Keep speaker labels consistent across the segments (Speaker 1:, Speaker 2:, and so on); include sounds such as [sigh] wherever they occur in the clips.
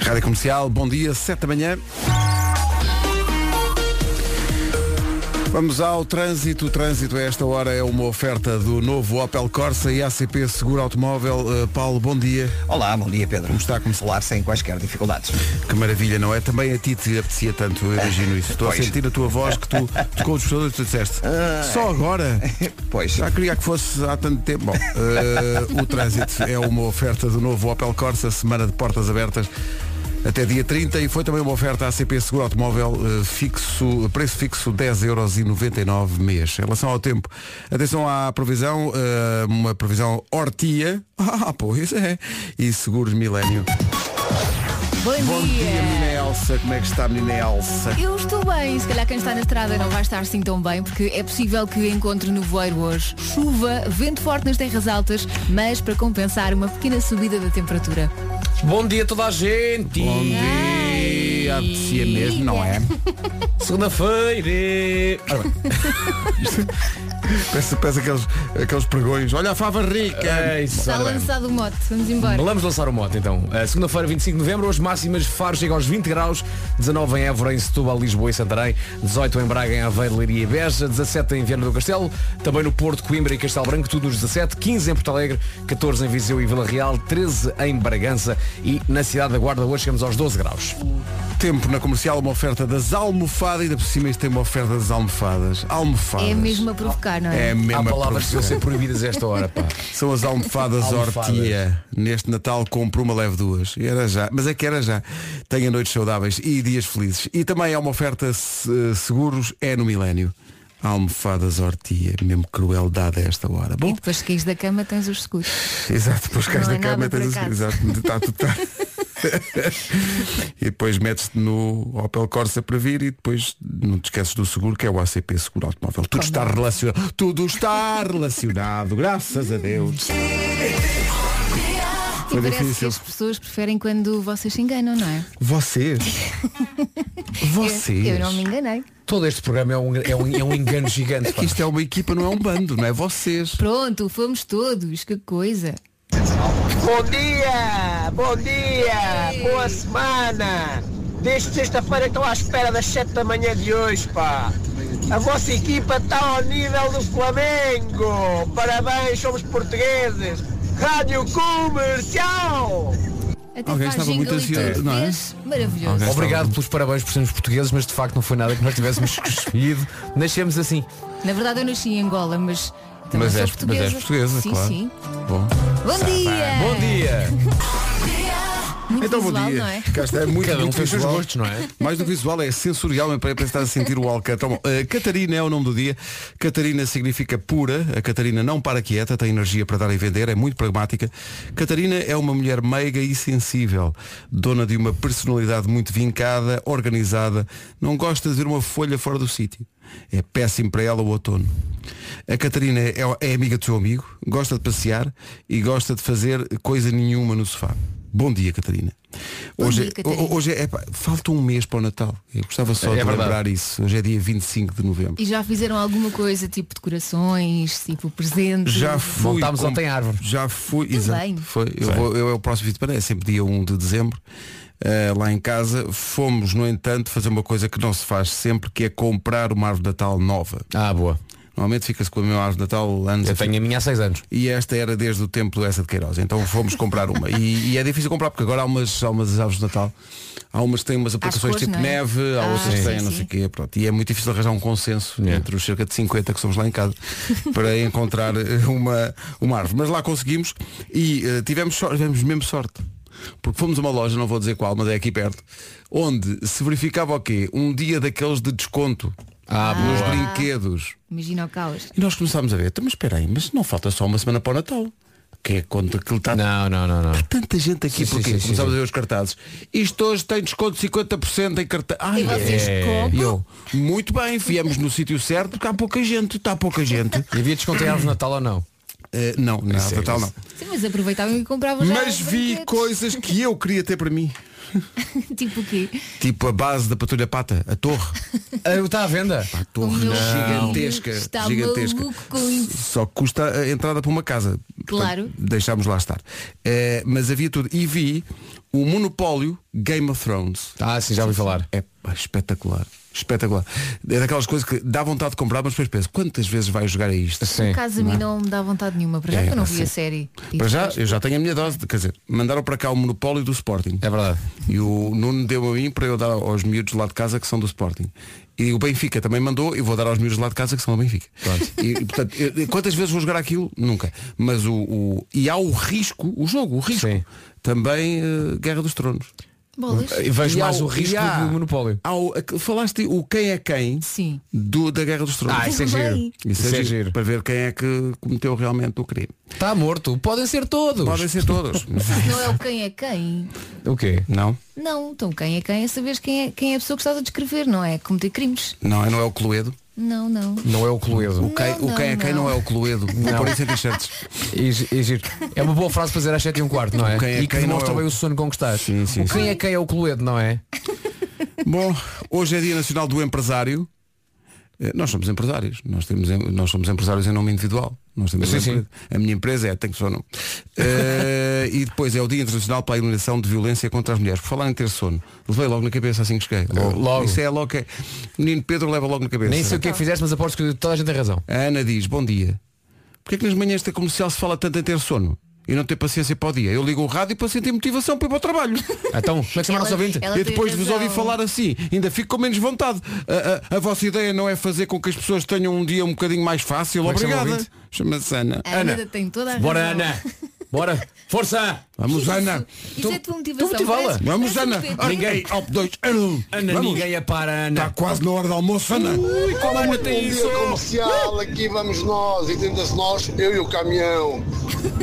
Speaker 1: Rádio Comercial, bom dia, 7 da manhã. Vamos ao trânsito. O trânsito a esta hora é uma oferta do novo Opel Corsa e ACP Seguro Automóvel. Uh, Paulo, bom dia.
Speaker 2: Olá, bom dia Pedro.
Speaker 1: Como está? Como
Speaker 2: falar sem quaisquer dificuldades. [laughs]
Speaker 1: Que maravilha, não é? Também a ti te apetecia tanto, eu imagino isso. Estou a
Speaker 2: Pois.
Speaker 1: sentir na tua voz que [laughs] tu tocou os pessoas e tu disseste só agora?
Speaker 2: Pois.
Speaker 1: Já queria que fosse há tanto tempo. Bom, eh, o trânsito é uma oferta do novo Opel Corsa, semana de portas abertas até dia 30 e foi também uma oferta à CP Seguro Automóvel eh, fixo, preço fixo 10,99€ mês. Em relação ao tempo, atenção à previsão, eh, uma previsão hortia, [laughs] ah, pois é, e seguros milénio.
Speaker 3: Bom,
Speaker 1: Bom dia, menina Elsa, como é que está, menina Elsa?
Speaker 3: Eu estou bem, se calhar quem está na estrada não vai estar assim tão bem, porque é possível que encontre nevoeiro hoje. Chuva, vento forte nas terras altas, mas para compensar uma pequena subida da temperatura.
Speaker 4: Bom dia a toda a gente!
Speaker 1: Bom dia, apetecia mesmo, não é?
Speaker 4: Segunda-feira!
Speaker 1: Parece, parece aqueles, aqueles pregões. Olha a fava rica.
Speaker 4: É isso,
Speaker 3: Está
Speaker 4: ora bem.
Speaker 3: lançado o mote, vamos embora. É
Speaker 4: Vamos lançar o mote então. Uh, Segunda-feira, 25 de novembro, hoje máximas Faro chega aos 20 graus, 19 em Évora, em Setúbal, Lisboa e Santarém, 18 em Braga, em Aveiro, Leiria e Beja, 17 em Viana do Castelo, também no Porto, Coimbra e Castelo Branco, tudo nos 17, 15 em Porto Alegre, 14 em Viseu e Vila Real, 13 em Bragança e na cidade da Guarda hoje chegamos aos 12 graus.
Speaker 1: Tempo na comercial, uma oferta das almofadas. Ainda por cima isto tem uma oferta das almofadas. Almofadas.
Speaker 3: É mesmo a provocar, não é?
Speaker 1: É mesmo
Speaker 4: Há
Speaker 1: a
Speaker 4: palavras que vão
Speaker 1: provocar.
Speaker 4: ser proibidas a esta hora, pá.
Speaker 1: São as almofadas,
Speaker 4: [laughs] Almofadas.
Speaker 1: Hortia. Neste Natal compro uma leve duas. E era já. Mas é que era já. Tenha noites saudáveis e dias felizes. E também há uma oferta se- seguros, é no milénio. Almofadas Hortia. Mesmo crueldade a esta hora.
Speaker 3: E
Speaker 1: Bom,
Speaker 3: depois que caís da cama tens os seguros.
Speaker 1: [laughs] Exato, depois cais da
Speaker 3: Não é nada
Speaker 1: cama
Speaker 3: por
Speaker 1: tens o-
Speaker 3: acaso.
Speaker 1: Exato, tá, tu,
Speaker 3: [laughs]
Speaker 1: tá. E depois metes-te no Opel Corsa para vir e depois não te esqueces do seguro, que é o ACP Seguro Automóvel. Tudo está relacionado. Tudo está relacionado, graças a Deus.
Speaker 3: E
Speaker 1: Foi
Speaker 3: parece que
Speaker 1: difícil.
Speaker 3: as pessoas preferem quando vocês se enganam, não é? [laughs]
Speaker 1: Vocês. Vocês.
Speaker 3: Eu, eu não me enganei.
Speaker 4: Todo este programa é um, é um, é um engano gigante. pá.
Speaker 1: Que Isto é uma equipa, não é um bando, não é vocês.
Speaker 3: Pronto, fomos todos, que coisa.
Speaker 5: Bom dia, bom dia, boa semana. Desde sexta-feira estou à espera das 7 da manhã de hoje, pá. A vossa equipa está ao nível do Flamengo. Parabéns, somos portugueses. Rádio Comercial.
Speaker 3: Até
Speaker 1: Alguém
Speaker 3: faz
Speaker 1: estava muito
Speaker 3: jingle e tudo,
Speaker 1: ansioso, não é?
Speaker 3: vês? Maravilhoso.
Speaker 1: Alguém-
Speaker 4: Obrigado pelos parabéns por sermos portugueses, mas de facto não foi nada que nós tivéssemos [laughs] escolhido. Nascemos assim.
Speaker 3: Na verdade eu nasci em Angola, mas também
Speaker 1: Mas
Speaker 3: sou
Speaker 1: és, mas
Speaker 3: portuguesa.
Speaker 1: és É portuguesa,
Speaker 3: sim,
Speaker 1: claro. Tá,
Speaker 3: sim.
Speaker 1: Bom.
Speaker 3: Bom dia!
Speaker 4: Bom dia!
Speaker 3: Muito
Speaker 1: Então bom
Speaker 3: visual,
Speaker 1: dia.
Speaker 3: não é?
Speaker 1: Cá está, é muito,
Speaker 4: Cada um
Speaker 1: muito
Speaker 4: tem os seus
Speaker 1: visual.
Speaker 4: gostos, não é?
Speaker 1: Mais do que visual, é sensorial, me parece que está a sentir o alcatrão. Bom, eh, Catarina é o nome do dia. Catarina significa pura. A Catarina não para quieta, tem energia para dar e vender, é muito pragmática. Catarina é uma mulher meiga e sensível, dona de uma personalidade muito vincada, organizada, não gosta de ver uma folha fora do sítio. É péssimo para ela o outono. A Catarina é, é amiga do seu amigo, gosta de passear e gosta de fazer coisa nenhuma no sofá. Bom dia, Catarina.
Speaker 3: Bom
Speaker 1: hoje,
Speaker 3: dia, Catarina.
Speaker 1: ho- ho- Hoje é, é pá, falta um mês para o Natal. Eu gostava só de
Speaker 4: É verdade.
Speaker 1: lembrar isso. Hoje é dia 25 de novembro.
Speaker 3: E já fizeram alguma coisa, tipo decorações, tipo presentes?
Speaker 1: Já fui.
Speaker 4: Montámos ontem a árvore.
Speaker 1: Já fui.
Speaker 3: Tudo
Speaker 1: Exato.
Speaker 3: bem.
Speaker 1: Foi. Eu, vou- eu- é o próximo fim de semana, é sempre dia 1 de dezembro. eh, lá em casa fomos, no entanto, fazer uma coisa que não se faz sempre, que é comprar uma árvore de Natal nova.
Speaker 4: Ah, boa.
Speaker 1: Normalmente fica-se com a minha árvore de Natal anos a
Speaker 4: Eu
Speaker 1: fio.
Speaker 4: tenho a minha há seis anos.
Speaker 1: E esta era desde o tempo do essa de Queiroz. Então fomos comprar uma. E, e é difícil comprar porque agora há umas, há umas aves de Natal. Há umas que têm umas aplicações
Speaker 3: cores,
Speaker 1: tipo
Speaker 3: não é?
Speaker 1: neve, há
Speaker 3: Ah,
Speaker 1: outras que
Speaker 3: sim,
Speaker 1: têm não
Speaker 3: sim.
Speaker 1: sei o quê. Pronto. E é muito difícil arranjar um consenso
Speaker 4: Yeah.
Speaker 1: entre os cerca de 50 que somos lá em casa para encontrar eh, uma, uma árvore. Mas lá conseguimos e eh, tivemos, sor- tivemos mesmo sorte. Porque fomos a uma loja, não vou dizer qual, mas é aqui perto, onde se verificava o quê? Um dia daqueles de desconto
Speaker 4: Ah,
Speaker 1: nos
Speaker 4: boa.
Speaker 1: brinquedos.
Speaker 3: Imagina o caos.
Speaker 1: E nós começámos a ver, "Então, mas espera aí, mas não falta só uma semana para o Natal. Que é quando aquilo está
Speaker 4: Não, não, não, não.
Speaker 1: tanta gente aqui,
Speaker 4: Sim,
Speaker 1: porque
Speaker 4: sim, sim,
Speaker 1: começámos
Speaker 4: sim.
Speaker 1: a ver os cartazes. Isto hoje tem desconto de 50% em cartaz. Ai,
Speaker 3: E vocês
Speaker 1: é.
Speaker 3: compram?
Speaker 1: E eu, muito bem, viemos no sítio certo, porque há pouca gente, está pouca gente.
Speaker 3: [laughs]
Speaker 4: E havia desconto em árvore de Natal ou não?
Speaker 1: Eh, não, não,
Speaker 4: Isso é
Speaker 1: Natal não.
Speaker 4: isso.
Speaker 3: Sim, mas aproveitavam e compravam já
Speaker 1: Mas vi
Speaker 3: brinquedos.
Speaker 1: coisas que eu queria ter para mim.
Speaker 3: [laughs] tipo o quê?
Speaker 1: Tipo a base da Patrulha Pata, a torre.
Speaker 4: Ah, está à venda?
Speaker 1: A
Speaker 3: O
Speaker 1: torre
Speaker 3: meu
Speaker 1: gigantesca.
Speaker 3: filho está
Speaker 1: gigantesca.
Speaker 3: maluco com isso.
Speaker 1: Só custa a entrada para uma casa.
Speaker 3: Claro.
Speaker 1: Deixámos lá estar. Eh, mas havia tudo. E vi o monopólio Game of Thrones.
Speaker 4: Ah, sim, já ouvi falar.
Speaker 1: É pá, espetacular. Espetacular. É daquelas coisas que dá vontade de comprar, mas depois penso, quantas vezes vais jogar a isto?
Speaker 4: Sim.
Speaker 3: Por acaso a mim não me dá vontade nenhuma, para já
Speaker 1: É,
Speaker 3: que eu não
Speaker 1: assim.
Speaker 3: vi a série. E
Speaker 1: Para já,
Speaker 3: depois-
Speaker 1: eu já tenho a minha dose, de- quer dizer, mandaram para cá o monopólio do Sporting.
Speaker 4: É verdade.
Speaker 1: E o Nuno deu a mim para eu dar aos miúdos lá de casa que são do Sporting. E o Benfica também mandou e vou dar aos miúdos lá de casa que são do Benfica. E, e, portanto, eu- eu- quantas vezes vou jogar aquilo? Nunca. Mas o, o- e há o risco, o jogo, o risco.
Speaker 4: Sim.
Speaker 1: Também eh, Guerra dos Tronos.
Speaker 3: Bolas?
Speaker 4: E vejo
Speaker 1: E há
Speaker 4: mais o
Speaker 1: e
Speaker 4: risco
Speaker 1: há-
Speaker 4: do monopólio.
Speaker 1: há o- aqu- falaste o quem é quem
Speaker 3: Sim.
Speaker 1: do, da Guerra dos Tronos.
Speaker 4: Ah, isso é giro.
Speaker 3: Também.
Speaker 1: Isso é giro, Para ver quem é que cometeu realmente o crime.
Speaker 4: Está morto. Podem ser todos.
Speaker 1: Podem ser todos.
Speaker 3: Não é o quem é quem.
Speaker 4: O quê?
Speaker 1: [laughs] Não?
Speaker 3: Não, então quem é quem é saber quem é, quem é a pessoa que está a descrever, não é? Cometer crimes.
Speaker 1: Não, não é o Cluedo.
Speaker 3: Não, não.
Speaker 4: Não é o
Speaker 1: O,
Speaker 4: Cluedo.
Speaker 1: quem,
Speaker 3: Não,
Speaker 1: o quem é
Speaker 3: não,
Speaker 1: quem não.
Speaker 3: não.
Speaker 1: é o Cluedo. Vou pôr isso em t-shirts.
Speaker 3: [laughs]
Speaker 4: E gi- e giro. É uma boa frase para dizer às 7 e um quarto, não é?
Speaker 1: O quem é
Speaker 4: e que
Speaker 1: quem
Speaker 4: demonstra
Speaker 1: não é o-
Speaker 4: bem o sono com que estás.
Speaker 1: Sim, sim,
Speaker 4: o quem é quem é o Cluedo, não é?
Speaker 1: Bom, hoje é Dia Nacional do Empresário. Eh, Nós somos empresários. Nós, temos, em- nós somos empresários em nome individual. Nós temos
Speaker 4: Sim,
Speaker 1: uma
Speaker 4: sim.
Speaker 1: empresa. A minha empresa é, tem que ser o nome. Eh, [laughs] e depois é o Dia Internacional para a Eliminação de Violência contra as Mulheres. Por falar em ter sono, levei logo na cabeça assim que cheguei.
Speaker 4: Logo. Logo.
Speaker 1: Isso é logo que é. Menino Pedro leva logo na cabeça.
Speaker 4: Nem sei o que é que fizeste, mas aposto que toda a gente tem razão.
Speaker 1: A Ana diz, bom dia. Porquê é que nas manhãs da comercial se fala tanto em ter sono? E não ter paciência para o dia. Eu ligo o rádio para sentir motivação para ir para o trabalho.
Speaker 4: Então, como é que se chama o nosso ouvinte?
Speaker 3: [laughs] Ela
Speaker 1: e
Speaker 3: tem
Speaker 1: depois de vos
Speaker 3: razão.
Speaker 1: ouvir falar assim, ainda fico com menos vontade. A, a- a vossa ideia não é fazer com que as pessoas tenham um dia um bocadinho mais fácil.
Speaker 4: Como é que se chama o
Speaker 1: Obrigada.
Speaker 4: ouvinte?
Speaker 1: Chama-se Ana.
Speaker 3: A Ana tem toda a
Speaker 4: Bora,
Speaker 3: razão.
Speaker 4: Ana. Bora. Força.
Speaker 1: Vamos, Ana.
Speaker 3: Isso é a tua motivação.
Speaker 4: tu motivala.
Speaker 3: Parece-
Speaker 1: Vamos,
Speaker 3: parece um
Speaker 1: Ana.
Speaker 3: PT.
Speaker 1: Ninguém. Op 2. Ana,
Speaker 4: Ana, ninguém a para,
Speaker 1: Está
Speaker 4: Ana.
Speaker 1: Tá quase na hora do almoço, Ana.
Speaker 4: Ui, Tá. como Ana tem isso?
Speaker 6: Um comercial, aqui vamos nós, entenda-se nós, eu e o caminhão.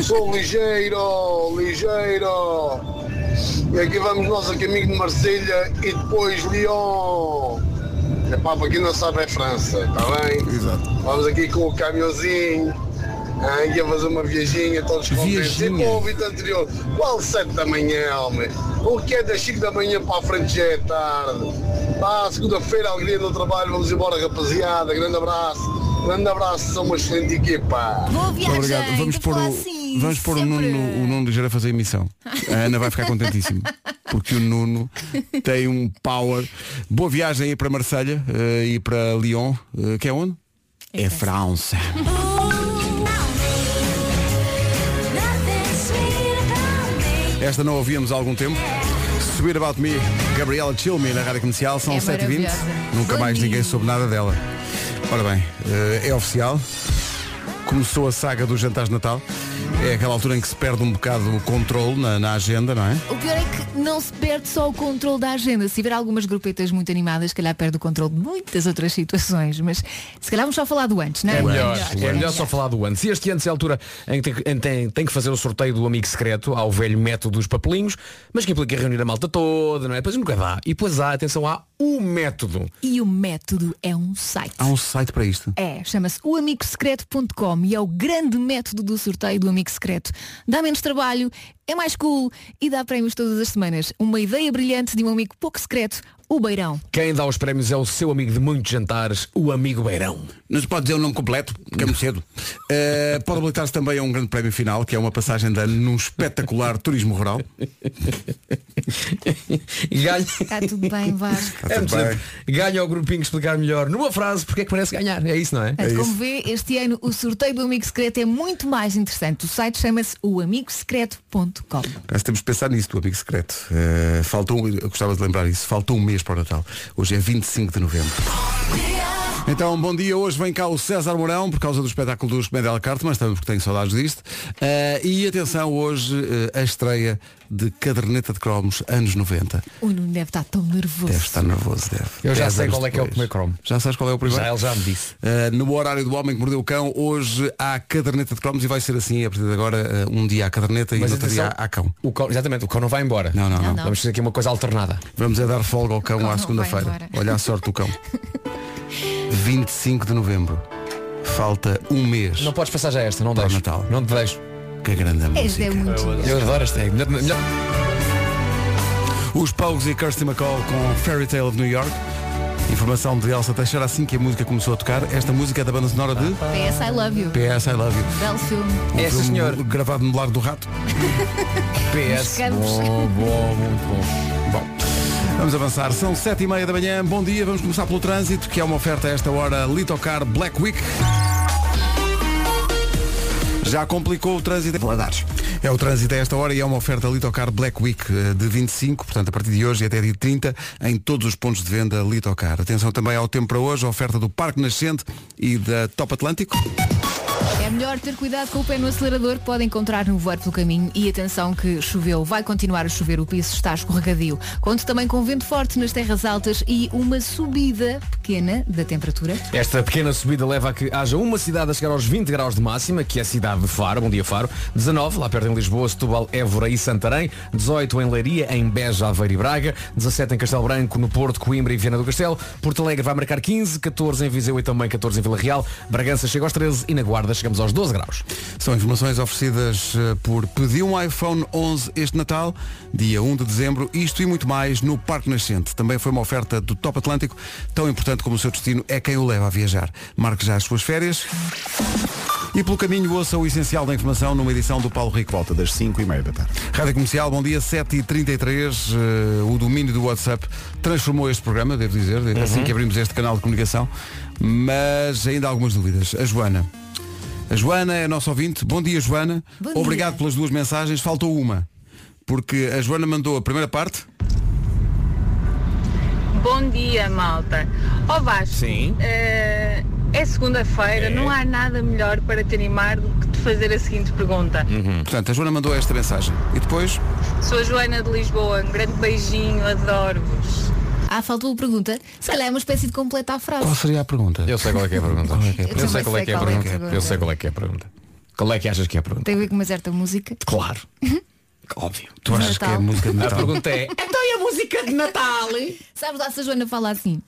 Speaker 6: Sou ligeiro, ligeiro. E aqui vamos nós a caminho de Marselha e depois Lyon. É pá, para quem não sabe é França, está bem?
Speaker 1: Exato.
Speaker 6: Vamos aqui com o caminhãozinho. Ah, ia fazer uma viaginha, todos contentes. E
Speaker 1: Viaginha?
Speaker 6: para o ouvinte anterior, qual 7 da manhã, homem? O que é das 5 da manhã para a frente já é tarde? Pá, segunda-feira, alegria no trabalho, vamos embora, rapaziada. Grande abraço, grande abraço, são uma excelente equipa.
Speaker 3: Boa viagem.
Speaker 1: Muito obrigado. Vamos
Speaker 3: Então
Speaker 1: pôr,
Speaker 3: fala
Speaker 1: o,
Speaker 3: assim,
Speaker 1: vamos pôr o,
Speaker 3: sempre.
Speaker 1: Nuno, o Nuno ligeiro a fazer emissão. A Ana vai ficar
Speaker 3: [laughs]
Speaker 1: contentíssima. Porque o Nuno tem um power. Boa viagem aí para Marselha eh, e para Lyon. eh, que é onde? É França. Esta não a ouvíamos há algum tempo. Sweet About Me, Gabriela Chilme na Rádio Comercial, são
Speaker 3: É
Speaker 1: 7h20.
Speaker 3: maravilhosa.
Speaker 1: Nunca
Speaker 3: Bom
Speaker 1: mais
Speaker 3: dia.
Speaker 1: ninguém soube nada dela. Ora bem, eh, é oficial. Começou a saga dos jantares de Natal. É aquela altura em que se perde um bocado o controle na, na agenda, não é?
Speaker 3: O pior é que não se perde só o controle da agenda. Se tiver algumas grupetas muito animadas, se calhar perde o controle de muitas outras situações. Mas se calhar vamos só falar do antes, não é?
Speaker 4: É melhor, é melhor só falar do antes. E este antes é a altura em que tem, tem- tem que fazer o sorteio do amigo secreto ao velho método dos papelinhos, mas que implica reunir a malta toda, não é? Depois nunca dá. E depois há, atenção, há o método.
Speaker 3: E o método é um site.
Speaker 1: Há um site para isto.
Speaker 3: É, chama-se oamigosecreto.com e é o grande método do sorteio do Amigo Secreto. Dá menos trabalho, é mais cool e dá prémios todas as semanas. Uma ideia brilhante de um amigo pouco secreto, o Beirão.
Speaker 4: Quem dá os prémios é o seu amigo de muitos jantares, o amigo Beirão.
Speaker 1: Não se pode dizer o nome completo, porque é muito cedo. Eh, pode habilitar-se também a um grande prémio final, que é uma passagem de ano num espetacular turismo rural.
Speaker 4: Ganha, É
Speaker 3: Está
Speaker 1: [laughs]
Speaker 3: tudo bem, Vasco.
Speaker 4: [laughs]
Speaker 1: Está Tá tudo bem.
Speaker 4: ganha o grupinho explicar melhor numa frase porque é que merece ganhar. É isso, não é?
Speaker 3: Portanto, como vê, este ano o sorteio do Amigo Secreto é muito mais interessante. O site chama-se oamigosecreto.com.
Speaker 1: Parece que temos de pensar nisso do amigo secreto. Eh, faltou, eu gostava de lembrar isso, faltou um mês para o Natal. Hoje é 25 de novembro. Então, bom dia. Hoje vem cá o César Mourão por causa do espetáculo dos Comédia à la Carte, mas também porque tenho saudades disto. Eh, e atenção, hoje eh, a estreia de Caderneta de Cromos, anos 90.
Speaker 3: O Nuno deve estar tão nervoso.
Speaker 1: Deve estar nervoso, deve.
Speaker 4: Eu já
Speaker 1: Dez
Speaker 4: sei
Speaker 1: anos
Speaker 4: qual é que é o
Speaker 1: depois.
Speaker 4: primeiro cromo.
Speaker 1: Já sabes qual é o primeiro?
Speaker 4: Já, ele já me disse.
Speaker 1: Uh, no horário do Homem que Mordeu o Cão, hoje há caderneta de cromos e vai ser assim a partir de agora, uh, um dia há caderneta e no outro dia há, há cão.
Speaker 4: O cão. Exatamente, o cão não vai embora.
Speaker 1: Não, não, não.
Speaker 3: Não,
Speaker 4: Vamos fazer aqui uma coisa alternada.
Speaker 1: Vamos é dar folga ao cão,
Speaker 3: cão
Speaker 1: à
Speaker 3: não vai
Speaker 1: segunda-feira.
Speaker 3: embora.
Speaker 1: Olha a sorte do cão. 25 de novembro. Falta um mês.
Speaker 4: Não podes passar já esta, não
Speaker 1: Para o
Speaker 4: deixo.
Speaker 1: Natal.
Speaker 4: Não te deixo.
Speaker 1: Que grande a
Speaker 3: Este
Speaker 1: música.
Speaker 3: é muito.
Speaker 4: Eu adoro esta. é melhor- melhor-
Speaker 1: Os Pogues e Kirsty McCall com Fairy Tale of New York. Informação de Elsa Teixeira assim que a música começou a tocar. Esta música é da banda sonora de
Speaker 3: PS I Love You.
Speaker 1: PS I Love You.
Speaker 3: Belo filme.
Speaker 1: Um
Speaker 2: É, sim,
Speaker 1: filme
Speaker 2: senhor.
Speaker 1: Gravado no Lago do Rato.
Speaker 4: PS.
Speaker 3: Buscamos.
Speaker 4: Bom, bom, muito bom.
Speaker 1: Bom, vamos avançar. São sete e meia da manhã. Bom dia. Vamos começar pelo trânsito, que é uma oferta a esta hora Litocar Black Week. Já complicou o trânsito.
Speaker 2: Valadares.
Speaker 1: É o trânsito a esta hora e é uma oferta Litocar Black Week eh, de 25, portanto a partir de hoje e até dia 30, em todos os pontos de venda Litocar. Atenção também ao tempo para hoje, a oferta do Parque Nascente e da Top Atlântico.
Speaker 3: É melhor ter cuidado com o pé no acelerador, que pode encontrar no voar pelo caminho e atenção que choveu, vai continuar a chover, o piso está escorregadio. Conto também com vento forte nas terras altas e uma subida pequena da temperatura.
Speaker 4: Esta pequena subida leva a que haja uma cidade a chegar aos 20 graus de máxima, que é a cidade de Faro, bom dia Faro, 19 lá perto em Lisboa, Setúbal, Évora e Santarém, 18 em Leiria, em Beja, Aveiro e Braga, 17 em Castelo Branco, no Porto, Coimbra e Viana do Castelo, Porto Alegre vai marcar 15, 14 em Viseu e também 14 em Vila Real, Bragança chega aos 13 e na Guarda chegamos aos 12 graus.
Speaker 1: São informações oferecidas eh, por Pedi um iPhone 11 este Natal, dia 1 de dezembro, isto e muito mais no Parque Nascente. Também foi uma oferta do Top Atlântico, tão importante como o seu destino é quem o leva a viajar. Marque já as suas férias. E pelo caminho ouça o essencial da informação numa edição do Paulo Rico.
Speaker 7: Volta das 5 e meia da tarde.
Speaker 1: Rádio Comercial, bom dia, 7h33. eh, o domínio do WhatsApp transformou este programa, devo dizer, assim que abrimos este canal de comunicação. Mas ainda há algumas dúvidas. A Joana. A Joana é a nossa ouvinte. Bom dia, Joana.
Speaker 3: Bom
Speaker 1: Obrigado
Speaker 3: dia.
Speaker 1: pelas duas mensagens. Faltou uma. Porque a Joana mandou a primeira parte.
Speaker 8: Bom dia, malta. Ó Vasco,
Speaker 4: Sim.
Speaker 8: eh, é segunda-feira, não há nada melhor para te animar do que te fazer a seguinte pergunta.
Speaker 1: Portanto, a Joana mandou esta mensagem. E depois,
Speaker 8: Sou a Joana de Lisboa, um grande beijinho, adoro-vos.
Speaker 3: Ah, faltou a pergunta. Se calhar é uma espécie de completa à frase.
Speaker 1: qual seria a pergunta?
Speaker 4: Eu sei qual é que é a pergunta.
Speaker 3: pergunta? Eu também sei qual é a pergunta.
Speaker 4: Eu sei qual é que é a pergunta. Qual é que achas que é a pergunta?
Speaker 3: Tem a ver com uma certa música.
Speaker 4: Claro. Óbvio.
Speaker 1: Tu achas
Speaker 3: Natal.
Speaker 1: que é a música de
Speaker 4: A
Speaker 1: Natal?
Speaker 4: pergunta é,
Speaker 3: [laughs] Sabes lá se a Joana fala assim.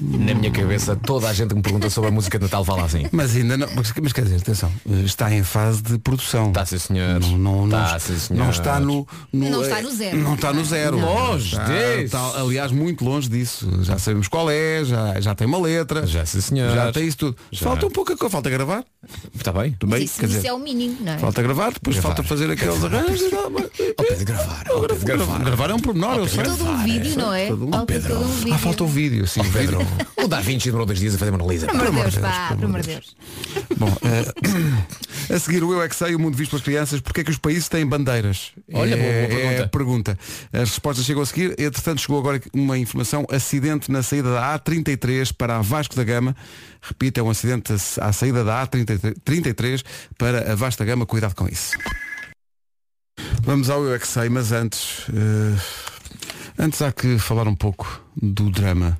Speaker 4: na minha cabeça, toda a gente que me pergunta sobre a música de Natal fala assim.
Speaker 1: Mas ainda não. Mas, mas quer dizer, atenção, está em fase de produção.
Speaker 4: Tá, sim, senhor.
Speaker 1: Não, não, não,
Speaker 4: Tá, sim, senhor.
Speaker 1: não está no, no- eh,
Speaker 3: Não está no zero.
Speaker 1: Não está no zero.
Speaker 4: Longe
Speaker 1: Está-
Speaker 4: disso.
Speaker 1: está, aliás, muito longe disso. Já sabemos qual é, já, já tem uma letra.
Speaker 4: Já, sim, senhor.
Speaker 1: Já tem isso tudo.
Speaker 4: Já.
Speaker 1: Falta um pouco a coisa. Falta gravar.
Speaker 4: Está Tá bem?
Speaker 1: Também,
Speaker 3: Isso,
Speaker 1: quer
Speaker 3: isso
Speaker 1: dizer,
Speaker 3: é o mínimo, não é?
Speaker 1: Falta gravar, depois
Speaker 4: Gravar.
Speaker 1: falta fazer aqueles arranjos. e tal, mas-
Speaker 4: Pedro, gravar. Ó, Pedro,
Speaker 1: Gravar.
Speaker 4: gravar.
Speaker 1: é um pormenor, eu sei.
Speaker 3: Todo um vídeo, não é?
Speaker 1: Todo um-
Speaker 3: Falta todo um vídeo.
Speaker 1: Ah, falta o vídeo, sim. o
Speaker 4: Pedro.
Speaker 1: vídeo.
Speaker 4: O Da Vinci demorou dois dias a fazer uma Lisa.
Speaker 3: Por amor de Deus, vá, por amor de Deus.
Speaker 4: [coughs]
Speaker 1: Bom, eh, [coughs] a seguir o Eu É Que Sei, o mundo visto pelas crianças, porque é que os países têm bandeiras?
Speaker 4: Olha,
Speaker 1: é,
Speaker 4: boa- boa
Speaker 1: é a pergunta. As respostas chegam a seguir, entretanto chegou agora uma informação, acidente na saída da A33 para a Vasco da Gama. Repito, é um acidente a- à saída da A33 para a Vasco da Gama, cuidado com isso. Vamos ao Eu É Que Sei, mas antes, eh, antes há que falar um pouco do drama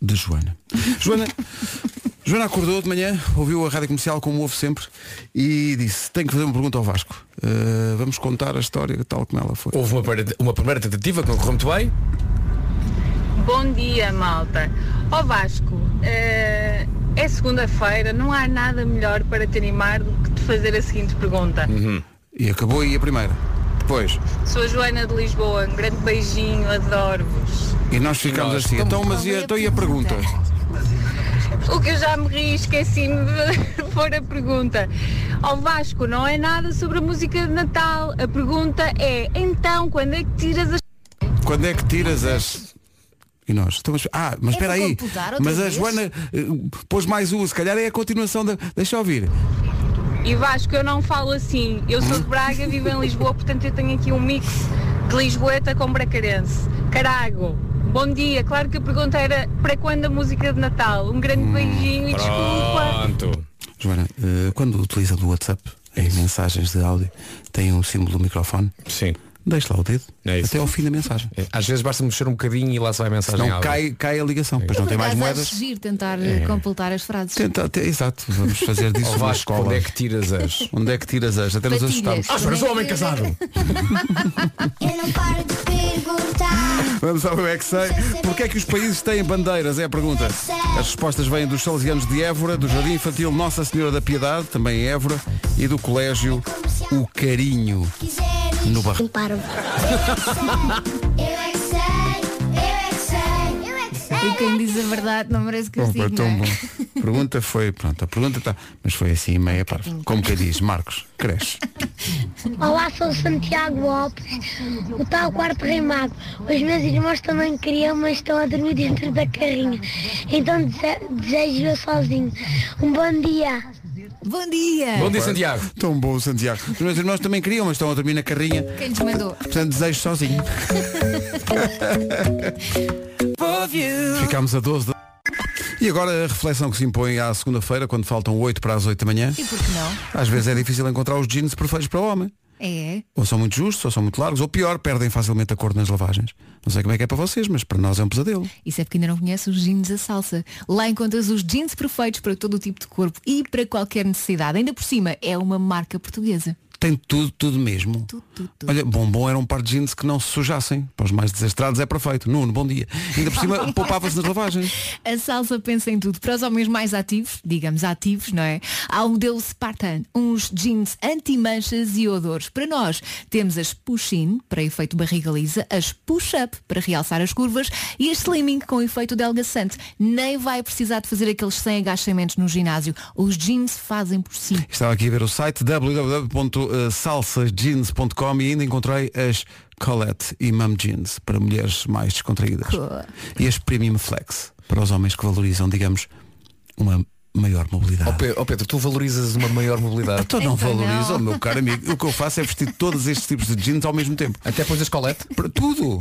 Speaker 1: de Joana. Joana, Joana acordou de manhã, ouviu a rádio comercial como ouve sempre e disse: Tenho que fazer uma pergunta ao Vasco. Uh, vamos contar a história tal como ela foi.
Speaker 4: Houve uma, primeira- uma primeira tentativa que não correu muito bem.
Speaker 8: Bom dia, malta. Ó Vasco, eh, é segunda-feira, não há nada melhor para te animar do que te fazer a seguinte pergunta.
Speaker 1: E acabou aí a primeira. Depois.
Speaker 8: Sou a Joana de Lisboa, um grande beijinho, adoro-vos.
Speaker 1: E nós ficamos
Speaker 4: nós
Speaker 1: assim. Então, mas e,
Speaker 3: Qual é a
Speaker 1: então e a pergunta?
Speaker 8: O que eu já me ri, esqueci-me de [laughs] pôr a pergunta. Ao Vasco, não é nada sobre a música de Natal. A pergunta é, então, quando é que tiras as... [laughs]
Speaker 1: Quando é que tiras as. E nós estamos. Ah, mas
Speaker 3: É
Speaker 1: espera
Speaker 3: para
Speaker 1: aí.
Speaker 3: computar outra
Speaker 1: Mas a
Speaker 3: vez?
Speaker 1: Joana uh, pôs mais um, se calhar é a continuação da. Deixa eu ouvir.
Speaker 8: E Vasco, eu não falo assim. Eu sou de Braga, vivo em Lisboa, portanto eu tenho aqui um mix de Lisboeta com Bracarense. Carago, bom dia. Claro que a pergunta era para quando a música de Natal. Um grande beijinho e desculpa.
Speaker 4: Pronto.
Speaker 1: Joana, uh, quando utiliza do WhatsApp em mensagens de áudio, tem um símbolo do microfone.
Speaker 4: Sim.
Speaker 1: Deixa lá o dedo
Speaker 4: É isso.
Speaker 1: até ao fim da mensagem.
Speaker 4: É, Às vezes basta mexer um bocadinho e lá se vai a mensagem.
Speaker 1: Não
Speaker 4: à hora.
Speaker 1: cai, cai a ligação, pois não
Speaker 3: Por
Speaker 1: tem mais
Speaker 3: acaso,
Speaker 1: moedas. É.
Speaker 3: acho giro tentar eh, completar as frases.
Speaker 1: Tenta, te- exato, vamos fazer disso
Speaker 4: Ó
Speaker 1: uma
Speaker 4: Vasco,
Speaker 1: escola.
Speaker 4: onde é que tiras as?
Speaker 1: Onde é que tiras as? Até nos
Speaker 3: Patilhas.
Speaker 1: assustamos.
Speaker 3: Ah, Joana, sou homem
Speaker 4: casado.
Speaker 9: Eu não paro de perguntar.
Speaker 1: Vamos ao Eu é que sei. Porquê é que os países têm bandeiras? É a pergunta. As respostas vêm dos Salesianos de Évora, do Jardim Infantil Nossa Senhora da Piedade, também em Évora, e do Colégio
Speaker 7: Um
Speaker 1: O Carinho, no Barro.
Speaker 9: Não paro. Eu é que sei.
Speaker 3: E quem diz a verdade não merece
Speaker 1: Bom,
Speaker 3: castigo,
Speaker 1: pá,
Speaker 3: não
Speaker 1: tão
Speaker 3: é?
Speaker 1: bom. Pergunta foi, pronto, a pergunta está. Mas foi assim, meia parva. Como que diz, Marcos, cresce.
Speaker 7: Olá, sou Santiago Lopes, o tal quarto rimado. Os meus irmãos também queriam, mas estão a dormir dentro da carrinha. Então dese- desejo eu sozinho. Um bom dia.
Speaker 3: Bom dia!
Speaker 4: Bom dia, Santiago.
Speaker 1: Tão bom, Santiago. Os meus irmãos também queriam, mas estão a dormir na carrinha.
Speaker 3: Quem lhes mandou?
Speaker 1: Portanto, desejo
Speaker 3: [laughs]
Speaker 1: sozinho. Ficámos a 12 da... E agora a reflexão que se impõe à segunda-feira, quando faltam 8 para as 8 da manhã.
Speaker 3: E por que não?
Speaker 1: Às vezes é difícil encontrar os jeans perfeitos para o homem.
Speaker 3: É.
Speaker 1: Ou são muito justos, ou são muito largos, ou pior, perdem facilmente a cor nas lavagens. Não sei como é que é para vocês, mas para nós é um pesadelo.
Speaker 3: Isso é porque ainda não conhece os jeans a salsa. Lá encontras os jeans perfeitos para todo o tipo de corpo e para qualquer necessidade. Ainda por cima, é uma marca portuguesa.
Speaker 1: Tem tudo, tudo mesmo.
Speaker 3: Tudo, tudo, tudo.
Speaker 1: Olha, bombom era um par de jeans que não se sujassem. Para os mais desastrados é perfeito. Nuno, bom dia. Ainda por
Speaker 3: [laughs]
Speaker 1: cima, poupava-se nas lavagens.
Speaker 3: A salsa pensa em tudo. Para os homens mais ativos, digamos ativos, não é? Há o modelo Spartan, uns jeans anti-manchas e odores. Para nós, temos as push-in, para efeito barriga lisa, as push-up, para realçar as curvas, e as slimming, com efeito delgaçante. Nem vai precisar de fazer aqueles 100 agachamentos no ginásio. Os jeans fazem por si.
Speaker 1: Estava aqui a ver o site eh, www.salsasjeans.com e ainda encontrei as Colette e Mum Jeans para mulheres mais descontraídas.
Speaker 3: Cool.
Speaker 1: E as Premium Flex para os homens que valorizam, digamos, uma maior mobilidade.
Speaker 4: Pedro, tu valorizas uma maior mobilidade.
Speaker 1: Então não
Speaker 3: Então não.
Speaker 1: valoriza, meu caro amigo. O que eu faço é vestir todos estes tipos de jeans ao mesmo tempo.
Speaker 4: Até depois da escolete.
Speaker 1: Para tudo.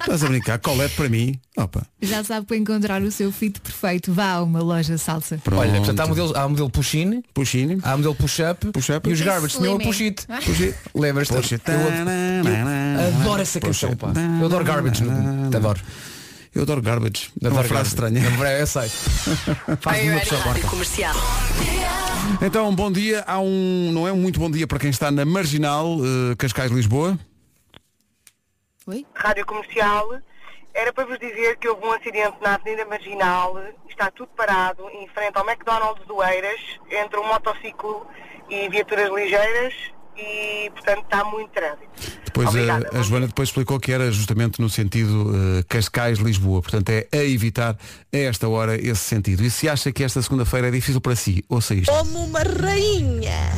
Speaker 1: Estás a brincar? Colete para mim. Opa.
Speaker 3: Já sabe para encontrar o seu fit perfeito. Vá a uma loja salsa.
Speaker 1: Pronto.
Speaker 4: Olha, portanto, há modelo, há modelo push-in,
Speaker 1: Puxinho.
Speaker 4: há modelo push-up
Speaker 1: Push-up.
Speaker 4: e os garbage. O meu é
Speaker 3: Slimming.
Speaker 4: push-it.
Speaker 1: Puxinho.
Speaker 4: Lembras-te? Eu adoro essa canção, pá. Eu adoro garbage. no- Te Adoro.
Speaker 1: Eu adoro garbage. É
Speaker 4: Adoro
Speaker 1: uma frase
Speaker 4: garbage.
Speaker 1: estranha.
Speaker 4: É, Eu sei. Faz uma pessoa porca.
Speaker 10: Comercial.
Speaker 1: Então, bom dia. Há um, não é um muito bom dia para quem está na Marginal, eh, Cascais, Lisboa.
Speaker 3: Oi?
Speaker 11: Rádio Comercial, era para vos dizer que houve um acidente na Avenida Marginal, está tudo parado, em frente ao McDonald's do Eiras, entre um motociclo e viaturas ligeiras e, portanto, está muito trânsito.
Speaker 1: Depois eh,
Speaker 11: Obrigada.
Speaker 1: a, a Joana depois explicou que era justamente no sentido eh, Cascais-Lisboa. Portanto, é a evitar a esta hora esse sentido. E se acha que esta segunda-feira é difícil para si, ouça isto.
Speaker 10: Como uma rainha.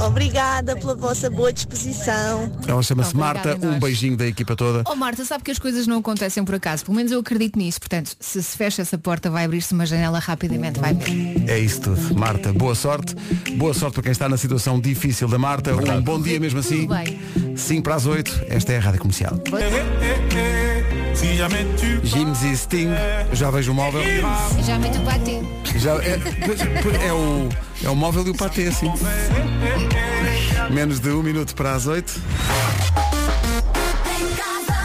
Speaker 10: Obrigada pela vossa boa disposição.
Speaker 1: Ela chama-se
Speaker 3: Obrigada,
Speaker 1: Marta. Um
Speaker 3: nós.
Speaker 1: beijinho da equipa toda.
Speaker 3: Oh Marta, sabe que as coisas não acontecem por acaso. Pelo menos eu acredito nisso. Portanto, se se fecha essa porta, vai abrir-se uma janela rapidamente. Vai mesmo.
Speaker 1: É isso tudo. Marta, boa sorte. Boa sorte para quem está na situação difícil da Marta. Um bom dia mesmo assim.
Speaker 3: Tudo bem.
Speaker 1: 5 para as 8. Esta é a Rádio Comercial. Gims e Sting. Já vejo o móvel.
Speaker 3: Já meto o patê.
Speaker 1: Já, é, é o, é o móvel e o patê, assim. Menos de um minuto para as 8.
Speaker 9: Em casa,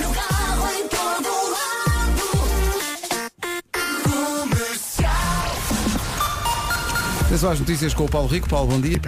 Speaker 9: no carro, em todo lado.
Speaker 1: Atenção às notícias com o Paulo Rico. Paulo, bom dia.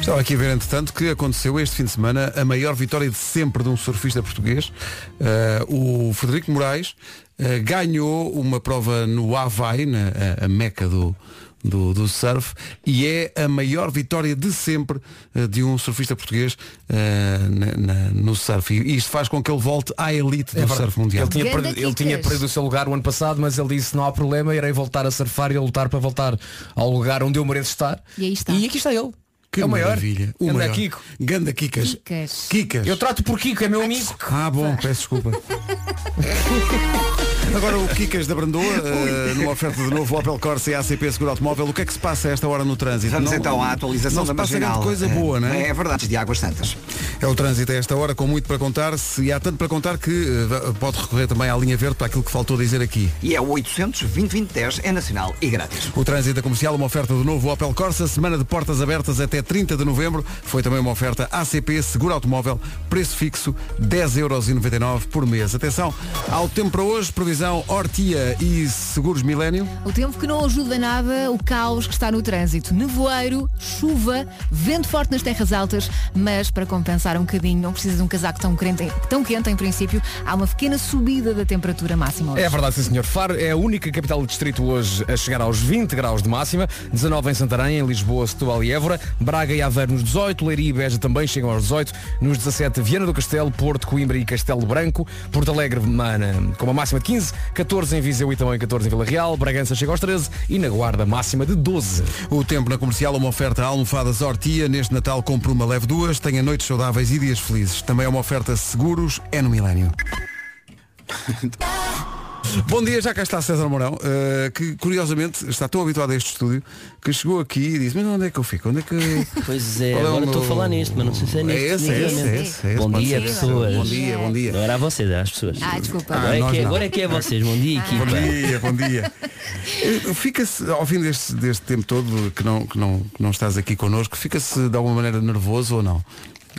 Speaker 1: Estava aqui a ver, entretanto, que aconteceu este fim de semana a maior vitória de sempre de um surfista português. Eh, o Frederico Moraes eh, ganhou uma prova no Havaí, na, a, a meca do, do, do surf, e é a maior vitória de sempre eh, de um surfista português eh, na- na- no surf. E isto faz com que ele volte à elite do É surf mundial.
Speaker 4: É Ele tinha,
Speaker 3: Ganda
Speaker 4: perdido, ele
Speaker 3: Kikas.
Speaker 4: tinha perdido o seu lugar o ano passado, mas ele disse não há problema, irei voltar a surfar e a lutar para voltar ao lugar onde eu mereço estar.
Speaker 3: E aí está.
Speaker 4: E aqui está ele.
Speaker 1: Que
Speaker 4: é o maior.
Speaker 1: maravilha. O
Speaker 4: Ganda
Speaker 1: maior.
Speaker 4: Kiko.
Speaker 1: Ganda Kikas.
Speaker 3: Kikas.
Speaker 1: Kikas.
Speaker 4: Eu trato por Kiko, é meu amigo.
Speaker 1: Ah, bom, peço desculpa. [laughs] Agora o Kikas da Brandoa, eh, numa oferta de novo Opel Corsa e ACP Seguro Automóvel, o que é que se passa a esta hora no trânsito?
Speaker 2: Vamos
Speaker 1: Não-
Speaker 2: então à atualização
Speaker 1: não
Speaker 2: da
Speaker 1: se passa grande
Speaker 2: marginal.
Speaker 1: coisa boa, não é?
Speaker 2: É verdade, de Águas Santas.
Speaker 1: É o trânsito a esta hora, com muito para contar, se e há tanto para contar que eh, va- pode recorrer também à linha verde para aquilo que faltou dizer aqui.
Speaker 2: E é o 800 2010 é nacional e grátis.
Speaker 1: O trânsito da comercial, uma oferta do novo Opel Corsa, semana de portas abertas até 30 de novembro. Foi também uma oferta ACP Seguro Automóvel, preço fixo 10,99€ por mês. Atenção ao tempo para hoje, previsão Hortia e Seguros Milênio.
Speaker 3: O tempo que não ajuda nada, o caos que está no trânsito. Nevoeiro, chuva, vento forte nas terras altas, mas para compensar um bocadinho, não precisa de um casaco tão quente, tão quente em princípio. Há uma pequena subida da temperatura máxima hoje. Ah,
Speaker 4: É verdade, sim senhor. Faro é a única capital do distrito hoje a chegar aos 20 graus de máxima, 19 em Santarém, em Lisboa, Setúbal e Évora, Braga e Aveiro nos 18, Leiria e Beja também chegam aos 18, nos 17 Viana do Castelo, Porto, Coimbra e Castelo Branco, Porto Alegre mana, com uma máxima de 15, 15, 14 em Viseu e também 14 em Vila Real, Bragança chega aos 13 e na Guarda máxima de 12.
Speaker 1: O tempo na comercial, uma oferta a almofadas Hortia. Neste Natal compre uma leve duas, tenha noites saudáveis e dias felizes. Também é uma oferta seguros, é no milénio. Bom dia, já cá está César Mourão, eh, que curiosamente está tão habituado a este estúdio que chegou aqui e disse, mas onde é que eu fico? Onde é que.
Speaker 12: Pois é,
Speaker 1: Qual é o
Speaker 12: agora estou
Speaker 1: meu-
Speaker 12: a falar nisto, mas não sei se é
Speaker 1: É
Speaker 12: nisto.
Speaker 1: esse, é esse,
Speaker 12: definitivamente.
Speaker 1: é esse, é esse,
Speaker 12: Bom
Speaker 1: pode
Speaker 12: dia,
Speaker 1: ser.
Speaker 12: pessoas.
Speaker 1: Bom dia, bom dia.
Speaker 12: Não era a vocês, era às pessoas.
Speaker 1: Ah, desculpa.
Speaker 12: Agora,
Speaker 1: Ah,
Speaker 12: é
Speaker 1: nós
Speaker 12: que,
Speaker 1: não.
Speaker 12: agora é que é vocês. Bom dia, equipa.
Speaker 1: Bom dia, bom dia. Eh, Fica-se, ao fim deste, deste tempo todo que não, que, não, que não estás aqui connosco, fica-se de alguma maneira nervoso ou não?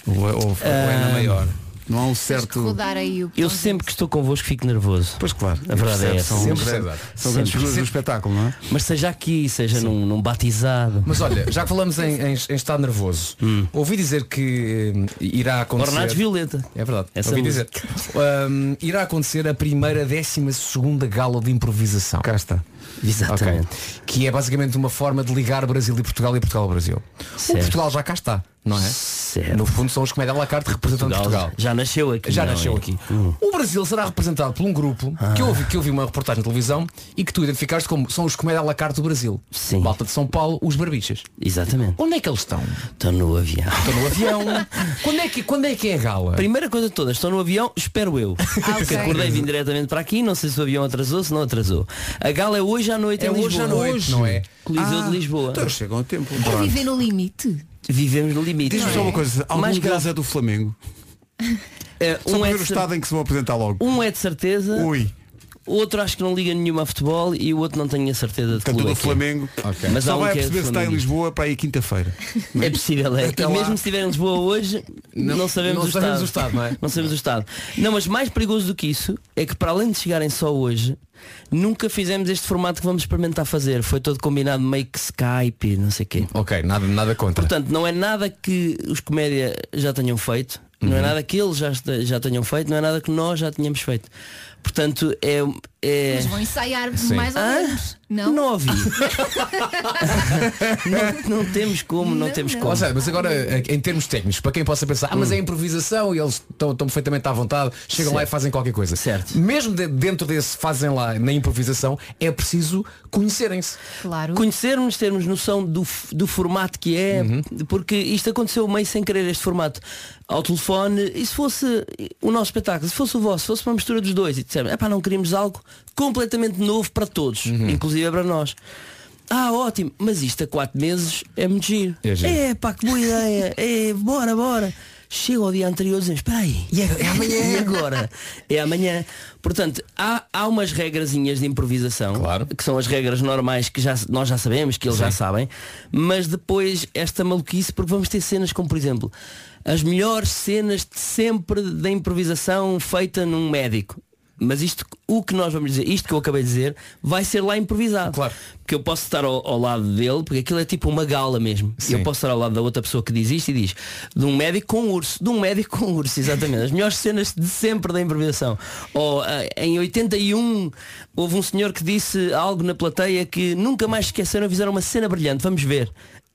Speaker 1: Ou, é- ou- ou é na
Speaker 12: Ah,
Speaker 1: maior? Não há um certo.
Speaker 3: Rodar aí o...
Speaker 12: Eu sempre que estou convosco fico nervoso.
Speaker 1: Pois claro.
Speaker 12: A verdade é
Speaker 1: Percebe,
Speaker 12: essa.
Speaker 1: são,
Speaker 12: Sempre.
Speaker 1: são
Speaker 12: Sempre.
Speaker 1: grandes figuras do espetáculo, não é?
Speaker 12: Mas seja aqui, seja num, num batizado.
Speaker 4: Mas olha, já que falamos em, em- em estado nervoso, ouvi dizer que hum, irá acontecer.
Speaker 12: Ornados Violeta.
Speaker 4: É verdade.
Speaker 12: Essa
Speaker 4: ouvi dizer.
Speaker 12: música.
Speaker 4: Hum, irá acontecer a primeira, décima segunda gala de improvisação.
Speaker 1: Cá está.
Speaker 12: Exatamente.
Speaker 4: Ok. Que é basicamente uma forma de ligar Brasil e Portugal e Portugal ao Brasil. O
Speaker 12: Certo.
Speaker 4: Portugal já cá está, não é?
Speaker 12: Certo.
Speaker 4: No fundo são os comédia à la carte representando Portugal.
Speaker 12: Já nasceu aqui.
Speaker 4: Já
Speaker 12: não
Speaker 4: nasceu
Speaker 12: é? Ah.
Speaker 4: aqui. O Brasil será representado por um grupo que, eu ouvi, que eu vi uma reportagem na televisão e que tu identificaste como são os comédia à la carte do Brasil.
Speaker 12: Sim.
Speaker 4: Malta de São Paulo, os barbichas.
Speaker 12: Exatamente.
Speaker 4: Onde é que eles estão?
Speaker 12: Estou no avião.
Speaker 4: Estão no avião. [laughs] quando, é que, quando é que é a gala?
Speaker 12: Primeira coisa de todas, estou no avião,
Speaker 4: [laughs]
Speaker 12: espero eu.
Speaker 3: Ah,
Speaker 12: Porque
Speaker 3: ok.
Speaker 12: acordei e vim diretamente para aqui, não sei se o avião atrasou, se não atrasou. A gala é hoje à noite
Speaker 4: É
Speaker 12: Ah. em
Speaker 4: hoje
Speaker 12: Lisboa.
Speaker 4: à noite,
Speaker 12: Hoje.
Speaker 4: não é?
Speaker 12: Coliseu de Lisboa.
Speaker 1: Então chegam a tempo.
Speaker 3: É
Speaker 1: Pronto.
Speaker 3: viver no limite.
Speaker 12: Vivemos no limite.
Speaker 1: Diz-me só uma coisa, algum
Speaker 12: Mais
Speaker 1: deles
Speaker 12: grave.
Speaker 1: é do Flamengo.
Speaker 12: É,
Speaker 1: Só
Speaker 12: um,
Speaker 1: para
Speaker 12: é
Speaker 1: ver o
Speaker 12: de,
Speaker 1: estado em que se vão apresentar logo.
Speaker 12: um é de certeza,
Speaker 1: Ui.
Speaker 12: outro acho que não liga nenhuma a futebol e o outro não tenho a certeza de
Speaker 1: Portanto, o do
Speaker 12: clube é que é.
Speaker 1: Flamengo.
Speaker 12: Mas há
Speaker 1: Só
Speaker 12: um
Speaker 1: vai
Speaker 12: que é
Speaker 1: perceber se está em
Speaker 12: flamenguista.
Speaker 1: Lisboa para aí quinta-feira.
Speaker 12: É possível, é.
Speaker 4: Até
Speaker 12: e
Speaker 4: lá-
Speaker 12: mesmo se estiver em Lisboa hoje, não, sabemos,
Speaker 4: não
Speaker 12: o,
Speaker 4: sabemos
Speaker 12: estado.
Speaker 4: o estado, não é?
Speaker 12: sabemos o estado. Não, mas mais perigoso do que isso é que para além de chegarem só hoje, nunca fizemos este formato que vamos experimentar fazer. Foi todo combinado meio que Skype, não sei o quê.
Speaker 4: Ok, nada, nada contra.
Speaker 12: Portanto, não é nada que os comédia já tenham feito, não
Speaker 4: Uhum.
Speaker 12: é nada que eles já, este- já tenham feito, não é nada que nós já tenhamos feito. Portanto, é. é...
Speaker 3: Mas vão ensaiar mais ou
Speaker 12: Hã?
Speaker 3: menos. Não?
Speaker 12: Não ouvi. não, não temos como, não,
Speaker 3: Não,
Speaker 12: temos
Speaker 3: não.
Speaker 12: como. Hum.
Speaker 4: Ou seja, mas agora, é, em termos técnicos, para quem possa pensar, ah, mas é improvisação e eles estão estão perfeitamente à vontade, chegam lá e
Speaker 12: Certo.
Speaker 4: fazem qualquer coisa.
Speaker 12: Certo.
Speaker 4: Mesmo de- dentro desse fazem lá na improvisação, é preciso conhecerem-se.
Speaker 3: Claro.
Speaker 12: conhecermos, termos noção do, f- do formato que é, porque isto aconteceu meio sem querer, este formato ao telefone, e se fosse o nosso espetáculo, se fosse o vosso, se fosse uma mistura dos dois, e disseram, epá, não queríamos algo completamente novo para todos, inclusive para nós. Ah, ótimo, mas isto a quatro meses é muito giro.
Speaker 4: É giro.
Speaker 12: pá, que boa ideia. É, bora, bora. Chega ao dia anterior e dizemos, espera aí. E amanhã? [laughs] E agora? É amanhã. Portanto, há, há umas regrazinhas de improvisação
Speaker 4: Claro.
Speaker 12: que são as regras normais que já, nós já sabemos, que eles já sabem, mas depois esta maluquice, porque vamos ter cenas como, por exemplo, as melhores cenas de sempre da improvisação feita num médico. Mas isto, o que nós vamos dizer, isto que eu acabei de dizer, vai ser lá improvisado.
Speaker 4: Claro.
Speaker 12: Porque eu posso estar ao, ao lado dele, porque aquilo é tipo uma gala mesmo. E
Speaker 4: Sim.
Speaker 12: Eu posso estar ao lado da outra pessoa que diz isto e diz, de um médico com um urso, de um médico com um urso, exatamente. As melhores cenas de sempre da improvisação. Ou ah, em 81 houve um senhor que disse algo na plateia que nunca mais esqueceram, fizeram uma cena brilhante, vamos ver.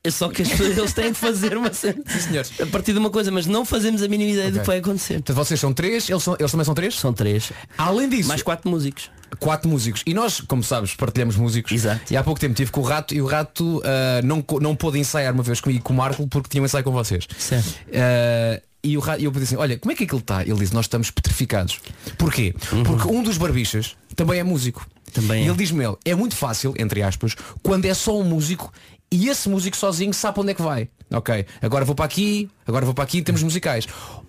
Speaker 12: É só que as pessoas eles têm que fazer uma cena
Speaker 4: senhor.
Speaker 12: a partir de uma coisa, mas não fazemos a mínima ideia do
Speaker 4: Ok.
Speaker 12: que vai acontecer.
Speaker 4: Portanto, vocês são três, eles, são- eles também são três?
Speaker 12: São três.
Speaker 4: Além disso,
Speaker 12: Mais quatro músicos.
Speaker 4: quatro músicos. E nós, como sabes, partilhamos músicos.
Speaker 12: Exato.
Speaker 4: E há pouco tempo tive com o Rato e o Rato ah, não, co- não pôde ensaiar uma vez comigo e com o Marco porque tinha um ensaio com vocês.
Speaker 12: Certo.
Speaker 4: Ah, e o Rato, e eu disse assim, olha, como é que aquilo está? Ele disse, nós estamos petrificados. Porquê? Porque um dos barbichas também é músico.
Speaker 12: Uhum. Também
Speaker 4: E
Speaker 12: é.
Speaker 4: ele diz-me ele, é muito fácil, entre aspas, quando é só um músico e esse músico sozinho sabe para onde é que vai. Ok, agora vou para aqui, agora vou para aqui, temos musicais.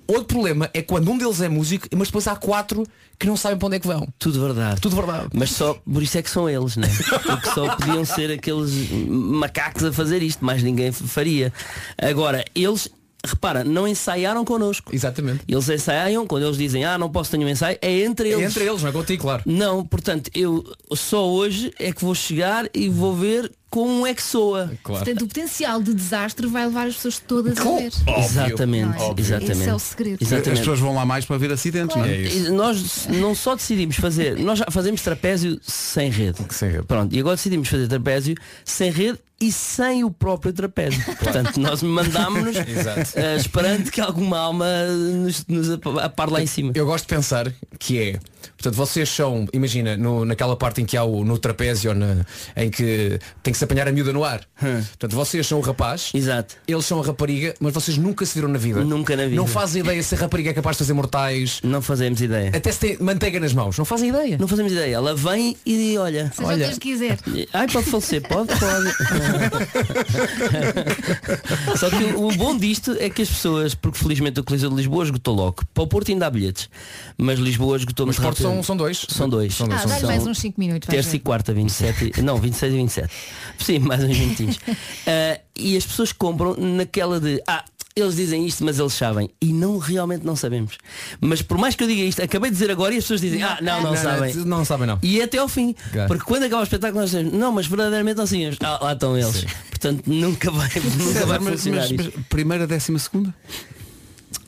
Speaker 4: Outro problema é quando um deles é músico, mas depois há quatro que não sabem para onde é que vão.
Speaker 12: Tudo verdade.
Speaker 4: Tudo verdade.
Speaker 12: Mas só por isso é que são eles, né? Porque só podiam ser aqueles macacos a fazer isto, mais ninguém f- faria. Agora, eles, repara, não ensaiaram connosco.
Speaker 4: Exatamente.
Speaker 12: Eles ensaiam, quando eles dizem, ah, não posso ter um ensaio, é entre eles.
Speaker 4: Entre eles, não é contigo, claro.
Speaker 12: Não, portanto, eu só hoje é que vou chegar e vou ver como é que soa.
Speaker 4: Claro.
Speaker 3: Portanto, o potencial de desastre vai levar as pessoas todas a ver.
Speaker 12: Exatamente,
Speaker 3: Não é?
Speaker 12: exatamente.
Speaker 3: Esse é o segredo.
Speaker 1: As
Speaker 12: Exatamente.
Speaker 1: pessoas vão lá mais para ver acidentes, não é?
Speaker 12: E Nós não só decidimos fazer, nós já fazemos trapézio sem rede.
Speaker 4: Sem rede.
Speaker 12: Pronto, e agora decidimos fazer trapézio sem rede e sem o próprio trapézio. Portanto, nós mandámos-nos
Speaker 4: [laughs]
Speaker 12: eh, esperando que alguma alma nos, nos apa- apare lá em cima.
Speaker 4: Eu gosto de pensar que é Portanto, vocês são, imagina, no- naquela parte em que há o, no trapézio, na- em que tem que se apanhar a miúda no ar. Portanto, vocês são o rapaz,
Speaker 12: Hum. Exato.
Speaker 4: eles são a rapariga, mas vocês nunca se viram na vida.
Speaker 12: Nunca na vida.
Speaker 4: Não fazem ideia se a rapariga é capaz de fazer mortais.
Speaker 12: Não fazemos ideia.
Speaker 4: Até se tem manteiga nas mãos. Não fazem ideia.
Speaker 12: Não fazemos ideia. Ela vem e
Speaker 3: [laughs] Seja
Speaker 12: olha.
Speaker 3: o que
Speaker 12: olha.
Speaker 3: Deus quiser.
Speaker 12: Ai, pode falecer, pode,
Speaker 3: [laughs]
Speaker 12: pode. Só que o bom disto é que as pessoas, porque felizmente o Coliseu de Lisboa esgotou logo. Para o Porto ainda há bilhetes, mas Lisboa esgotou
Speaker 4: Os
Speaker 12: muito
Speaker 4: portos
Speaker 12: rápido.
Speaker 4: são, são dois.
Speaker 12: São dois.
Speaker 4: São
Speaker 3: Ah,
Speaker 4: dois. são
Speaker 3: dá-lhe
Speaker 4: dois.
Speaker 3: mais uns 5 minutos. vais
Speaker 12: Terça e
Speaker 3: ver.
Speaker 12: quarta, 27 e... Não, 26 e 27 Sim, mais
Speaker 3: [laughs]
Speaker 12: uns minutinhos Ah, E as pessoas compram naquela de Ah, eles dizem isto, mas eles sabem E não, realmente não sabemos Mas por mais que eu diga isto, acabei de dizer agora E as pessoas dizem, ah, não, não, sabem
Speaker 4: Não, não sabem não.
Speaker 12: E até ao fim
Speaker 4: Claro.
Speaker 12: Porque quando acaba o espetáculo nós dizemos Não, mas verdadeiramente não sabemos Ah, lá estão eles Portanto,
Speaker 1: [laughs]
Speaker 12: nunca vai, nunca vai
Speaker 1: mas,
Speaker 12: funcionar
Speaker 1: mas-
Speaker 12: isto.
Speaker 1: mas primeira, décima segunda?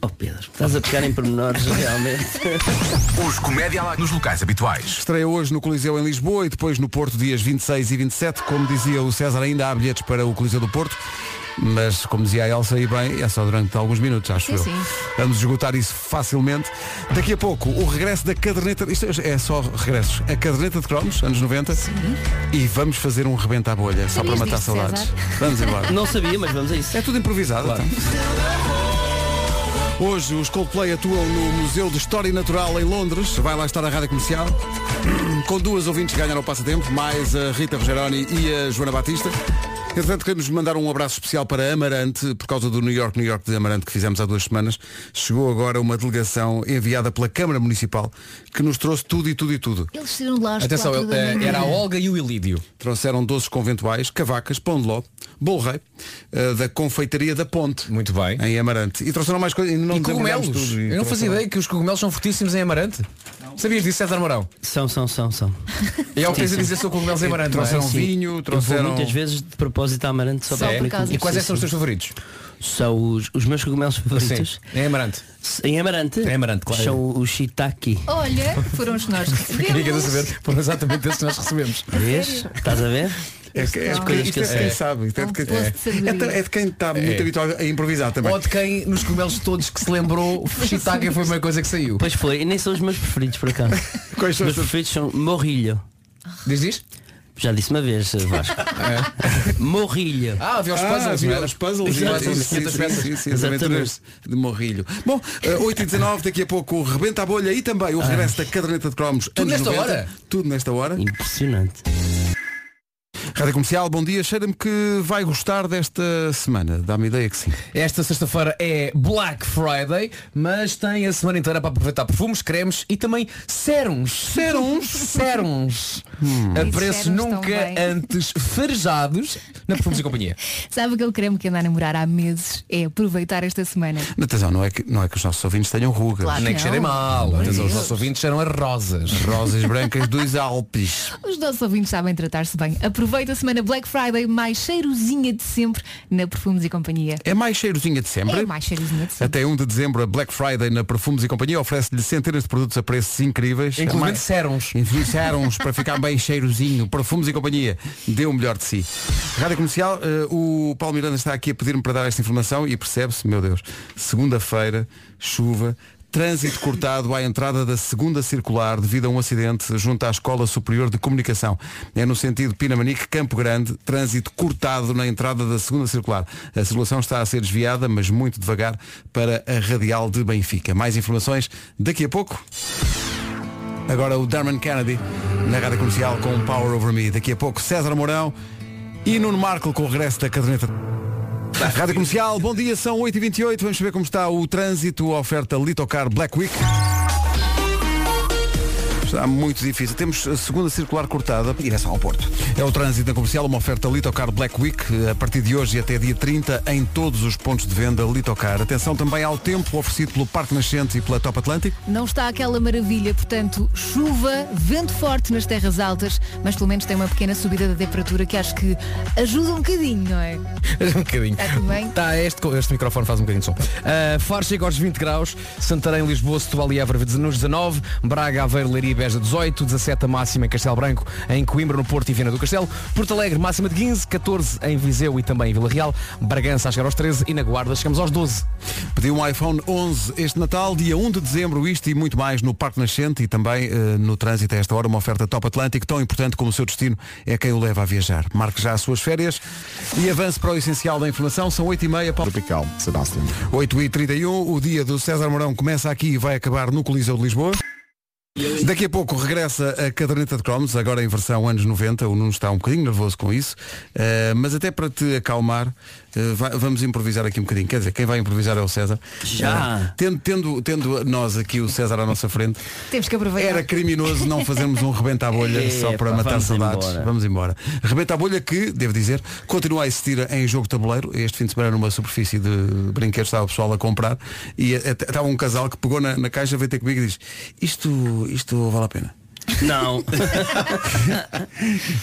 Speaker 12: Oh Pedro, estás a pegar
Speaker 1: [laughs]
Speaker 12: em pormenores realmente
Speaker 13: Os comédia lá nos locais habituais.
Speaker 1: Estreia hoje no Coliseu em Lisboa e depois no Porto dias 26 e 27. Como dizia o César, ainda há bilhetes para o Coliseu do Porto. Mas, como dizia a Elsa, e bem, é só durante alguns minutos, acho
Speaker 3: Sim,
Speaker 1: eu.
Speaker 3: sim.
Speaker 1: Vamos esgotar isso facilmente. Daqui a pouco, o regresso da caderneta... Isto é só regressos. A caderneta de cromos, anos 90. E vamos fazer um rebento à bolha, só para
Speaker 3: Sabias
Speaker 1: matar
Speaker 3: disto,
Speaker 1: saudades.
Speaker 3: César?
Speaker 1: Vamos embora.
Speaker 12: Não sabia, mas vamos a isso
Speaker 1: É tudo improvisado. então. Hoje os Coldplay atuam no Museu de História Natural em Londres. Vai lá estar a Rádio Comercial. [clears throat] Com duas ouvintes que ganharam o passatempo, mais a Rita Rogeroni e a Joana Batista. Entretanto, queremos mandar um abraço especial para Amarante, por causa do New York, New York de Amarante que fizemos há duas semanas. Chegou agora uma delegação enviada pela Câmara Municipal que nos trouxe tudo e tudo e tudo.
Speaker 3: Eles saíram de lá às
Speaker 4: Atenção,
Speaker 3: quatro
Speaker 4: eu-
Speaker 3: da
Speaker 4: eh,
Speaker 3: manhã.
Speaker 4: era a Olga e o Ilídio.
Speaker 1: Trouxeram doces conventuais, cavacas, pão de ló, bolo rei, eh, da confeitaria da Ponte.
Speaker 4: Muito bem.
Speaker 1: Em Amarante. E trouxeram mais coisas. E, não
Speaker 4: e
Speaker 1: desembrulhámos
Speaker 4: cogumelos.
Speaker 1: Então tudo. E
Speaker 4: Eu não fazia
Speaker 1: trouxeram-
Speaker 4: ideia que os cogumelos são fortíssimos em Amarante. Sabias disso, César Mourão?
Speaker 12: São, são, são, são
Speaker 4: E é o que tens a dizer sobre cogumelos em Amarante. não é?
Speaker 1: Trouxeram
Speaker 12: Sim.
Speaker 1: vinho,
Speaker 12: Eu
Speaker 1: trouxeram...
Speaker 12: vou muitas vezes de propósito a Amarante só,
Speaker 3: Só
Speaker 12: para
Speaker 3: por
Speaker 12: comer
Speaker 3: causa
Speaker 12: cogumelos.
Speaker 4: E quais é que
Speaker 12: Sim,
Speaker 4: são os
Speaker 12: sim.
Speaker 4: teus favoritos?
Speaker 12: São os, os meus cogumelos favoritos
Speaker 4: Sim. Em Amarante.
Speaker 12: Em Amarante?
Speaker 4: Em Amarante, claro.
Speaker 12: São os shiitake.
Speaker 3: Olha, foram os que nós
Speaker 4: Ficas a
Speaker 3: recebemos.
Speaker 4: é saber, foram exatamente esses que nós
Speaker 12: [laughs]
Speaker 4: recebemos.
Speaker 12: Vês? Estás a ver?
Speaker 1: É, que- é,
Speaker 3: Isto
Speaker 1: que-
Speaker 12: é-
Speaker 1: isto é de quem sabe. Isto é de quem-
Speaker 3: É um poço de sabedoria.
Speaker 1: é de- é de quem está muito habituado a improvisar também.
Speaker 4: Ou de quem, nos cogumelos todos que se
Speaker 12: [laughs]
Speaker 4: lembrou, o shiitake foi uma coisa que saiu.
Speaker 12: Pois foi, e nem são os meus preferidos por acaso.
Speaker 1: Quais
Speaker 12: os
Speaker 1: são os teus-
Speaker 12: meus preferidos são morrilho.
Speaker 4: Diz isto?
Speaker 12: Já disse uma vez, eh, Vasco.
Speaker 1: É.
Speaker 12: Morrilho.
Speaker 4: Ah, havia os
Speaker 1: Ah,
Speaker 4: puzzles,
Speaker 1: havia
Speaker 4: não era?
Speaker 1: os puzzles e
Speaker 4: Exato.
Speaker 1: as-
Speaker 4: Sim,
Speaker 1: sim, sim,
Speaker 4: sim, sim.
Speaker 1: sim, sim, as
Speaker 12: Exatamente.
Speaker 1: aventuras de morrilho. Bom, eh, 8 e 19 daqui a pouco o rebenta a bolha e também o regresso da caderneta de cromos. anos
Speaker 4: Ah. nesta
Speaker 1: 90.
Speaker 4: hora?
Speaker 1: Tudo nesta hora.
Speaker 12: Impressionante.
Speaker 1: Rádio Comercial, bom dia. Cheira-me que vai gostar desta semana. Dá-me ideia que sim.
Speaker 4: Esta sexta-feira é Black Friday, mas tem a semana inteira para aproveitar perfumes, cremes e também
Speaker 3: [laughs]
Speaker 4: sérums. Sérums? Sérums. A
Speaker 3: Esses Hum.
Speaker 4: preços
Speaker 3: sérums estão
Speaker 4: nunca
Speaker 3: bem.
Speaker 4: antes farejados na Perfumes e Companhia.
Speaker 3: Sabe aquele creme que anda a namorar há meses? É aproveitar esta semana.
Speaker 1: Atenção, não é que, não é que os nossos ouvintes tenham rugas.
Speaker 3: Claro.
Speaker 4: Nem que
Speaker 3: Ah, Não. é.
Speaker 4: cheirem mal.
Speaker 3: Meu
Speaker 4: Atenção, os
Speaker 3: Deus.
Speaker 4: nossos ouvintes cheiram a rosas.
Speaker 1: Rosas brancas dos Alpes.
Speaker 3: Os nossos ouvintes sabem tratar-se bem. Aproveita a semana Black Friday mais cheirosinha de sempre na Perfumes e Companhia.
Speaker 1: É mais cheirosinha de sempre.
Speaker 3: É mais cheirosinha de sempre.
Speaker 1: Até 1 de dezembro, a Black Friday na Perfumes e Companhia oferece-lhe centenas de produtos a preços incríveis.
Speaker 4: Inclusive sérums.
Speaker 1: Enfiaram-os para ficar bem cheirosinho. Perfumes e Companhia. Dê o melhor de si. Rádio Comercial, eh, o Paulo Miranda está aqui a pedir-me para dar esta informação e percebe-se, meu Deus, segunda-feira, chuva, trânsito cortado à entrada da segunda circular devido a um acidente junto à Escola Superior de Comunicação. É no sentido Pinamanique, Campo Grande, trânsito cortado na entrada da segunda circular. A circulação está a ser desviada, mas muito devagar, para a Radial de Benfica. Mais informações daqui a pouco. Agora o Darman Kennedy na rádio comercial com Power Over Me. Daqui a pouco César Mourão e Nuno Marco com o regresso da caderneta. Rádio Comercial, bom dia, são 8h28, vamos ver como está o trânsito, a oferta Litocar Black Week. Está muito difícil. Temos a segunda circular cortada.
Speaker 2: Direção ao Porto.
Speaker 1: É o trânsito na comercial, uma oferta Litocar Black Week, a partir de hoje e até dia 30, em todos os pontos de venda Litocar. Atenção também ao tempo oferecido pelo Parque Nascente e pela Top Atlântico.
Speaker 3: Não está aquela maravilha, portanto, chuva, vento forte nas terras altas, mas pelo menos tem uma pequena subida da temperatura que acho que ajuda um bocadinho, não é?
Speaker 4: [laughs] um bocadinho.
Speaker 3: Está tudo bem?
Speaker 4: Tá, este, co- este microfone faz um bocadinho de som. Uh, Faro chega aos 20 graus, Santarém, Lisboa, Setúbal e Évora nos 19, Braga, Aveiro, Leiria e Beja 18, 17 a máxima em Castelo Branco, em Coimbra, no Porto e Viana do Castelo, Porto Alegre máxima de 15, 14 em Viseu e também em Vila Real, Bragança a chegar aos 13 e na Guarda chegamos aos 12.
Speaker 1: Pedi um iPhone 11 este Natal, dia 1 de dezembro, isto e muito mais no Parque Nascente e também eh, no trânsito a esta hora, uma oferta Top Atlântico, tão importante como o seu destino é quem o leva a viajar. Marque já as suas férias e avance para o essencial da informação, são 8h30 para... Tropical, Sebastião. 8h31, o dia do César Mourão começa aqui e vai acabar no Coliseu de Lisboa. Daqui a pouco regressa a caderneta de cromos, agora em versão anos 90, o Nuno está um bocadinho nervoso com isso, eh, mas até para te acalmar, eh, va- vamos improvisar aqui um bocadinho. Quer dizer, quem vai improvisar é o César.
Speaker 12: Já.
Speaker 1: Eh, tendo, tendo, tendo nós aqui o César à nossa frente,
Speaker 3: Temos que aproveitar.
Speaker 1: era criminoso não fazermos um rebenta à bolha
Speaker 12: [laughs] É,
Speaker 1: só para
Speaker 12: pá,
Speaker 1: matar
Speaker 12: vamos
Speaker 1: saudades.
Speaker 12: embora.
Speaker 1: Vamos embora. Rebenta à bolha que, devo dizer, continua a existir em jogo de tabuleiro. Este fim de semana numa superfície de brinquedos estava o pessoal a comprar e até- estava um casal que pegou na, na caixa, veio ter comigo e diz isto, isto vale a pena.
Speaker 12: Não.
Speaker 1: [laughs]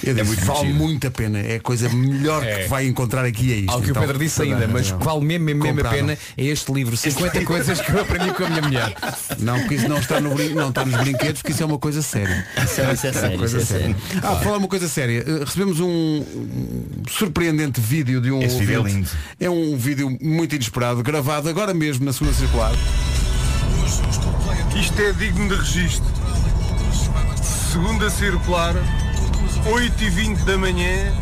Speaker 4: É
Speaker 1: Eu disse,
Speaker 12: muito
Speaker 1: vale
Speaker 12: giro.
Speaker 1: muito a pena. É a coisa melhor que vai encontrar aqui é isto.
Speaker 4: Ao que
Speaker 1: Então,
Speaker 4: o Pedro disse
Speaker 1: toda a
Speaker 4: ainda, mas
Speaker 1: razão.
Speaker 4: qual mesmo, mesmo, mesmo a
Speaker 1: Compraram.
Speaker 4: pena é este livro, 50 coisas que eu aprendi com a minha mulher.
Speaker 1: Não, porque isso não está, no brin- não está nos brinquedos, porque isso é uma coisa séria.
Speaker 12: Isso é- isso é
Speaker 1: Uma
Speaker 12: sério,
Speaker 1: coisa
Speaker 12: isso é
Speaker 1: séria.
Speaker 12: sério.
Speaker 1: Ah, por falar uma coisa séria. eh, Recebemos um, um surpreendente vídeo de um
Speaker 13: Esse vídeo é
Speaker 1: ouvinte.
Speaker 13: lindo.
Speaker 1: É um vídeo muito inesperado, gravado agora mesmo na segunda circular.
Speaker 14: Isto é digno de registro. Segunda circular, 8 e 20 da manhã,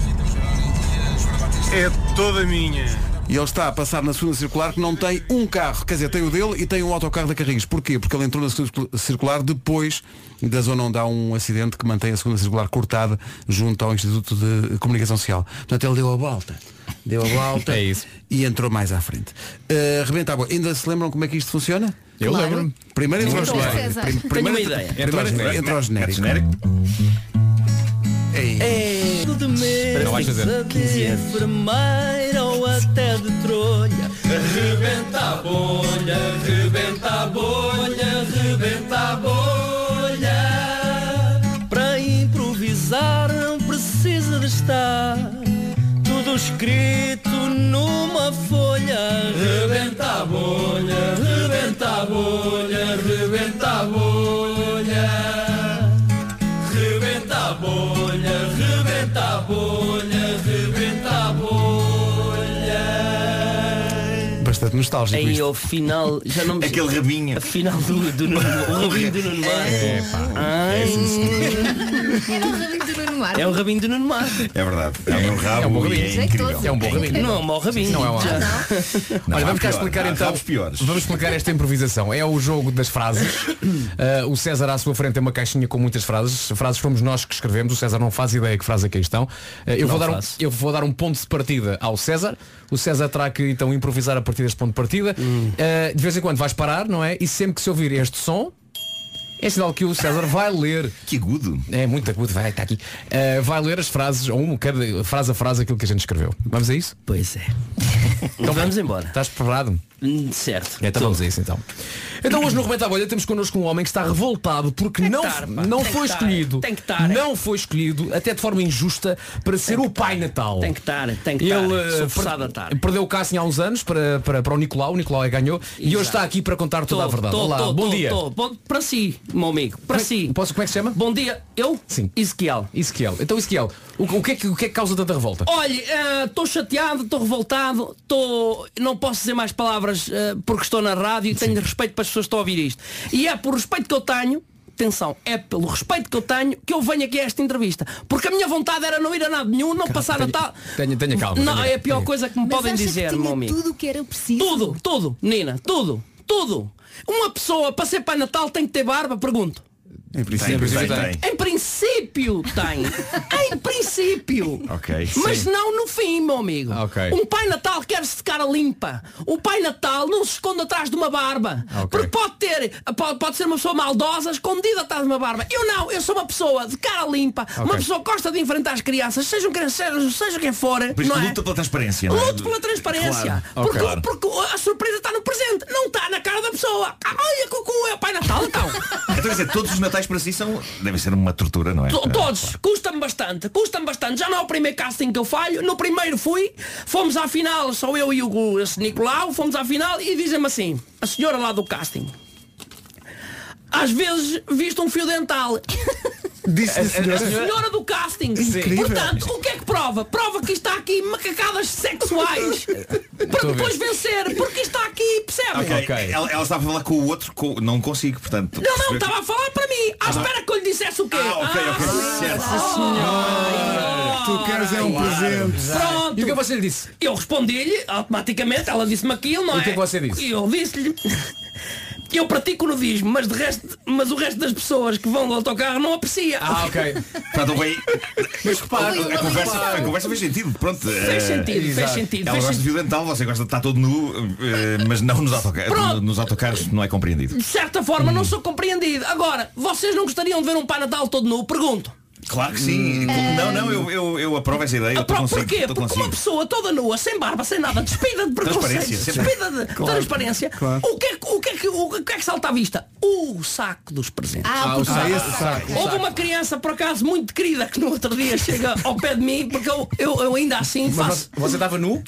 Speaker 14: é toda minha.
Speaker 1: E ele está a passar na segunda circular que não tem um carro, quer dizer, tem o dele e tem um autocarro da Carris. Porquê? Porque ele entrou na segunda circular depois da zona onde há um acidente que mantém a segunda circular cortada junto ao Instituto de Comunicação Social. Portanto, ele deu a volta. Deu a volta
Speaker 4: [laughs] É isso.
Speaker 1: e entrou mais à frente. Uh, rebenta a bola. Ainda se lembram como é que isto funciona?
Speaker 4: Eu Claro. lembro-me.
Speaker 1: Primeiro entra o
Speaker 4: Então,
Speaker 1: genérico.
Speaker 4: César.
Speaker 1: Prim-
Speaker 4: Tenho
Speaker 1: Primeiro
Speaker 4: uma ideia.
Speaker 1: entra o genérico. Entra o genérico.
Speaker 12: É tudo mesmo.
Speaker 1: Não vais fazer.
Speaker 12: a De enfermeira ou até de trolha.
Speaker 9: Rebenta a bolha, rebenta a bolha, rebenta a bolha.
Speaker 12: Para improvisar não precisa de estar tudo escrito numa folha.
Speaker 9: Rebenta a bolha, rebenta a bolha, rebenta a bolha. Rebenta a bolha, rebenta a bolha, rebenta a bolha.
Speaker 1: Bastante nostálgico
Speaker 12: Aí
Speaker 1: isto.
Speaker 12: ao final já não me...
Speaker 1: Aquele
Speaker 12: rabinho. A [laughs] final do, do Nuno, o rabinho do Nuno Marco.
Speaker 1: É, pá.
Speaker 12: Ai.
Speaker 1: É, sim,
Speaker 3: Era o rabinho do Nuno Marco.
Speaker 12: É o rabinho do Nuno Marco.
Speaker 13: É verdade. É, um rabo
Speaker 12: bom
Speaker 13: e
Speaker 12: rabinho.
Speaker 13: é incrível.
Speaker 4: É um um bom rabinho.
Speaker 12: Não é um mau rabinho.
Speaker 4: Não é um
Speaker 12: Já.
Speaker 13: Não,
Speaker 4: Olha,
Speaker 13: há
Speaker 4: vamos cá
Speaker 13: pior,
Speaker 4: explicar
Speaker 13: há
Speaker 4: então.
Speaker 13: rabos piores.
Speaker 4: Vamos explicar esta improvisação. É o jogo das frases. Ah, o César à sua frente é uma caixinha com muitas frases. Frases fomos nós que escrevemos. O César não faz ideia que frase aqui estão. Ah, eu, vou
Speaker 12: Não
Speaker 4: dar um,
Speaker 12: faço.
Speaker 4: eu vou dar um ponto de partida ao César. O César terá que então improvisar a partir deste ponto de partida. Ah, de vez em quando vais parar, não é? E sempre que se ouvir este som. É sinal que o César vai ler.
Speaker 13: Que agudo.
Speaker 4: É muito agudo, vai, está aqui. Ah, vai ler as frases, ou um, cada frase a frase aquilo que a gente escreveu. Vamos a isso?
Speaker 12: Pois é. Então vamos embora. Hum,
Speaker 4: Estás preparado?
Speaker 12: Certo.
Speaker 4: Então vamos a isso então. Então hoje no Rebenta a Bolha temos connosco um homem que está revoltado porque não,
Speaker 12: estar, pá.
Speaker 4: não foi
Speaker 12: Tem que estar.
Speaker 4: escolhido.
Speaker 12: Tem que estar, é.
Speaker 4: Não foi escolhido, até de forma injusta, para ser o Pai Natal.
Speaker 12: Tem que estar, tem que
Speaker 4: Ele
Speaker 12: estar. Sou
Speaker 4: eh,
Speaker 12: forçado
Speaker 4: per-
Speaker 12: a estar.
Speaker 4: perdeu o Cássio há uns anos para, para, para o Nicolau, o Nicolau é que ganhou e
Speaker 12: Exato.
Speaker 4: hoje está aqui para contar toda a
Speaker 12: Tô,
Speaker 4: verdade.
Speaker 12: tô,
Speaker 4: Olá,
Speaker 12: tô,
Speaker 4: bom
Speaker 12: tô,
Speaker 4: dia.
Speaker 12: tô. Bom- para si, meu amigo, para si.
Speaker 4: Posso, como é que se chama?
Speaker 12: Bom dia, eu?
Speaker 4: Sim.
Speaker 12: Ezequiel.
Speaker 4: Ezequiel. Então Ezequiel, o, o que é que, o que é que causa tanta revolta?
Speaker 12: Olha, estou Ah, chateado, estou revoltado, tô... não posso dizer mais palavras eh, porque estou na rádio e tenho respeito para as pessoas que estão a ouvir isto. E é por respeito que eu tenho, atenção, é pelo respeito que eu tenho que eu venho aqui a esta entrevista. Porque a minha vontade era não ir a nada nenhum, não passar a tal.
Speaker 4: Tenha, tenha calma.
Speaker 12: Não,
Speaker 4: tenha-
Speaker 12: é a pior coisa que me
Speaker 3: Mas
Speaker 12: podem
Speaker 3: acha que
Speaker 12: dizer,
Speaker 3: tinha
Speaker 12: meu amigo.
Speaker 3: tudo o que era preciso.
Speaker 12: Tudo, tudo, Nina, tudo, tudo. Uma pessoa para ser Pai Natal tem que ter barba, pergunto.
Speaker 13: Em princípio,
Speaker 4: princípio
Speaker 13: tem,
Speaker 4: tem.
Speaker 13: tem.
Speaker 12: Em princípio tem. em princípio.
Speaker 13: Ok.
Speaker 12: Mas
Speaker 13: Sim.
Speaker 12: não no fim, meu amigo.
Speaker 13: Ah, ok.
Speaker 12: Um Pai Natal quer-se de cara limpa. O Pai Natal não se esconde atrás de uma barba.
Speaker 13: Ah, ok.
Speaker 12: Porque pode ter, pode, pode ser uma pessoa maldosa escondida atrás de uma barba. Eu não, eu sou uma pessoa de cara limpa. Uma pessoa que gosta de enfrentar as crianças, sejam crianças, seja quem for.
Speaker 13: Por isso
Speaker 12: não é?
Speaker 13: luta pela transparência. não é?
Speaker 12: Luto pela transparência.
Speaker 13: Claro.
Speaker 12: Porque,
Speaker 13: Claro.
Speaker 12: porque a surpresa está no presente, não está na cara da pessoa. Ah, olha, Cucu, é o Pai Natal então.
Speaker 13: Então, quer dizer, todos os natais para si são. Deve ser uma tortura, não é?
Speaker 12: To- Todos, custa-me bastante, custa-me bastante. Já não é o primeiro casting que eu falho. No primeiro fui, fomos à final, só eu e o o- esse Nicolau, fomos à final e dizem-me assim, a senhora lá do casting.
Speaker 4: às vezes visto um
Speaker 13: [laughs]
Speaker 4: fio dental.
Speaker 1: Disse
Speaker 4: a, senhora. do casting.
Speaker 15: Incrível.
Speaker 4: Portanto, o que é que prova? Prova que está aqui
Speaker 13: [laughs]
Speaker 4: macacadas sexuais para
Speaker 13: Estou a
Speaker 4: depois
Speaker 13: ver.
Speaker 4: vencer, porque está aqui, percebe?
Speaker 13: Ok, É, Ela, ela estava a falar com o outro, com- não consigo, portanto.
Speaker 4: Não, não, estava a falar para mim. À
Speaker 13: Ah.
Speaker 4: espera que eu lhe dissesse o quê?
Speaker 13: Ah, ok, ok.
Speaker 1: Tu queres é um presente.
Speaker 4: Pronto. E o que você lhe disse? Eu respondi-lhe automaticamente, ela disse-me aquilo, não
Speaker 12: E
Speaker 4: é?
Speaker 12: o que é que você disse?
Speaker 4: E eu disse-lhe. Eu pratico nudismo, mas, de resto, mas o resto das pessoas que vão do autocarro não aprecia.
Speaker 12: Ah, ok.
Speaker 13: Portanto, bem.
Speaker 4: Mas repara,
Speaker 13: a, conversa,
Speaker 4: repara.
Speaker 13: a conversa fez sentido. Pronto.
Speaker 4: Fez
Speaker 13: eh,
Speaker 4: sentido, fez
Speaker 13: exato.
Speaker 4: sentido,
Speaker 13: Ela
Speaker 4: fez
Speaker 13: gosta de
Speaker 4: sentido.
Speaker 13: violental, você gosta de estar todo nu, eh, mas não nos autocarros.
Speaker 4: Pronto.
Speaker 13: Nos autocarros não é compreendido.
Speaker 4: De certa forma não sou compreendido. Agora, vocês não gostariam de ver um Pai Natal todo nu? Pergunto.
Speaker 13: Claro que sim.
Speaker 4: Hum.
Speaker 13: Não, não, eu, eu, eu aprovo essa ideia. eu estou
Speaker 4: Pro-
Speaker 13: consigo,
Speaker 4: porquê?
Speaker 13: estou
Speaker 4: Porque uma
Speaker 13: consigo.
Speaker 4: pessoa toda nua, sem barba, sem nada, despida de preconceito,
Speaker 13: Transparência, sempre.
Speaker 4: despida de
Speaker 13: Claro,
Speaker 4: transparência,
Speaker 13: claro.
Speaker 4: o, que é, que- o, que é, que- o que é que salta à vista? O saco dos presentes.
Speaker 15: Ah, o Ah, o saco. saco. Ah, esse saco.
Speaker 4: Houve uma criança, por acaso, muito querida, que no outro dia chega ao pé de mim, porque eu, eu, eu ainda assim
Speaker 12: Mas
Speaker 4: faço...
Speaker 12: vo- você estava nu?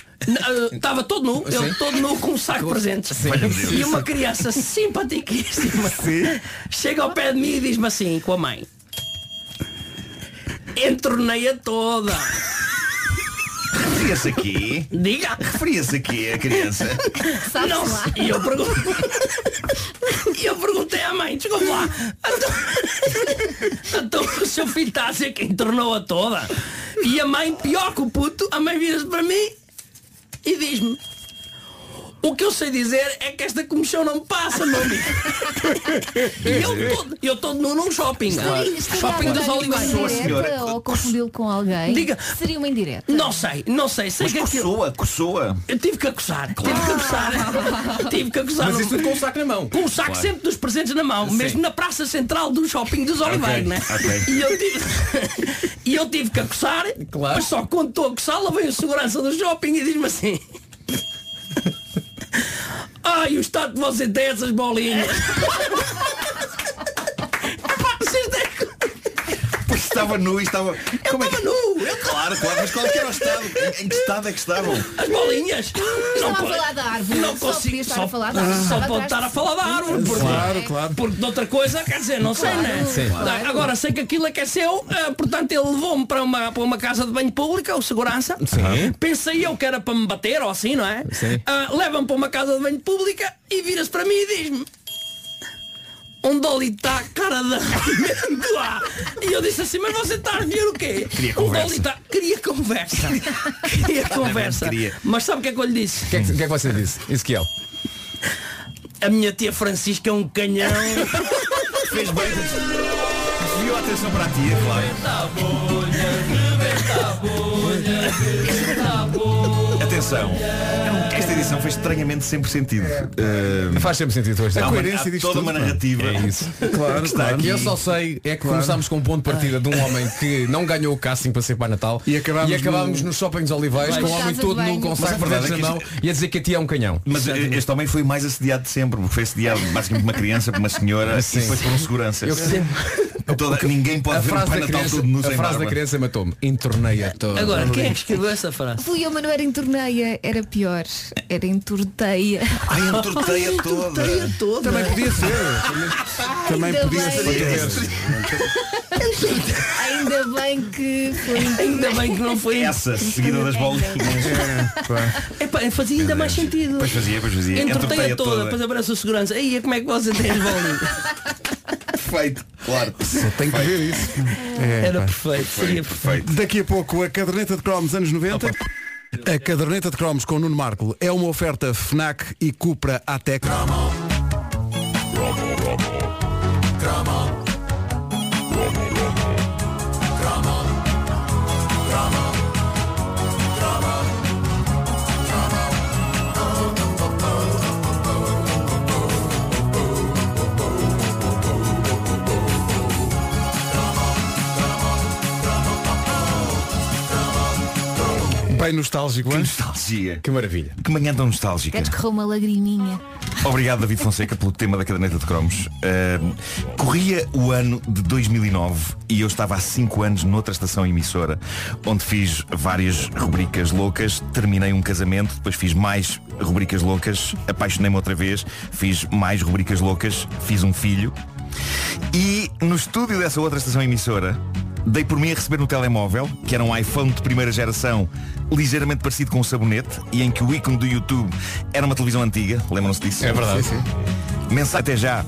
Speaker 4: Estava todo nu,
Speaker 12: Sim.
Speaker 4: eu todo nu com um saco de presentes.
Speaker 12: Sim.
Speaker 4: E uma criança simpaticíssima chega ao pé de mim e diz-me assim, com a mãe. Entornei-a toda.
Speaker 13: Referia-se [laughs] aqui.
Speaker 4: Diga.
Speaker 13: Referia-se aqui a criança.
Speaker 4: Não, e eu pergunto. E eu perguntei à mãe, desculpa lá. Então, então o seu filho está a dizer que entornou a toda. E a mãe, pior que o puto, a mãe vira-se para mim e diz-me. O que eu sei dizer é que esta comissão não me passa, meu amigo. E eu todo- eu estou nu num shopping.
Speaker 3: Seria- seria
Speaker 4: Shopping das
Speaker 3: alguém
Speaker 4: Oliveiras.
Speaker 3: uma indireta Ou confundi-lo com alguém.
Speaker 4: Diga.
Speaker 3: Seria uma indireta.
Speaker 4: Não sei, não sei. sei
Speaker 13: Mas é
Speaker 4: que aquilo-
Speaker 13: coçoa, coçoa.
Speaker 4: Eu tive que acusar, tive que
Speaker 12: [laughs]
Speaker 4: acusar, tive que acusar.
Speaker 12: Mas isso tudo com o saco na mão.
Speaker 4: Com o saco
Speaker 12: Claro.
Speaker 4: sempre dos presentes na mão,
Speaker 12: Sim.
Speaker 4: mesmo na praça central do shopping dos Oliveiros, né?
Speaker 12: ok.
Speaker 4: E eu tive, [laughs] e eu tive que acusar, mas só quando estou a acusar, lá vem o segurança do shopping e diz-me assim. [laughs] Ai, o estado de você tem essas bolinhas. Epá, vocês têm-
Speaker 13: Porque estava nu e estava. Eu Como é
Speaker 4: estava nu! Eu...
Speaker 13: Claro, claro, mas qual é que era o estado? Em, em que estado é que estavam?
Speaker 4: As bolinhas!
Speaker 3: Ah, Estava a
Speaker 4: co-
Speaker 3: falar da árvore.
Speaker 4: Não
Speaker 3: Só
Speaker 4: consigo.
Speaker 3: podia estar a falar da
Speaker 4: Ah.
Speaker 3: árvore.
Speaker 4: Só
Speaker 3: Estava atrás
Speaker 4: pode estar a
Speaker 3: de-
Speaker 4: falar da árvore. Porque,
Speaker 1: Claro, claro.
Speaker 4: Porque de outra coisa, quer dizer, não sei,
Speaker 3: Claro,
Speaker 4: né?
Speaker 3: Sim. claro.
Speaker 4: Agora sei que aquilo é que é seu, eh, portanto ele levou-me para uma, para uma casa de banho pública, o segurança.
Speaker 12: Sim.
Speaker 4: Pensei eu que era para me bater ou assim, não é?
Speaker 12: Sim.
Speaker 4: Ah, Leva-me para uma casa de banho pública e vira-se para mim e diz-me. Onde ali está a cara da lá? E eu disse assim, mas você está a ver o quê?
Speaker 15: Queria
Speaker 4: Onde
Speaker 15: conversa.
Speaker 4: ali está? Queria conversa. [laughs] Queria conversa.
Speaker 12: queria.
Speaker 4: Mas sabe o que é que eu lhe disse?
Speaker 12: O que, é que, o que é que você disse? Ezequiel.
Speaker 4: A minha tia Francisca é um canhão.
Speaker 13: Fez bem. Desviou a atenção para a tia, claro. Atenção. Esta edição fez estranhamente sempre sentido.
Speaker 12: Faz sempre sentido hoje.
Speaker 13: Há uma- há toda uma narrativa.
Speaker 12: É isso.
Speaker 13: [laughs] Claro,
Speaker 12: que está
Speaker 13: claro.
Speaker 12: aqui. Eu só sei é que
Speaker 13: Claro.
Speaker 12: começámos com um ponto de partida de um homem que não ganhou o casting para ser Pai Natal e
Speaker 1: acabámos
Speaker 13: no-
Speaker 12: nos shoppings oliveiros
Speaker 13: Vai.
Speaker 12: com o homem
Speaker 13: Casa de
Speaker 12: todo nu
Speaker 13: banho.
Speaker 12: com
Speaker 13: Mas
Speaker 12: saco
Speaker 13: a
Speaker 12: de
Speaker 13: verdade
Speaker 12: presentes
Speaker 13: é
Speaker 12: na
Speaker 13: que
Speaker 12: mão
Speaker 13: isto-
Speaker 12: e a dizer que a tia é um canhão.
Speaker 13: Mas eh, este homem foi o mais assediado de sempre, porque foi
Speaker 12: [laughs]
Speaker 13: assediado basicamente por uma criança, por uma senhora
Speaker 12: Sim.
Speaker 13: e depois por um segurança.
Speaker 12: Eu sempre-
Speaker 13: [laughs] Toda- ninguém pode
Speaker 12: a
Speaker 13: ver um
Speaker 12: frase
Speaker 13: Pai
Speaker 12: da
Speaker 13: Natal
Speaker 12: criança,
Speaker 13: todo nu
Speaker 12: a
Speaker 13: sem
Speaker 12: frase da
Speaker 13: barba.
Speaker 12: criança matou-me. Entornei a toda.
Speaker 4: Agora, quem é que escreveu essa frase?
Speaker 3: Fui eu, mas não era em torneia, era pior. Era em torteia.
Speaker 13: Ai, entortei a toda.
Speaker 4: toda.
Speaker 1: Também podia ser. Também
Speaker 3: Ainda
Speaker 1: podia
Speaker 3: bem.
Speaker 1: ser.
Speaker 3: Ainda bem que foi.
Speaker 4: Ainda bem que não foi
Speaker 13: [laughs] Essa, seguida das bolinhas.
Speaker 4: Epá, fazia ainda mais sentido.
Speaker 13: Pois fazia, pois fazia.
Speaker 4: Entortei
Speaker 13: Entortei-a
Speaker 4: a toda,
Speaker 13: toda.
Speaker 4: depois abraço o segurança. Aí como é que você tem as bolinhas?
Speaker 13: Perfeito, claro.
Speaker 1: Só tem que ver isso.
Speaker 3: É,
Speaker 1: É,
Speaker 4: Era
Speaker 1: pá.
Speaker 4: perfeito, seria perfeito.
Speaker 1: Daqui a pouco a caderneta de cromos anos 90. A caderneta de cromos com o Nuno Marco é uma oferta FNAC e Cupra Atec. Bem nostálgico,
Speaker 13: Que nostalgia.
Speaker 12: Que maravilha.
Speaker 13: Que manhã tão nostálgica.
Speaker 3: Queres correr uma lagriminha?
Speaker 13: Obrigado, David Fonseca, pelo tema da caderneta de cromos. Ahm, corria o ano de 2009 e eu estava há 5 anos noutra estação emissora, onde fiz várias rubricas loucas, terminei um casamento, depois fiz mais rubricas loucas, apaixonei-me outra vez, fiz mais rubricas loucas, fiz um filho. E no estúdio dessa outra estação emissora, dei por mim a receber no telemóvel, que era um iPhone de primeira geração, ligeiramente parecido com um sabonete, e em que o ícone do YouTube era uma televisão antiga, lembram-se disso?
Speaker 4: É verdade.
Speaker 13: Sim, sim. Mensagem até já.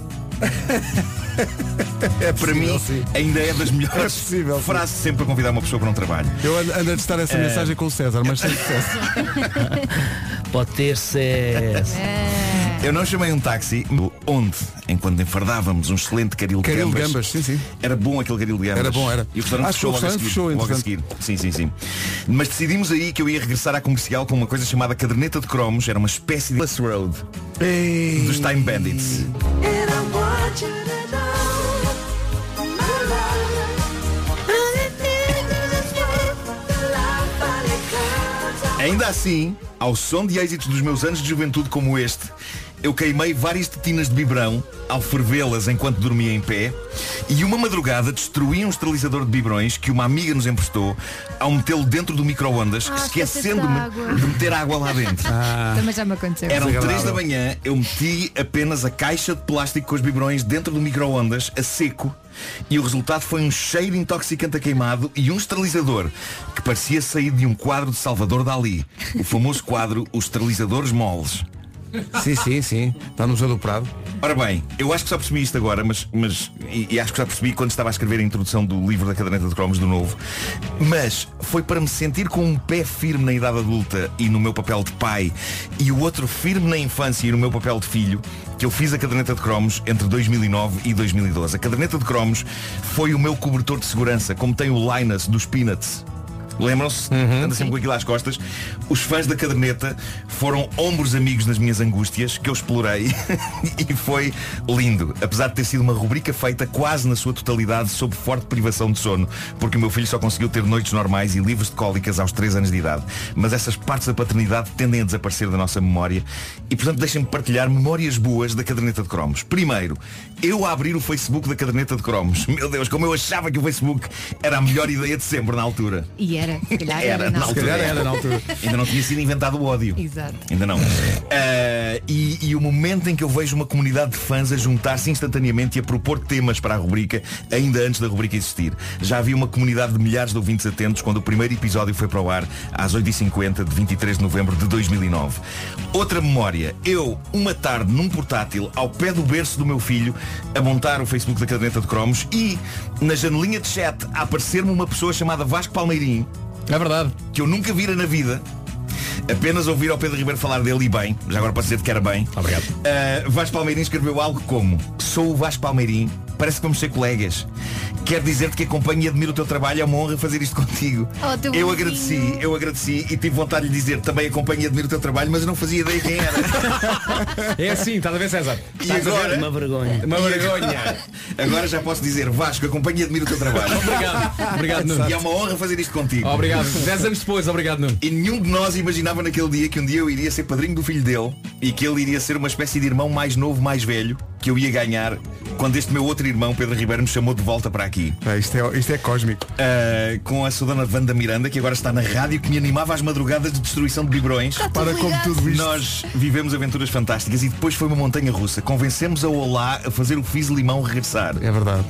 Speaker 13: É para mim ainda é das melhores frases sempre a convidar uma pessoa para um trabalho.
Speaker 1: Eu ando, ando a testar essa
Speaker 13: Eh,
Speaker 1: mensagem com o César, mas sem sucesso.
Speaker 13: Pode ter sucesso. Eu não chamei um táxi onde, enquanto enfardávamos um excelente caril de
Speaker 1: Caril de
Speaker 13: gambas,
Speaker 1: gambas, sim, sim.
Speaker 13: era bom aquele caril de gambas.
Speaker 1: Era bom, era.
Speaker 13: E o restaurante
Speaker 1: Acho que o
Speaker 13: fechou logo a
Speaker 1: restaurante
Speaker 13: seguir,
Speaker 1: fechou,
Speaker 13: logo a
Speaker 1: entretanto.
Speaker 13: seguir. Sim, sim, sim. Mas decidimos aí que eu ia regressar à comercial com uma coisa chamada caderneta de cromos, era uma espécie de Bus Road dos Time Bandits. Ainda assim, ao som de êxitos dos meus anos de juventude como este, eu queimei várias tetinas de biberão ao fervê-las enquanto dormia em pé e uma madrugada destruí um esterilizador de biberões que uma amiga nos emprestou ao metê-lo dentro do micro-ondas,
Speaker 3: Ah,
Speaker 13: esquecendo-me
Speaker 3: esqueceste
Speaker 13: de meter água lá dentro.
Speaker 4: Ah.
Speaker 3: Também já me aconteceu.
Speaker 13: Eram 3 da manhã, eu meti apenas a caixa de plástico com os biberões dentro do micro-ondas, a seco, e o resultado foi um cheiro intoxicante a queimado e um esterilizador que parecia sair de um quadro de Salvador Dali, o famoso quadro Os Esterilizadores Moles.
Speaker 1: Sim, sim, sim. Está no Museu do Prado.
Speaker 13: Ora bem, eu acho que só percebi isto agora, mas, mas e, e acho que só percebi quando estava a escrever a introdução do livro da caderneta de cromos do novo. Mas foi para me sentir com um pé firme na idade adulta e no meu papel de pai e o outro firme na infância e no meu papel de filho que eu fiz a caderneta de cromos entre 2009 e 2012. A caderneta de cromos foi o meu cobertor de segurança, como tem o Linus dos Peanuts. Lembram-se? Anda sempre com aquilo às costas. Os fãs da caderneta foram ombros amigos nas minhas angústias, que eu explorei [laughs] e foi lindo. Apesar de ter sido uma rubrica feita quase na sua totalidade sob forte privação de sono, porque o meu filho só conseguiu ter noites normais e livros de cólicas aos 3 anos de idade. Mas essas partes da paternidade tendem a desaparecer da nossa memória e, portanto, deixem-me partilhar memórias boas da caderneta de cromos. Primeiro, eu a abrir o Facebook da caderneta de cromos. Meu Deus, como eu achava que o Facebook era a melhor ideia de sempre na altura.
Speaker 3: E era, se calhar era,
Speaker 13: Era, na altura.
Speaker 1: era na altura.
Speaker 13: Ainda não tinha sido inventado o ódio.
Speaker 3: Exato.
Speaker 4: Então.
Speaker 13: Ainda não. Ah, e, e o momento em que eu vejo uma comunidade de fãs a juntar-se instantaneamente e a propor temas para a rubrica, ainda antes da rubrica existir. Já havia uma comunidade de milhares de ouvintes atentos quando o primeiro episódio foi para o ar às 8h50 de 23 de novembro de 2009. Outra memória. Eu, uma tarde, num portátil, ao pé do berço do meu filho, a montar o Facebook da caderneta de cromos e, na janelinha de chat, a aparecer-me uma pessoa chamada Vasco Palmeirim.
Speaker 4: É verdade.
Speaker 13: Que eu nunca vira na vida. Apenas ouvir ao Pedro Ribeiro falar dele e bem, já agora posso dizer que era bem. Obrigado. Vasco Palmeirim escreveu algo como Sou o Vasco Palmeirim, parece que vamos ser colegas. Quero dizer-te que acompanho e admiro o teu trabalho, é uma honra fazer isto contigo.
Speaker 3: Oh, teu
Speaker 13: eu
Speaker 3: bonzinho.
Speaker 13: agradeci, eu agradeci e tive vontade de lhe dizer também acompanho e admiro o teu trabalho, mas eu não fazia ideia quem
Speaker 4: [laughs]
Speaker 13: era.
Speaker 4: É assim, estás a ver, César?
Speaker 13: E agora? Uma vergonha.
Speaker 4: Uma vergonha.
Speaker 13: Agora já posso dizer, Vasco, acompanho e admiro o teu
Speaker 4: [laughs]
Speaker 13: trabalho.
Speaker 4: Obrigado. Obrigado, Nuno.
Speaker 13: E é uma honra fazer isto contigo.
Speaker 4: Obrigado. Dez anos depois, obrigado, Nuno.
Speaker 13: E nenhum de nós imaginava naquele dia que um dia eu iria ser padrinho do filho dele e que ele iria ser uma espécie de irmão mais novo, mais velho, que eu ia ganhar quando este meu outro irmão, Pedro Ribeiro, me chamou de volta para aqui.
Speaker 1: isto, é, isto é cósmico.
Speaker 13: Ah, com a sua dona Wanda Miranda, que agora está na rádio, que me animava às madrugadas de destruição de biberões.
Speaker 1: Está tudo Para como ligado. tudo isto.
Speaker 13: Nós vivemos aventuras fantásticas e depois foi uma montanha russa. Convencemos a Olá a fazer o Fiz Limão regressar.
Speaker 1: É verdade.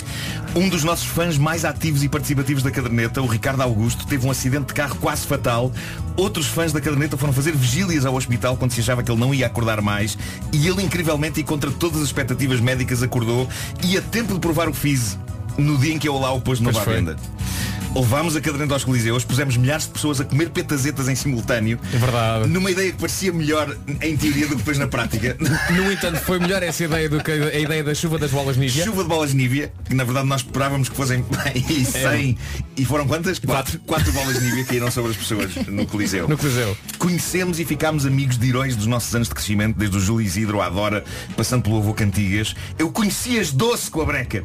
Speaker 13: Um dos nossos fãs mais ativos e participativos da caderneta, o Ricardo Augusto, teve um acidente de carro quase fatal. Outros fãs da caderneta foram fazer vigílias ao hospital quando se achava que ele não ia acordar mais. E ele, incrivelmente e contra todas as expectativas médicas, acordou e a tempo de provar o Fiz no dia em que a Olá o pôs nova à
Speaker 4: Pois foi.
Speaker 13: venda. Levámos a caderneta aos coliseus, pusemos milhares de pessoas a comer petazetas em simultâneo. É
Speaker 4: verdade.
Speaker 13: Numa ideia que parecia melhor em teoria do que depois na prática. [laughs]
Speaker 4: No entanto, foi melhor essa ideia do que a ideia da chuva das bolas Nívia.
Speaker 13: Chuva de bolas Nívia, que na verdade nós esperávamos que fossem e 100. E foram quantas? Quatro. Quatro bolas Nívia caíram sobre as pessoas no Coliseu.
Speaker 4: No Coliseu.
Speaker 13: Conhecemos e ficámos amigos de heróis dos nossos anos de crescimento, desde o Júlio Isidro à Dora, passando pelo avô Cantigas. Eu conheci as doce com a breca.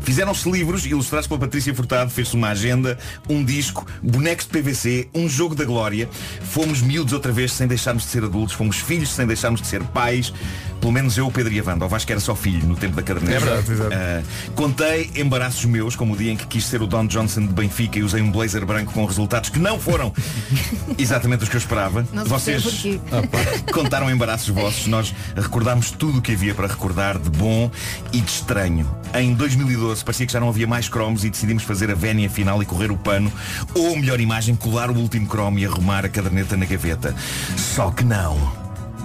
Speaker 13: Fizeram-se livros ilustrados pela Patrícia Furtado, fez-se uma agenda, um disco, bonecos de PVC, um jogo da glória. Fomos miúdos outra vez sem deixarmos de ser adultos, fomos filhos sem deixarmos de ser pais. pelo menos eu, o Pedro e a Wanda, o Vasco era só filho no tempo da caderneta.
Speaker 1: É verdade,
Speaker 13: Ah, contei embaraços meus, como o dia em que quis ser o Don Johnson de Benfica e usei um blazer branco com resultados que não foram
Speaker 1: [laughs]
Speaker 13: exatamente os que eu esperava.
Speaker 16: Não se percebe porquê.
Speaker 13: Vocês
Speaker 16: Ah,
Speaker 13: contaram embaraços vossos, nós recordámos tudo o que havia para recordar de bom e de estranho. Em 2012 parecia que já não havia mais cromos e decidimos fazer a vénia final e correr o pano, ou melhor imagem, colar o último cromo e arrumar a caderneta na gaveta. Só que não.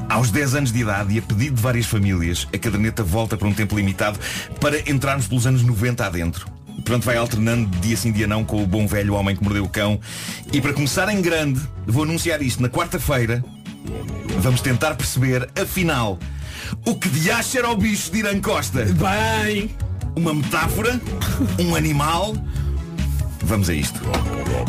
Speaker 13: Aos 10 anos de idade e a pedido de várias famílias, a caderneta volta por um tempo limitado para entrarmos pelos anos 90 adentro. Pronto, vai alternando de dia sim dia não com o bom velho homem que mordeu o cão. E para começar em grande, vou anunciar isto na quarta-feira. Vamos tentar perceber, afinal, o que de acha era o bicho de Irã Costa. Bem! Uma metáfora? Um animal? Vamos a isto.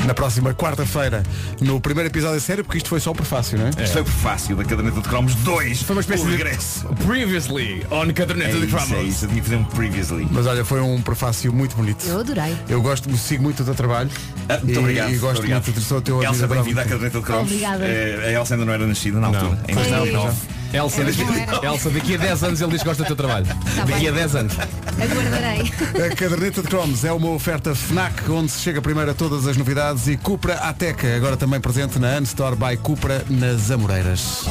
Speaker 1: Na próxima quarta-feira, no primeiro episódio a sério, porque isto foi só o prefácio, não é?
Speaker 13: Isto foi o prefácio da caderneta de cromos 2. Foi uma
Speaker 1: espécie
Speaker 13: o
Speaker 1: de-
Speaker 13: regresso.
Speaker 4: Previously on caderneta
Speaker 13: É
Speaker 4: de
Speaker 13: isso,
Speaker 4: cromos.
Speaker 13: É isso, eu tinha que fazer um previously.
Speaker 1: Mas olha, foi um prefácio muito bonito.
Speaker 3: Eu adorei.
Speaker 1: Eu gosto, sigo muito do teu trabalho.
Speaker 13: Ah, muito
Speaker 1: e,
Speaker 13: obrigado.
Speaker 1: e
Speaker 13: muito
Speaker 1: gosto
Speaker 13: obrigado.
Speaker 1: muito do sou teu
Speaker 13: Elsa,
Speaker 1: admirador.
Speaker 13: bem-vinda à caderneta de cromos.
Speaker 17: é
Speaker 3: Obrigada. É
Speaker 13: Eh, a Elsa ainda não era nascida na altura. Ainda
Speaker 4: É, Pois não,
Speaker 13: estava
Speaker 4: pois
Speaker 13: nova.
Speaker 4: não. Elsa, daqui, Elsa, daqui a 10 anos ele diz que gosta do teu trabalho. daqui a 10 anos.
Speaker 16: Aguardarei.
Speaker 1: A caderneta de cromos é uma oferta FNAC, onde se chega primeiro a todas as novidades e Cupra Ateca, agora também presente na Unstore by Cupra nas Amoreiras.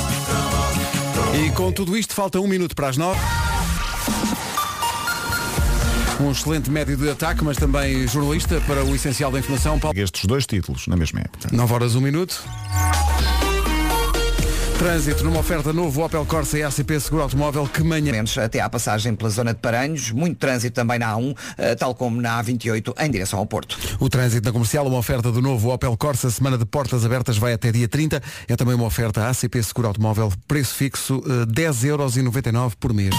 Speaker 1: E com tudo isto, falta um minuto para as nove. Um excelente médio de ataque, mas também jornalista para o essencial da informação. Paulo...
Speaker 17: Estes dois títulos na mesma época.
Speaker 1: 9 horas, 1 minuto. Trânsito numa oferta novo Opel Corsa e ACP Seguro Automóvel que manhã.
Speaker 2: Até à passagem pela zona de Paranhos, muito trânsito também na A1, eh, tal como na A28 em direção ao Porto.
Speaker 1: O trânsito na comercial, uma oferta do novo Opel Corsa, semana de portas abertas vai até dia 30. É também uma oferta à ACP Seguro Automóvel, preço fixo eh, 10,99€ por mês.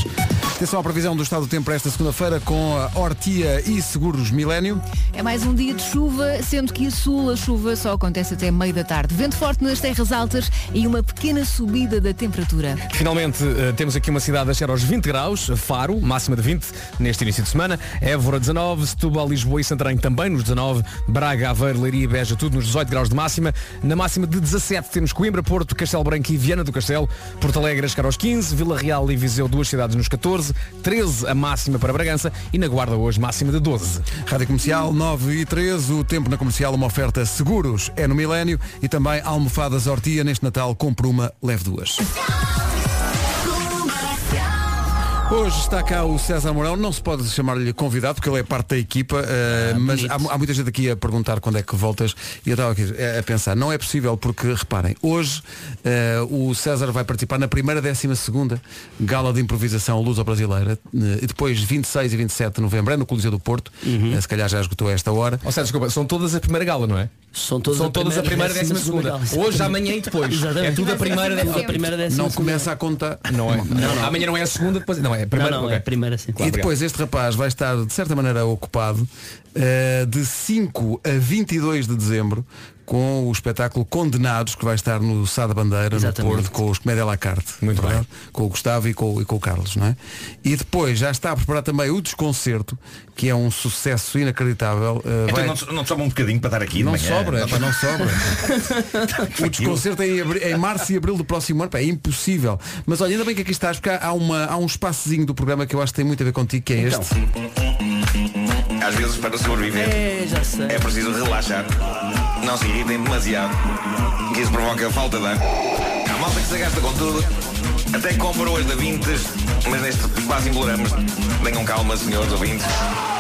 Speaker 1: Atenção à previsão do estado do tempo para esta segunda-feira com a Hortia e Seguros Milénio.
Speaker 3: É mais um dia de chuva, sendo que a sul a chuva só acontece até meio da tarde. Vento forte nas terras altas e uma pequena subida da temperatura.
Speaker 4: Finalmente eh, temos aqui uma cidade a chegar aos 20 graus, Faro, máxima de 20 neste início de semana, Évora 19, Setúbal, Lisboa e Santarém também nos 19, Braga, Aveiro, Leiria e Beja tudo nos 18 graus de máxima, na máxima de 17 temos Coimbra, Porto, Castelo Branco e Viana do Castelo, Porto Alegre a chegar aos 15, Vila Real e Viseu duas cidades nos 14, 13 a máxima para Bragança e na Guarda hoje máxima de 12.
Speaker 1: Rádio Comercial 9 e 13, o tempo na comercial, uma oferta seguros é no Milénio e também almofadas Hortia neste Natal, compre uma, leve duas. Hoje está cá o César Mourão, não se pode chamar-lhe convidado porque ele é parte da equipa, eh, mas há, há muita gente aqui a perguntar quando é que voltas e eu estava aqui eh, a pensar, não é possível porque reparem, hoje eh, o César vai participar na primeira, décima segunda gala de improvisação luso-brasileira eh, e depois 26 e 27 de novembro é no Coliseu do Porto, eh, se calhar já esgotou esta hora.
Speaker 4: Ou seja, desculpa, são todas a primeira gala, não é?
Speaker 12: São
Speaker 1: todas a
Speaker 4: a primeira,
Speaker 1: primeira,
Speaker 4: e décima
Speaker 1: décima
Speaker 4: segunda.
Speaker 1: segunda gala.
Speaker 4: Hoje, amanhã e depois.
Speaker 1: Exatamente.
Speaker 4: É tudo a
Speaker 1: Vai
Speaker 4: primeira,
Speaker 1: ser
Speaker 4: décima,
Speaker 1: sempre a primeira, décima Não segunda. começa a contar.
Speaker 4: Não é. Não,
Speaker 1: Não, não.
Speaker 4: Amanhã não é a segunda, depois. Não, é a primeira.
Speaker 1: Não, não,
Speaker 4: ok.
Speaker 1: é a
Speaker 12: primeira, sim.
Speaker 1: e depois este rapaz vai estar, de certa maneira, ocupado eh, de 5 a 22 de dezembro com o espetáculo Condenados, que vai estar no Sá da Bandeira,
Speaker 12: Exatamente.
Speaker 1: no Porto, com os Comédia à la carte. Muito bem. Com o Gustavo e com, e com o Carlos, não é? E depois já está a preparar também o Desconcerto, que é um sucesso inacreditável. eh,
Speaker 13: Então
Speaker 1: vai-
Speaker 13: não, te- não te sobra um bocadinho para dar aqui de
Speaker 1: Não
Speaker 13: manhã?
Speaker 1: sobra, é, pá, não [laughs] sobra.
Speaker 13: Tranquilo.
Speaker 1: O desconcerto é em, abri- em março e abril do próximo ano, pá, é impossível. Mas olha, ainda bem que aqui estás, porque há, há uma, há um espaçozinho do programa que eu acho que tem muito a ver contigo, que é este.
Speaker 13: Às vezes para sobreviver
Speaker 12: É, já sei.
Speaker 13: é preciso relaxar. Não se irritem demasiado. Que isso provoca falta de ar. Há malta que se gasta com tudo. Até compra hoje da Vintes, mas neste quase imploramos. Tenham calma, senhores ouvintes.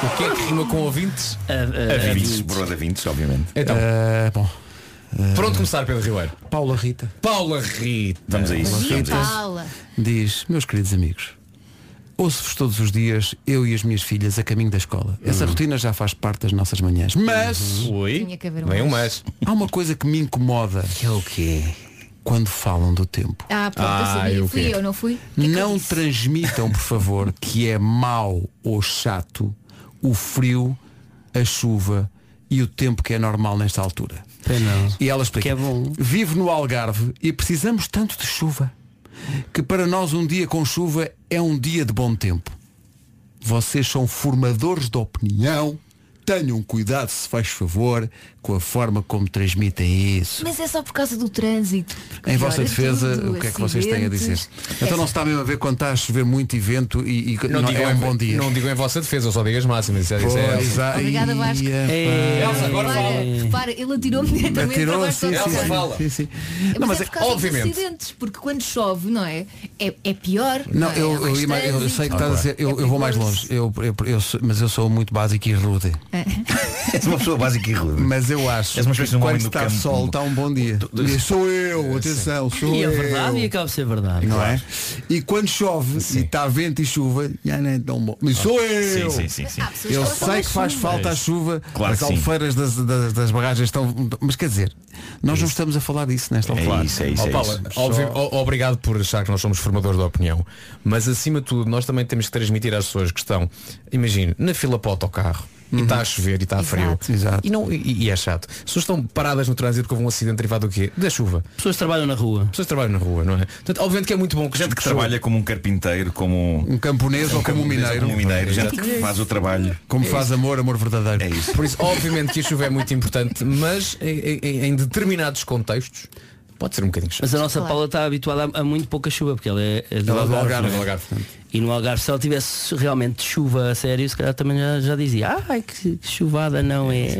Speaker 4: O que é que rima com ouvintes?
Speaker 13: A Vintes, broa da Vintes, obviamente.
Speaker 4: Então.
Speaker 1: Eh, bom.
Speaker 12: Ah.
Speaker 4: Por onde começar, Pedro Ribeiro?
Speaker 1: Paula Rita.
Speaker 4: Paula Rita.
Speaker 13: Vamos a isso.
Speaker 1: Paula Rita Diz, meus queridos amigos, ouço-vos todos os dias, eu e as minhas filhas, a caminho da escola. Essa rotina já faz parte das nossas manhãs. Mas.
Speaker 4: Oi.
Speaker 3: Tinha que haver um
Speaker 4: Vem um
Speaker 3: mas.
Speaker 4: mas.
Speaker 1: Há uma coisa que me incomoda. Que é o quê? Quando falam do tempo.
Speaker 3: Ah, pronto, eu
Speaker 1: Ah,
Speaker 3: sabia.
Speaker 1: eu
Speaker 3: fui
Speaker 1: quê?
Speaker 3: é eu, não fui?
Speaker 1: Não transmitam, por favor, que é mau ou chato o frio, a chuva e o tempo que é normal nesta altura. E ela explica. Vivo no Algarve e precisamos tanto de chuva que para nós um dia com chuva é um dia de bom tempo. Vocês são formadores de opinião tenham cuidado, se faz favor, com a forma como transmitem isso.
Speaker 3: Mas é só por causa do trânsito. porque
Speaker 1: Em vossa
Speaker 3: piora
Speaker 1: defesa,
Speaker 3: tudo,
Speaker 1: o que é que vocês têm a dizer?
Speaker 3: acidentes.
Speaker 1: Então não se está mesmo a ver quando está a chover muito e vento e, e
Speaker 4: Não,
Speaker 1: não
Speaker 4: digo
Speaker 1: é
Speaker 4: em,
Speaker 1: um bom dia.
Speaker 4: não digo em vossa defesa, eu só digo as máximas. Isso é, isso é
Speaker 1: Pois,
Speaker 4: Elsa.
Speaker 1: exato.
Speaker 3: Obrigada, Vasco.
Speaker 1: eh,
Speaker 4: É, Elsa, agora fala.
Speaker 3: repara, repara, ele atirou-me diretamente
Speaker 1: Atirou,
Speaker 3: para baixo
Speaker 1: sim,
Speaker 3: do
Speaker 1: sim,
Speaker 3: carro.
Speaker 1: sim, sim.
Speaker 3: Mas,
Speaker 1: Não,
Speaker 3: é por causa dos acidentes, porque quando chove, não é? É, é pior.
Speaker 1: Não,
Speaker 3: é?
Speaker 1: eu,
Speaker 3: Há
Speaker 1: eu,
Speaker 3: mais
Speaker 1: ima- eu
Speaker 3: trânsito.
Speaker 1: sei que estás a dizer, eu, eu vou mais longe, eu, eu, eu sou- mas eu sou muito básico e rude.
Speaker 13: És uma pessoa básica e rude.
Speaker 1: Mas eu acho
Speaker 13: És uma espécie de um
Speaker 1: que quando
Speaker 13: homem do
Speaker 1: está
Speaker 13: campo.
Speaker 1: sol está um bom dia. E sou eu, atenção, sou
Speaker 12: E é
Speaker 1: eu.
Speaker 12: verdade e acaba de ser verdade.
Speaker 1: Não é? E quando chove e está vento e chuva, já não é tão bom. Mas sou eu!
Speaker 13: Ah. Sim, sim, sim, sim.
Speaker 1: Eu sei que faz falta a chuva,
Speaker 13: Claro
Speaker 1: as
Speaker 13: que sim.
Speaker 1: alfeiras das, das, das barragens estão. Mas quer dizer, nós não estamos a falar disso nesta altura.
Speaker 4: Ó, Paula, óbvio- ó- obrigado por achar que nós somos formadores de opinião, mas acima de tudo nós também temos que transmitir às pessoas que estão, imagine, na fila para o autocarro.
Speaker 1: Uhum.
Speaker 4: E está a chover e está a frio. E, não, e, e é chato. As pessoas estão paradas no trânsito porque houve um acidente derivado do quê? Da chuva.
Speaker 12: Pessoas trabalham na rua.
Speaker 4: Pessoas trabalham na rua, não é? Portanto, obviamente que é muito bom que gente
Speaker 13: que trabalha como um carpinteiro, como
Speaker 1: um camponês ou como um mineiro.
Speaker 13: como um mineiro, gente
Speaker 4: Exato.
Speaker 13: que faz o trabalho.
Speaker 1: Como
Speaker 4: É
Speaker 1: faz
Speaker 4: isso.
Speaker 1: amor, amor verdadeiro.
Speaker 13: É isso.
Speaker 4: Por isso, obviamente que a chuva é muito importante, mas em, em- em determinados contextos pode ser um bocadinho chato.
Speaker 12: Mas a nossa Paula está habituada a, a muito pouca chuva, porque ela é, é do
Speaker 4: Ela é do
Speaker 12: Algarve.
Speaker 4: Algarve,
Speaker 12: não é?
Speaker 4: do Algarve, portanto.
Speaker 12: E no Algarve, se ela tivesse realmente chuva a sério, se calhar também já, já dizia, ai que chuvada não é. [laughs]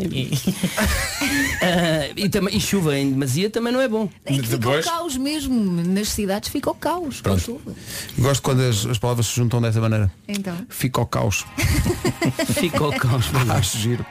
Speaker 12: Ah, e, também, e chuva em demasia também não é bom.
Speaker 3: É que fica o caos mesmo. Nas cidades fica o caos. com tudo.
Speaker 1: Gosto quando as, as palavras se juntam dessa maneira.
Speaker 3: Então.
Speaker 1: Fica o caos.
Speaker 12: Fica o caos.
Speaker 1: Acho giro.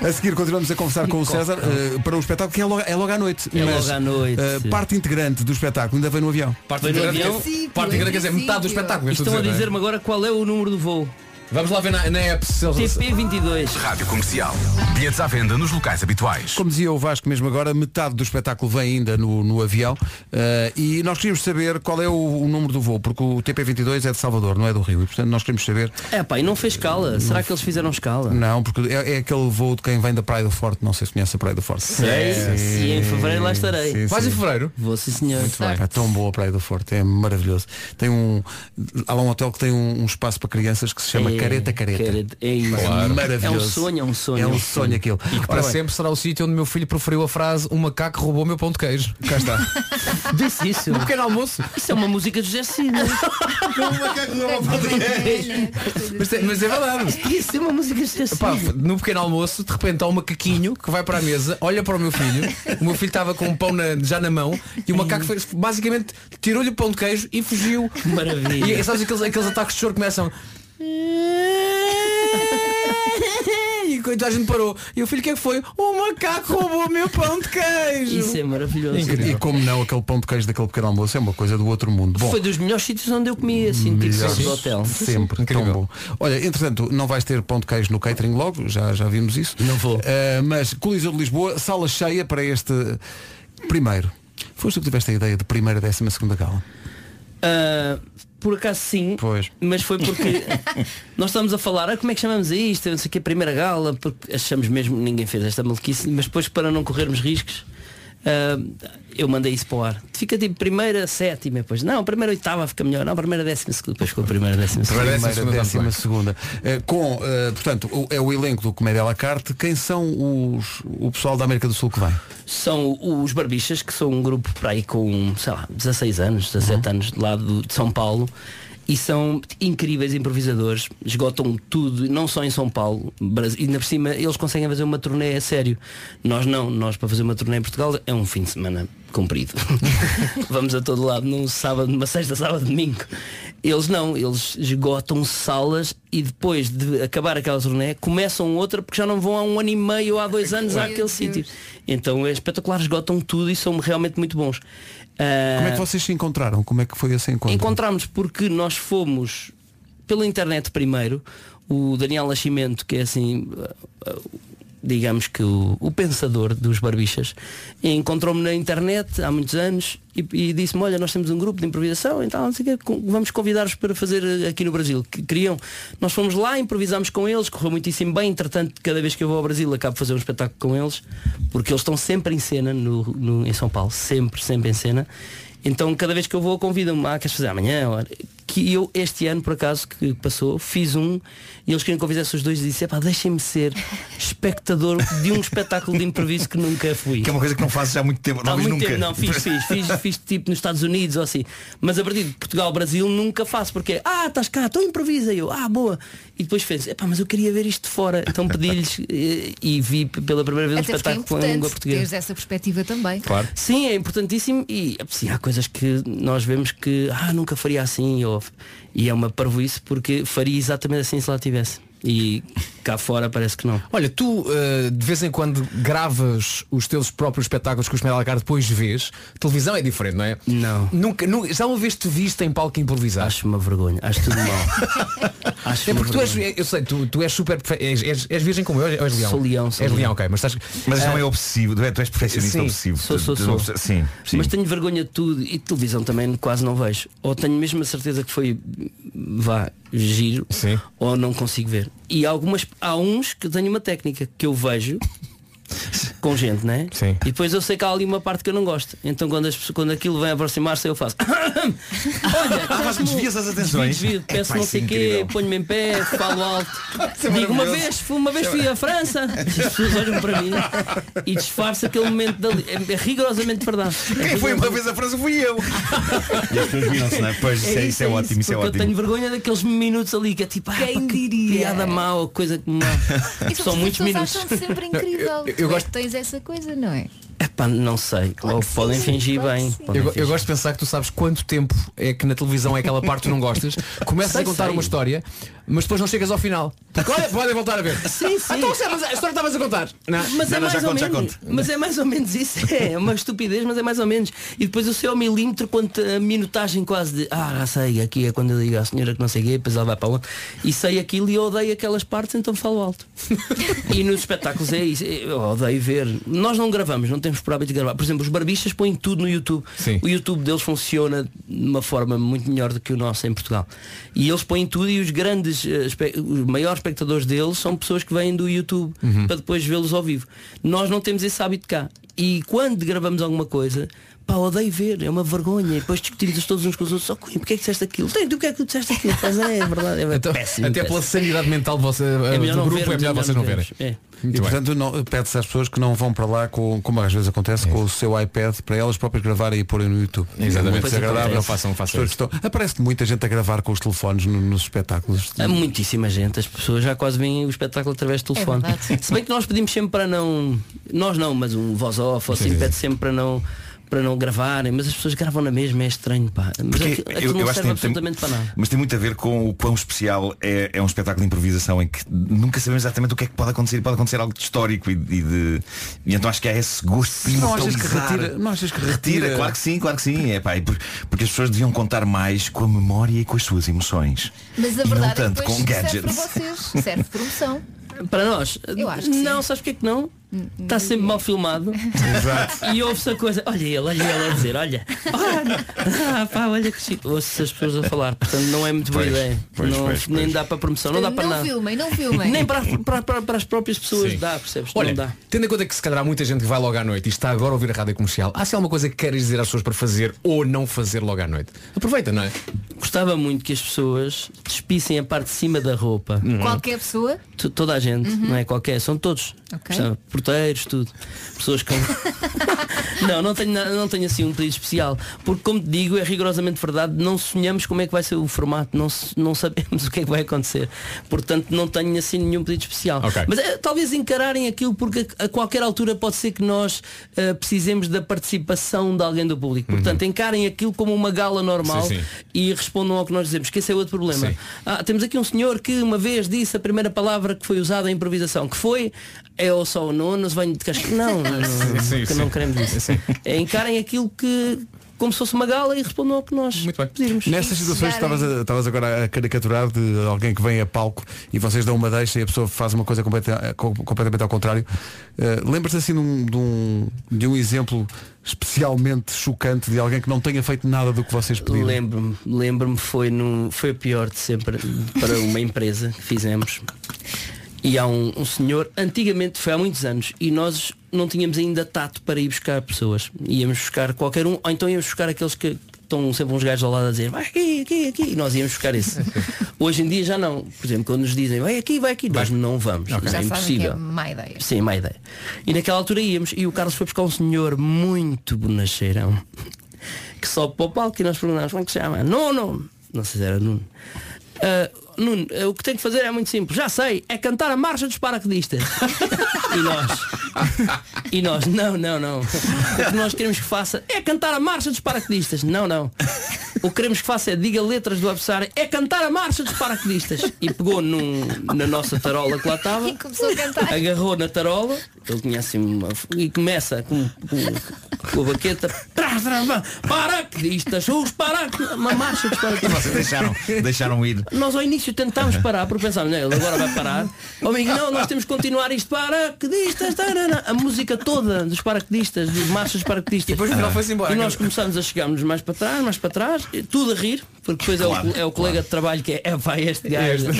Speaker 1: A seguir continuamos a conversar com o
Speaker 12: Fica o
Speaker 1: César eh, para um espetáculo que é logo, é logo à noite.
Speaker 12: É
Speaker 1: mas,
Speaker 12: logo à noite.
Speaker 1: eh, parte integrante do espetáculo ainda vem no avião.
Speaker 4: Parte
Speaker 12: Vem no
Speaker 4: integrante,
Speaker 12: avião?
Speaker 4: quer dizer- parte integrante, quer dizer, metade do espetáculo. eu estou
Speaker 12: Estão a
Speaker 4: não é?
Speaker 12: dizer-me agora qual é o número do voo.
Speaker 4: Vamos lá ver na, na app se
Speaker 12: Tipo,
Speaker 4: eles...
Speaker 12: TP22.
Speaker 16: Rádio Comercial. Bilhetes à venda nos locais habituais.
Speaker 1: Como dizia o Vasco mesmo agora, metade do espetáculo vem ainda no, no avião eh, e nós queríamos saber qual é o, o número do voo, porque o TP22 é de Salvador, não é do Rio, e portanto nós queremos saber.
Speaker 12: É pá, e não fez escala. Será que eles fizeram escala?
Speaker 1: Não, porque é, é aquele voo de quem vem da Praia do Forte, não sei se conhece a Praia do Forte.
Speaker 12: Sei, É e em fevereiro lá estarei. Vais em
Speaker 4: fevereiro?
Speaker 12: Vou sim senhor.
Speaker 1: Muito bem. É tão boa a Praia do Forte, é maravilhoso. Tem um, há lá um hotel que tem um, um espaço para crianças que se chama
Speaker 12: É,
Speaker 1: Careta Careta.
Speaker 12: Careta- é isso. Claro.
Speaker 1: maravilhoso.
Speaker 12: É um sonho, é um sonho,
Speaker 1: É
Speaker 12: é
Speaker 1: um
Speaker 12: um
Speaker 1: sonho aquilo.
Speaker 4: E que para sempre será o sítio onde meu filho proferiu a frase um macaco roubou o meu pão de queijo. Cá está.
Speaker 12: Disse isso.
Speaker 4: Um pequeno almoço.
Speaker 12: Isso é uma música de José Cida.
Speaker 4: Mas, é- mas é verdade.
Speaker 12: Isso é uma música de José
Speaker 4: Pá,
Speaker 12: Cida.
Speaker 4: no pequeno almoço, de repente há um macaquinho que vai para a mesa, olha para o meu filho, o meu filho estava com um pão na- já na mão e o macaco fez, basicamente tirou-lhe o pão de queijo e fugiu.
Speaker 12: Maravilha.
Speaker 4: E é- sabes aqueles, aqueles ataques de choro que começam. E quando a gente parou. E o filho o que é que foi? O macaco roubou o meu pão de queijo.
Speaker 12: Isso é maravilhoso.
Speaker 1: E como não, aquele pão de queijo daquele pequeno almoço é uma coisa do outro mundo. Bom,
Speaker 12: Foi dos melhores sítios onde eu comi assim, tipo
Speaker 1: Melhores
Speaker 12: só do hotel.
Speaker 1: de Sempre, tão bom. Olha, entretanto, não vais ter pão de queijo no catering logo, já, já vimos isso. Não vou. mas Coliseu de Lisboa, sala cheia para este primeiro. Foste tu que tiveste a ideia de primeira, décima segunda gala.
Speaker 12: Ah, por acaso sim,
Speaker 1: Pois.
Speaker 12: mas foi porque nós estamos a falar, ah, como é que chamamos a isto, não sei o que, a primeira gala, porque achamos mesmo que ninguém fez esta maluquice, mas depois para não corrermos riscos, ah, eu mandei isso para o ar. Fica tipo primeira, sétima, depois, não, primeira oitava fica melhor, não, primeira, décima, segunda, depois ficou primeira, décima, segunda.
Speaker 1: Primeira, décima segunda. Eh, com, eh, portanto, o- é o elenco do Comédia à la Carte. Quem são os, o pessoal da América do Sul que vem?
Speaker 12: São os Barbichas, que são um grupo para aí com, sei lá, 16 anos, 17 anos, de lado de São Paulo. E são incríveis improvisadores, esgotam tudo, não só em São Paulo, Brasil, e ainda por cima eles conseguem fazer uma turnê a sério. Nós não, nós para fazer uma turnê em Portugal é um fim de semana comprido. [laughs] Vamos a todo lado num sábado, numa sexta, sábado, domingo. Eles não, eles esgotam salas e depois de acabar aquela turnê começam outra porque já não vão há um ano e meio ou há dois anos
Speaker 3: Claro.
Speaker 12: àquele
Speaker 3: Meu
Speaker 12: sítio.
Speaker 3: Deus.
Speaker 12: Então é espetacular, esgotam tudo e são realmente muito bons. Ah,
Speaker 1: Como é que vocês se encontraram? Como é que foi esse encontro?
Speaker 12: Encontramos porque nós fomos pela internet primeiro, o Daniel Nascimento, que é assim, ah, ah, digamos que o, o pensador dos barbichas, encontrou-me na internet há muitos anos e, e disse-me, olha, nós temos um grupo de improvisação, então não sei o quê, com- vamos convidar-os para fazer eh, aqui no Brasil. Que queriam. Nós fomos lá, improvisámos com eles, correu muitíssimo bem, entretanto, cada vez que eu vou ao Brasil acabo de fazer um espetáculo com eles, porque eles estão sempre em cena no- no, em São Paulo, sempre, sempre em cena. Então cada vez que eu vou convidam-me, ah, queres fazer amanhã? Ora, Que
Speaker 4: que eu este ano, por acaso, que passou, fiz um e eles queriam que eu fizesse os dois e disse, pá, deixem-me ser espectador de um espetáculo de improviso que nunca fui.
Speaker 13: Que é uma coisa que não faço já há muito tempo.
Speaker 4: Há
Speaker 13: talvez
Speaker 4: muito
Speaker 13: nunca.
Speaker 4: tempo, não, fiz, fiz, fiz, fiz tipo nos Estados Unidos ou assim. Mas a partir de Portugal, Brasil, nunca faço, porque é, ah, estás cá, então improvisa E eu, ah, boa. E depois fez, epá, mas eu queria ver isto de fora. Então pedi-lhes eh, e vi p- pela primeira vez um
Speaker 3: Até
Speaker 1: tipo
Speaker 3: porque é
Speaker 4: espetáculo com a língua
Speaker 3: importante teres
Speaker 4: portuguesa.
Speaker 3: essa perspectiva também.
Speaker 4: Sim, é importantíssimo e sim, há coisas que nós vemos que ah, nunca faria assim ou, e é uma parvoíce porque faria exatamente assim se lá tivesse. E cá fora parece que não.
Speaker 1: Olha, tu eh, de vez em quando gravas os teus próprios espetáculos com o Esmeralda Car, depois vês. Televisão é diferente, não é?
Speaker 4: Não.
Speaker 1: Nunca, nunca, já uma vez te viste em palco improvisar?
Speaker 4: Acho uma vergonha, acho tudo mal.
Speaker 1: [laughs] é porque tu és, eu sei, tu, tu és super perfe- és, és, és virgem como eu, ou és leão?
Speaker 4: Sou leão, sou
Speaker 1: És leão,
Speaker 4: leão.
Speaker 1: ok, mas estás...
Speaker 13: Mas
Speaker 1: Ah,
Speaker 13: não é obsessivo, tu é- tu és perfeccionista
Speaker 1: Sim,
Speaker 13: obsessivo.
Speaker 4: Sou,
Speaker 13: Tu-
Speaker 4: sou,
Speaker 13: tu-
Speaker 4: sou.
Speaker 13: obs- Sim, sim.
Speaker 4: Mas tenho vergonha de tudo e de televisão também quase não vejo. Ou tenho mesmo a certeza que foi vá, giro, ou não consigo ver. E algumas, há uns que tenho uma técnica que
Speaker 13: [laughs]
Speaker 4: eu vejo com gente, né? Sim. E depois eu sei que há ali uma parte que eu não gosto. Então quando, as pessoas- quando aquilo vem aproximar-se eu faço. [coughs] Olha,
Speaker 13: Faz-me desvias as atenções.
Speaker 4: Desvio,
Speaker 13: É,
Speaker 4: peço
Speaker 13: pá,
Speaker 4: não
Speaker 13: isso é
Speaker 4: sei o quê,
Speaker 13: incrível.
Speaker 4: ponho-me em pé,
Speaker 13: [laughs]
Speaker 4: falo alto.
Speaker 13: é
Speaker 4: Digo uma
Speaker 13: maravilhoso.
Speaker 4: vez, fui- uma vez fui
Speaker 13: [laughs]
Speaker 4: à França. E as pessoas olham para mim e disfarça aquele momento dali. É, é rigorosamente verdade.
Speaker 13: Quem foi uma vez a França fui eu. E as pessoas viram-se, não é? Pois, isso é- isso é ótimo, isso é
Speaker 4: porque
Speaker 13: ótimo.
Speaker 4: Eu tenho vergonha daqueles minutos ali que é tipo, ah,
Speaker 3: Quem
Speaker 4: pá, que [laughs]
Speaker 3: diria?
Speaker 4: piada má ou coisa que é. má.
Speaker 3: Isso
Speaker 4: São muitos
Speaker 3: as
Speaker 4: minutos.
Speaker 3: pessoas acham sempre incrível.
Speaker 4: Eu- eu
Speaker 3: Tu é que
Speaker 4: gosto-
Speaker 3: tens essa coisa, não é?
Speaker 4: Epá, não sei. Logo podem fingir bem. podem
Speaker 1: Eu, go- eu
Speaker 4: fingir.
Speaker 1: gosto de pensar que tu sabes quanto tempo é que na televisão é aquela parte que tu não
Speaker 4: [laughs]
Speaker 1: gostas, começas
Speaker 4: Sei,
Speaker 1: a contar
Speaker 4: sei.
Speaker 1: uma história, mas depois não chegas ao final. Porque olha, podem voltar a ver.
Speaker 4: Sim, sim.
Speaker 1: Então, mas a história estavas a contar.
Speaker 4: Mas é, mais ou menos, mas é mais ou menos isso, [laughs] é uma estupidez, mas é mais ou menos. E depois eu sei ao milímetro quanto a minutagem quase de ah, já sei, aqui é quando eu digo à senhora que não sei o quê, depois ela vai para lá. E sei aquilo e eu odeio aquelas partes, então falo alto. [laughs] e nos espetáculos é isso, eu odeio ver. Nós não gravamos, não temos por hábito de gravar. Por exemplo, os barbistas põem tudo no YouTube. O YouTube deles funciona de uma forma muito melhor do que o nosso em Portugal. E eles põem tudo e os grandes, eh, espe- os maiores espectadores deles são pessoas que vêm do YouTube
Speaker 18: Uhum.
Speaker 4: para depois vê-los ao vivo. Nós não temos esse hábito cá. E quando gravamos alguma coisa, pá, odeio ver, é uma vergonha. E depois discutimos todos uns com os outros, só porque é que disseste aquilo? Tem, do que é que tu disseste aquilo? Pois é, é verdade. É
Speaker 1: Então,
Speaker 4: péssimo,
Speaker 1: até pela
Speaker 4: péssimo.
Speaker 1: sanidade mental de você, do
Speaker 4: É melhor não
Speaker 1: grupo
Speaker 4: vermos,
Speaker 1: é melhor vocês não verem.
Speaker 19: E
Speaker 1: Muito bem.
Speaker 19: portanto não- pede-se às pessoas que não vão para lá com, como às vezes acontece, com o seu iPad para elas próprias gravarem e porem no YouTube.
Speaker 1: É Exatamente.
Speaker 19: É muito desagradável.
Speaker 1: Não façam- façam
Speaker 19: As pessoas
Speaker 1: isso.
Speaker 19: estão- Aparece muita gente a gravar com os telefones no- nos espetáculos.
Speaker 4: Há muitíssima gente, as pessoas já quase veem o espetáculo através do
Speaker 19: É
Speaker 4: telefone.
Speaker 19: verdade.
Speaker 4: Se bem que nós pedimos sempre para não. Nós não, mas um voz off ou assim pede sempre para não para não gravarem, mas as pessoas gravam na mesma, é estranho, pá. Mas
Speaker 13: Porque
Speaker 4: aquilo, aquilo não serve absolutamente para nada.
Speaker 13: Mas tem muito a ver com o quão especial é, é um espetáculo de improvisação em que nunca sabemos exatamente o que é que pode acontecer. Pode acontecer algo de histórico e, e de. E então acho que há esse gosto de
Speaker 19: Não achas que
Speaker 13: imortalizar.
Speaker 19: retira? Não achas que
Speaker 13: Retira,
Speaker 19: retira?
Speaker 13: claro que sim, claro que sim. É, pá, e por- porque as pessoas deviam contar mais com a memória e com as suas emoções.
Speaker 3: Mas a
Speaker 13: e não
Speaker 3: verdade é que
Speaker 13: tanto
Speaker 3: depois
Speaker 13: com
Speaker 3: serve para
Speaker 13: gadgets.
Speaker 3: vocês. Serve de promoção.
Speaker 4: Para nós?
Speaker 3: Eu acho que
Speaker 4: Não, sabes porque é que não? Está sempre mal filmado e ouve-se a coisa, olha ele, olha ele a dizer, olha, olha, ah, pá, olha que chique. Ouço as pessoas a falar, portanto não é muito boa
Speaker 13: Pois,
Speaker 4: ideia.
Speaker 13: pois,
Speaker 4: não,
Speaker 13: pois,
Speaker 4: Nem dá para promoção, [laughs] não dá para nada.
Speaker 3: filmem, não filmem.
Speaker 4: [laughs] Nem para, para, para, para as próprias pessoas
Speaker 1: Sim.
Speaker 4: dá, percebes?
Speaker 1: Olha,
Speaker 4: não dá.
Speaker 1: tendo em conta que se calhar há muita gente que vai logo à noite e está agora a ouvir a rádio comercial, há se alguma coisa que queres dizer às pessoas para fazer ou não fazer logo à noite? Aproveita, não é?
Speaker 4: Gostava muito que as pessoas despissem a parte de cima da roupa.
Speaker 1: Hum.
Speaker 3: Qualquer pessoa.
Speaker 4: T- Toda a gente,
Speaker 3: Uhum.
Speaker 4: não é qualquer, são todos.
Speaker 3: Ok.
Speaker 4: Sabe, Porteiros, tudo. Pessoas com. [laughs] não, não tenho, na- não tenho assim um pedido especial. Porque como te digo, é rigorosamente verdade, não sonhamos como é que vai ser o formato, não, se- não sabemos [laughs] o que é que vai acontecer. Portanto, não tenho assim nenhum pedido especial.
Speaker 18: Ok.
Speaker 4: Mas eh, talvez encararem aquilo porque a a qualquer altura pode ser que nós eh, precisemos da participação de alguém do público. Portanto, encarem aquilo como uma gala normal
Speaker 18: Uhum. Sim, sim.
Speaker 4: e respondam ao que nós dizemos, que esse é outro problema. Ah, temos aqui um senhor que uma vez disse a primeira palavra que foi usada em improvisação, que foi é ou só o nono, se venho
Speaker 18: [laughs]
Speaker 4: de casca. Não, não, não,
Speaker 18: Sim, sim,
Speaker 4: que
Speaker 18: sim.
Speaker 4: não queremos isso. É, encarem aquilo que como se fosse uma gala e respondam ao que nós pedirmos.
Speaker 19: Nestas situações estavas a- estavas agora a caricaturar de alguém que vem a palco e vocês dão uma deixa e a pessoa faz uma coisa completa- co- completamente ao contrário. Eh, Lembras-te assim de um, de, um, de um exemplo especialmente chocante de alguém que não tenha feito nada do que vocês pediram?
Speaker 4: Lembro-me, lembro-me foi no foi o pior de sempre para uma empresa que fizemos. E há um, um senhor, antigamente foi há muitos anos, e nós não tínhamos ainda tato para ir buscar pessoas. Íamos buscar qualquer um, ou então íamos buscar aqueles que
Speaker 12: estão sempre uns gajos ao lado a dizer vai aqui, aqui, aqui, e nós íamos buscar
Speaker 4: [laughs]
Speaker 12: esse. Hoje em dia já não. Por exemplo, quando nos dizem vai aqui, vai aqui, nós não vamos. Mas
Speaker 3: Já
Speaker 12: é
Speaker 3: sabem que é
Speaker 12: impossível.
Speaker 3: má ideia.
Speaker 12: Sim, má ideia. E naquela altura íamos e o Carlos foi buscar um senhor muito bonacheirão que sobe para o palco e nós perguntámos como é que se chama? Nuno! Não sei se era Nuno. Ah, Nuno, ah, o que tem que fazer é muito simples, já sei, é cantar a marcha dos paraquedistas. e nós, e nós, não, não, não. O que nós queremos que faça é cantar a marcha dos paraquedistas. Não, não. O que queremos que faça é diga letras do adversário, é cantar a marcha dos paraquedistas. E pegou num, na nossa tarola que lá estava
Speaker 3: Começou a cantar. [laughs]
Speaker 12: agarrou na tarola, ele tinha assim uma, e começa com, com, com a baqueta trás, trás, vá, paraquedistas, os para uma marcha dos
Speaker 13: E
Speaker 12: paraquedistas.
Speaker 16: [laughs]
Speaker 13: vocês deixaram, deixaram ir.
Speaker 12: Nós ao início tentámos parar porque pensámos, não, ele agora vai parar. Oh, amigo, não, nós temos que continuar isto paraquedistas, tarana, a música toda dos paraquedistas, dos marchas dos paraquedistas. E
Speaker 20: depois
Speaker 19: Ah.
Speaker 20: no final foi-se embora.
Speaker 12: E nós começámos a chegarmos mais para trás, mais para trás, e tudo a rir, porque depois é o-
Speaker 20: Claro,
Speaker 12: é, o, colega de trabalho que é, é vai este gajo. [laughs]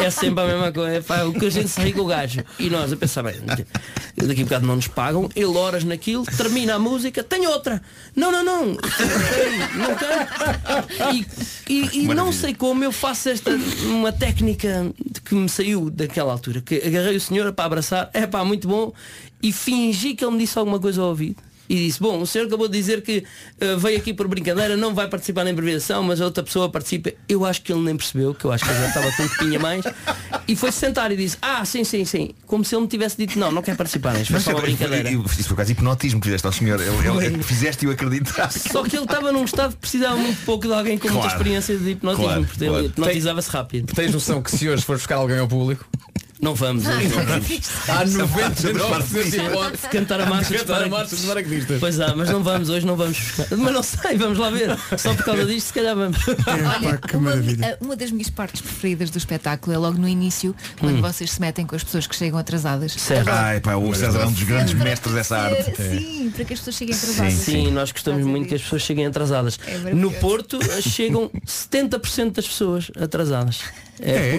Speaker 12: É sempre a mesma coisa, é, pá, o que a gente se ri com o gajo. E nós a pensar, bem, daqui a bocado não nos pagam, ele horas naquilo, termina a música, tem outra. Não, não, não. Peraí, não quero. E, e- e não sei como eu faço esta uma técnica de que me saiu daquela altura, que agarrei o senhor para abraçar, é pá, muito bom, e fingi que ele me disse alguma coisa ao ouvido. E disse, bom, o senhor acabou de dizer que eh, veio aqui por brincadeira, não vai participar na improvisação, mas a outra pessoa participa. Eu acho que ele nem percebeu, que eu acho que eu já estava com um copinho a mais. E foi sentar e disse, ah, sim, sim, sim. Como se ele me tivesse dito, não, não quer participar, isto foi
Speaker 13: Mas
Speaker 12: só uma
Speaker 13: eu-
Speaker 12: brincadeira.
Speaker 13: eu- Isso foi quase hipnotismo que fizeste ao senhor. Ele, ele, fizeste-o acreditar.
Speaker 12: Só que ele estava num estado que precisava muito pouco de alguém com muita
Speaker 13: Claro.
Speaker 12: experiência de hipnotismo,
Speaker 13: Claro,
Speaker 12: porque
Speaker 13: claro.
Speaker 12: ele hipnotizava-se rápido.
Speaker 4: Tens noção que se hoje for buscar alguém ao público?
Speaker 12: Não vamos,
Speaker 3: Ah,
Speaker 12: hoje não
Speaker 3: [laughs]
Speaker 12: vamos.
Speaker 4: Há 99% de hipótese.
Speaker 12: Cantar a marcha dos
Speaker 4: Cantar a marcha dos
Speaker 12: paraquedistas. Pois há, mas não vamos, hoje não vamos. buscar. Mas não sei, vamos lá ver. Só por causa disto, se calhar vamos.
Speaker 3: Ah, Uma das minhas partes preferidas do espetáculo é logo no início, quando
Speaker 13: Hum.
Speaker 3: vocês se metem com as pessoas que chegam atrasadas.
Speaker 13: Ai, pá, o César é um dos grandes mestres dessa arte. É.
Speaker 3: Sim, para que as pessoas cheguem
Speaker 12: Sim,
Speaker 3: atrasadas.
Speaker 12: nós gostamos muito que as pessoas cheguem atrasadas.
Speaker 3: É maravilhoso.
Speaker 12: no Porto eh, chegam 70% das pessoas atrasadas.
Speaker 1: É?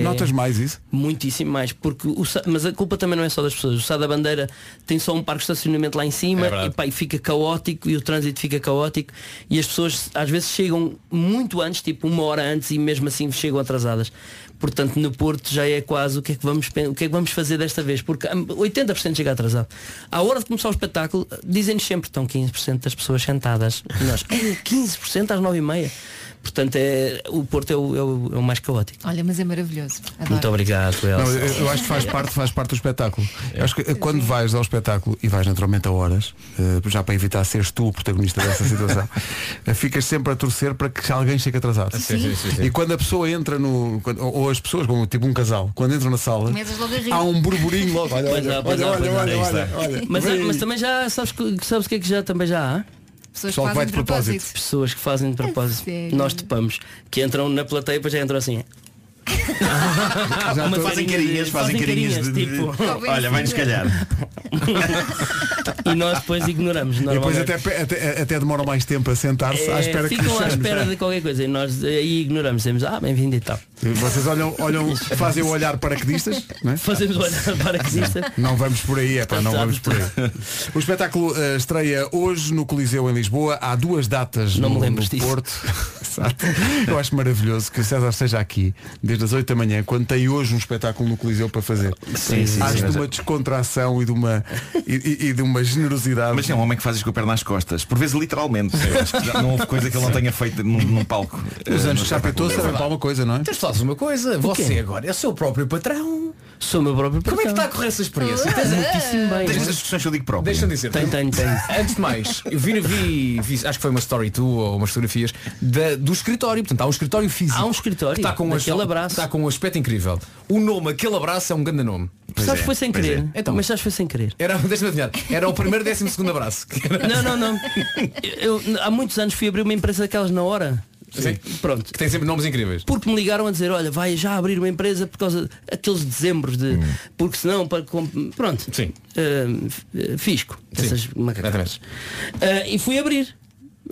Speaker 12: por-
Speaker 1: Notas mais isso?
Speaker 12: Muitíssimo mais. Porque o, Sá- mas a culpa também não é só das pessoas. O Sá da Bandeira tem só um parque de estacionamento lá em cima
Speaker 20: É verdade.
Speaker 12: e, pá, e fica caótico e o trânsito fica caótico e as pessoas às vezes chegam muito antes, tipo uma hora antes e mesmo assim chegam atrasadas. Portanto, no Porto já é quase o que é que vamos, pen- o que é que vamos fazer desta vez, porque hum, 80% chega atrasado. À hora de começar o espetáculo, dizem-nos sempre que estão 15% das pessoas sentadas. E nós, "É, 15% às 9h30. Portanto, é, o Porto é o, é o- é o mais caótico.
Speaker 3: Olha, mas é maravilhoso. Adoro.
Speaker 12: Muito obrigado, Elsa.
Speaker 1: Não, eu, eu acho que faz parte, faz parte do espetáculo.
Speaker 12: É.
Speaker 1: Eu acho que eh, quando vais ao espetáculo e vais naturalmente a horas, eh, já para evitar seres tu o protagonista dessa
Speaker 12: [laughs]
Speaker 1: situação, eh, ficas sempre a torcer para que alguém chegue
Speaker 12: Ah,
Speaker 1: atrasado.
Speaker 4: Sim, sim, sim, sim.
Speaker 1: E quando a pessoa entra no. quando- ou ou as pessoas, como tipo um casal, quando entram na sala,
Speaker 12: Começas logo a rir.
Speaker 1: há um burburinho logo. Olha,
Speaker 12: Pois
Speaker 1: olha,
Speaker 12: há, pois
Speaker 1: olha,
Speaker 12: há,
Speaker 1: olha,
Speaker 12: pois há.
Speaker 1: olha,
Speaker 12: Aí
Speaker 1: olha,
Speaker 12: está.
Speaker 1: olha.
Speaker 12: Mas, é,
Speaker 1: Vem.
Speaker 12: mas também já sabes, que- sabes o que é que já também já há?
Speaker 3: Pessoas Pessoal que que vai fazem de de propósito. propósito.
Speaker 12: Pessoas que fazem de propósito.
Speaker 3: sério?
Speaker 12: Nós topamos. Que entram na plateia e depois já entram assim. Uma
Speaker 13: fazem
Speaker 12: carinha
Speaker 13: carinhas, fazem carinhas de- de-
Speaker 12: tipo,
Speaker 13: Talvez olha, vai-nos seja. calhar.
Speaker 12: e nós depois ignoramos.
Speaker 1: E depois
Speaker 12: normalmente.
Speaker 1: até, pe- até, até demoram mais tempo a sentar-se à
Speaker 12: É,
Speaker 1: espera que
Speaker 12: ficam à
Speaker 1: chegues.
Speaker 12: espera de qualquer coisa e nós eh, aí ignoramos, dizemos, ah, bem-vindo e tal.
Speaker 1: Vocês olham, olham fazem o olhar paraquedistas, não é?
Speaker 12: Fazemos o olhar paraquedista.
Speaker 1: Não vamos por aí, é pá, não
Speaker 12: Tá,
Speaker 1: vamos por aí. O espetáculo eh, estreia hoje no Coliseu em Lisboa. Há duas datas
Speaker 12: Não
Speaker 1: no,
Speaker 12: me lembro
Speaker 1: no
Speaker 12: disso.
Speaker 1: Porto. [laughs] Exato. Eu acho maravilhoso que o César esteja aqui desde as 8 da manhã, quando tem hoje um espetáculo no Coliseu para fazer.
Speaker 13: Sim, sim,
Speaker 1: acho
Speaker 13: sim,
Speaker 1: de
Speaker 13: mas
Speaker 1: uma
Speaker 13: é-
Speaker 1: descontração e de uma, e, e- e de uma generosidade.
Speaker 13: Mas é um homem que faz isso com a perna nas costas. Por vezes literalmente. Eu acho que já não houve coisa que ele não tenha feito num, num palco.
Speaker 1: Os
Speaker 4: um-
Speaker 13: Eh,
Speaker 1: anos
Speaker 13: no
Speaker 1: de
Speaker 4: é
Speaker 1: Chapitou
Speaker 13: espetáculo.
Speaker 1: servem para uma coisa, não é?
Speaker 4: Tens de falar uma coisa, você agora é o seu próprio patrão.
Speaker 12: Sou o meu próprio
Speaker 4: patrão. Como é que está a correr essa experiência?
Speaker 12: Tens muitíssimo bem.
Speaker 13: Tens estas discussões que eu digo próprio.
Speaker 4: Deixa-me dizer.
Speaker 12: Tem, tem, tem.
Speaker 4: Antes de mais, eu vi, vi, vi- acho que foi uma story tua ou umas fotografias da- do escritório. Portanto, há um escritório físico.
Speaker 12: Há um escritório,
Speaker 4: que Está com, um
Speaker 12: daquele
Speaker 4: aspe-
Speaker 12: abraço.
Speaker 4: está com um aspecto incrível. O nome, aquele abraço, é um grande nome.
Speaker 12: Sabes que foi sem
Speaker 4: Pois é.
Speaker 12: querer.
Speaker 4: Então,
Speaker 12: Mas sabes que foi sem querer.
Speaker 4: era, [laughs] deixa-me adivinhar. Era o primeiro décimo segundo abraço.
Speaker 12: Não, não, não. Eu, há muitos anos fui abrir uma empresa daquelas na hora.
Speaker 4: Sim.
Speaker 12: Pronto.
Speaker 4: Que tem sempre nomes incríveis.
Speaker 12: Porque me ligaram a dizer, olha, vai já abrir uma empresa por causa daqueles dezembros de.
Speaker 4: Hum.
Speaker 12: Porque senão, para, com- pronto. Sim. fisco. Essas Eh, macacadas. Eh, Ah, e fui abrir.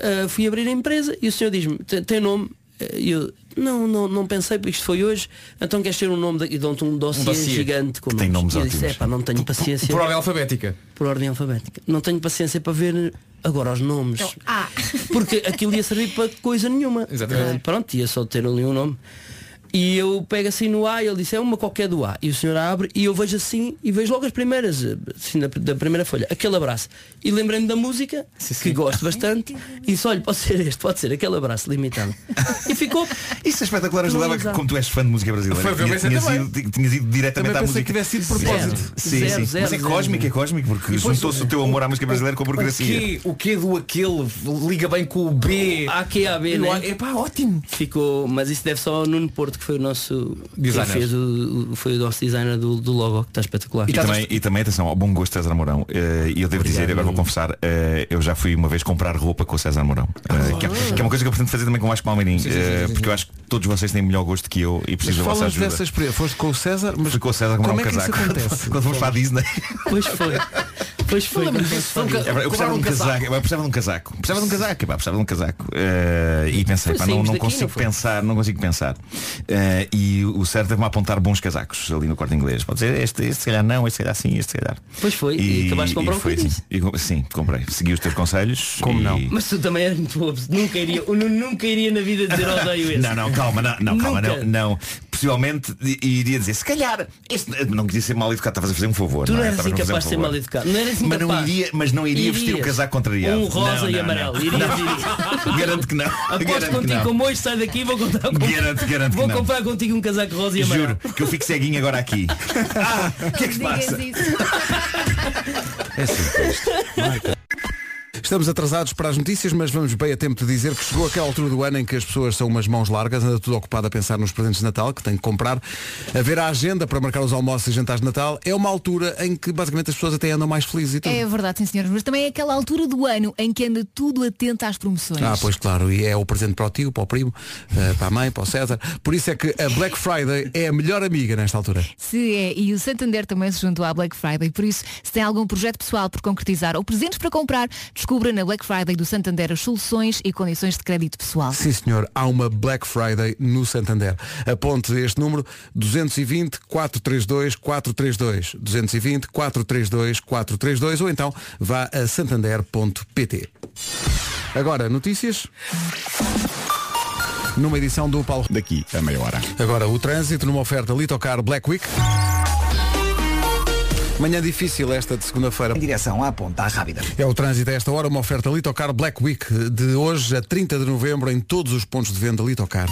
Speaker 12: Ah, fui abrir a empresa e o senhor diz-me, "Tem- tem nome? Ah, E eu, não, não, não pensei, porque isto foi hoje, então queres ter um nome daqui, dão-te um dossiê,
Speaker 4: dossiê.
Speaker 12: gigante com
Speaker 4: Que tem nomes
Speaker 12: E eu disse,
Speaker 4: ótimos.
Speaker 12: "Epá, não tenho paciência.
Speaker 4: Por ordem alfabética.
Speaker 12: Por ordem alfabética. Não tenho paciência para ver agora os nomes.
Speaker 3: Então, ah.
Speaker 12: Porque aquilo ia servir para coisa nenhuma.
Speaker 4: Exatamente.
Speaker 12: Ah, Pronto, ia só ter ali um nome. E eu pego assim no A e ele disse, é uma qualquer do A. E o senhor abre e eu vejo assim e vejo logo as primeiras, eh, assim, da, da primeira folha, aquele abraço. E lembrei-me da música, que gosto bastante, e disse, olha, pode ser este, pode ser, aquele abraço limitado. E ficou.
Speaker 1: Isso é espetacular, Angela, que como tu és fã de música brasileira,
Speaker 12: Foi o que eu
Speaker 1: tinha-
Speaker 12: pensei
Speaker 1: tinhas,
Speaker 12: também.
Speaker 1: ido, ti- tinhas ido diretamente
Speaker 12: Também
Speaker 1: à
Speaker 12: pensei
Speaker 1: música.
Speaker 12: que tivesse ido de
Speaker 1: Sim.
Speaker 12: propósito.
Speaker 1: é Sim,
Speaker 12: Zero,
Speaker 1: sim.
Speaker 12: zero,
Speaker 1: Mas é
Speaker 12: zero.
Speaker 1: cósmico, é cósmico, porque
Speaker 4: depois-
Speaker 1: juntou-se o teu amor à música brasileira com a burocracia.
Speaker 4: O que, o que é do aquele liga bem com o B.
Speaker 12: A, Q, A, B, né? Epá, ótimo. Ficou, mas isso deve só ao Nuno Porto, que foi o nosso
Speaker 1: Designer.
Speaker 12: Quem fez o, o- foi o nosso designer do, do logo, que está espetacular.
Speaker 1: E, também, e também, atenção, ao bom gosto de César Mourão. Eh, E eu devo dizer, agora vou confessar, eh, eu já fui uma vez comprar roupa com o César Mourão. Eh, que, é, que é uma coisa que eu pretendo fazer também com o Vasco Palmeirim.
Speaker 6: Ah, Sim, sim, sim,
Speaker 1: eh,
Speaker 6: sim,
Speaker 1: Porque eu acho que todos vocês têm melhor gosto que eu e
Speaker 6: Mas
Speaker 1: preciso da vossa
Speaker 6: falas
Speaker 1: ajuda.
Speaker 6: dessa experiência. Foste com o César, mas
Speaker 1: Fui com o César comprar
Speaker 6: como
Speaker 1: um
Speaker 6: é que isso
Speaker 1: casaco. [laughs]
Speaker 6: acontece?
Speaker 1: Quando fomos para a Disney.
Speaker 12: Pois foi. Pois foi.
Speaker 1: Eu precisava de um casaco, eu precisava de um casaco, precisava de um casaco, pá, precisava de um casaco. Eh, e pensei,
Speaker 12: Pois
Speaker 1: pá, não,
Speaker 12: saímos
Speaker 1: não
Speaker 12: daqui,
Speaker 1: consigo
Speaker 12: não foi?
Speaker 1: pensar, não consigo pensar. Eh, e o Sérgio teve-me a apontar bons casacos ali no quarto inglês. Pode dizer, este, este se calhar não, este se calhar sim, este se calhar.
Speaker 12: Pois foi, e, acabaste de comprar
Speaker 1: e
Speaker 12: um
Speaker 1: foi
Speaker 12: Feliz.
Speaker 1: assim. E com- sim, comprei. Segui os teus conselhos. Como não?
Speaker 12: Mas tu também eras muito bobo. Nunca iria, eu nunca iria na vida dizer odeio esse.
Speaker 1: Não, não, calma, não, não, calma,
Speaker 12: Nunca.
Speaker 1: não, não. Possivelmente i- iria dizer, se calhar, este, eh, não queria ser mal educado, estavas a fazer um favor.
Speaker 12: Tu não
Speaker 1: é?
Speaker 12: eras
Speaker 1: Estavas a fazer
Speaker 12: incapaz
Speaker 1: um
Speaker 12: de ser
Speaker 1: favor.
Speaker 12: mal educado. Não eras
Speaker 1: mas
Speaker 12: incapaz.
Speaker 1: não iria, mas não iria vestir o
Speaker 12: Irias.
Speaker 1: casaco contrariado.
Speaker 12: Um rosa
Speaker 1: Não,
Speaker 12: e
Speaker 1: não,
Speaker 12: amarelo.
Speaker 1: não.
Speaker 12: Irias,
Speaker 1: Não.
Speaker 12: irias.
Speaker 1: [laughs] Garanto que não. Garanto
Speaker 12: Aposto
Speaker 1: que
Speaker 12: contigo
Speaker 1: não.
Speaker 12: como hoje, sai daqui e vou comprar com-
Speaker 1: Garanto, garanto
Speaker 12: Vou
Speaker 1: que não.
Speaker 12: comprar contigo um casaco rosa e amarelo.
Speaker 1: Juro que eu fico ceguinho agora aqui.
Speaker 12: O que é que se passa?
Speaker 6: Estamos atrasados para as notícias, mas vamos bem a tempo de dizer que chegou aquela altura do ano em que as pessoas são umas mãos largas, anda tudo ocupado a pensar nos presentes de Natal, que tem que comprar, a ver a agenda para marcar os almoços e jantares de Natal. É uma altura em que basicamente as pessoas até andam mais felizes e tudo.
Speaker 3: É verdade, sim senhores, mas também é aquela altura do ano em que anda tudo atento às promoções.
Speaker 6: Ah, pois claro, e é o presente para o tio, para o primo, eh, para a mãe, para o César. Por isso é que a Black Friday é a melhor amiga nesta altura.
Speaker 3: Se é, e o Santander também se juntou à Black Friday, por isso, se tem algum projeto pessoal por concretizar ou presentes para comprar, descubra na Black Friday do Santander as soluções e condições de crédito pessoal.
Speaker 6: Sim, senhor, há uma Black Friday no Santander. Aponte este número 220 432 432. 220 432 432 ou então vá a santander.pt. Agora, notícias. Numa edição do Paulo
Speaker 21: daqui a meia hora.
Speaker 6: Agora, o trânsito numa oferta Litocar Black Week. Manhã difícil esta de segunda-feira. Em
Speaker 13: direção à ponta, à rápida.
Speaker 6: É o trânsito a esta hora, uma oferta Litocar Black Week de hoje a 30 de novembro em todos os pontos de venda Litocar.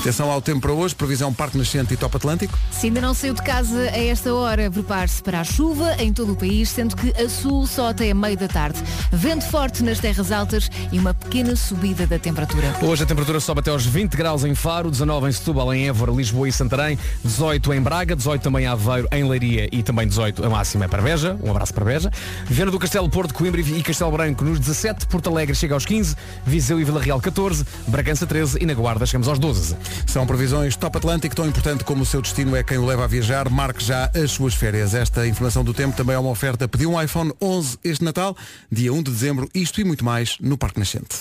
Speaker 6: Atenção ao tempo para hoje, previsão Parque Nascente e Top Atlântico.
Speaker 3: Se ainda não saiu de casa a esta hora, prepare-se para a chuva em todo o país, sendo que a sul só até a meio da tarde. Vento forte nas terras altas e uma pequena subida da temperatura.
Speaker 4: Hoje a temperatura sobe até aos 20 graus em Faro, 19 em Setúbal, em Évora, Lisboa e Santarém, 18 em Braga, 18 também em Aveiro, em Leiria e também 18 a máxima para Beja. Um abraço para Beja. Viana do Castelo, Porto, Coimbra e Castelo Branco nos 17, Porto Alegre chega aos 15, Viseu e Vila Real 14, Bragança 13 e na Guarda chegamos aos 12.
Speaker 6: São previsões Top Atlântico, tão importante como o seu destino é quem o leva a viajar, marque já as suas férias. Esta informação do tempo também é uma oferta. Pediu um iPhone 11 este Natal, dia 1 de dezembro, isto e muito mais no Parque Nascente.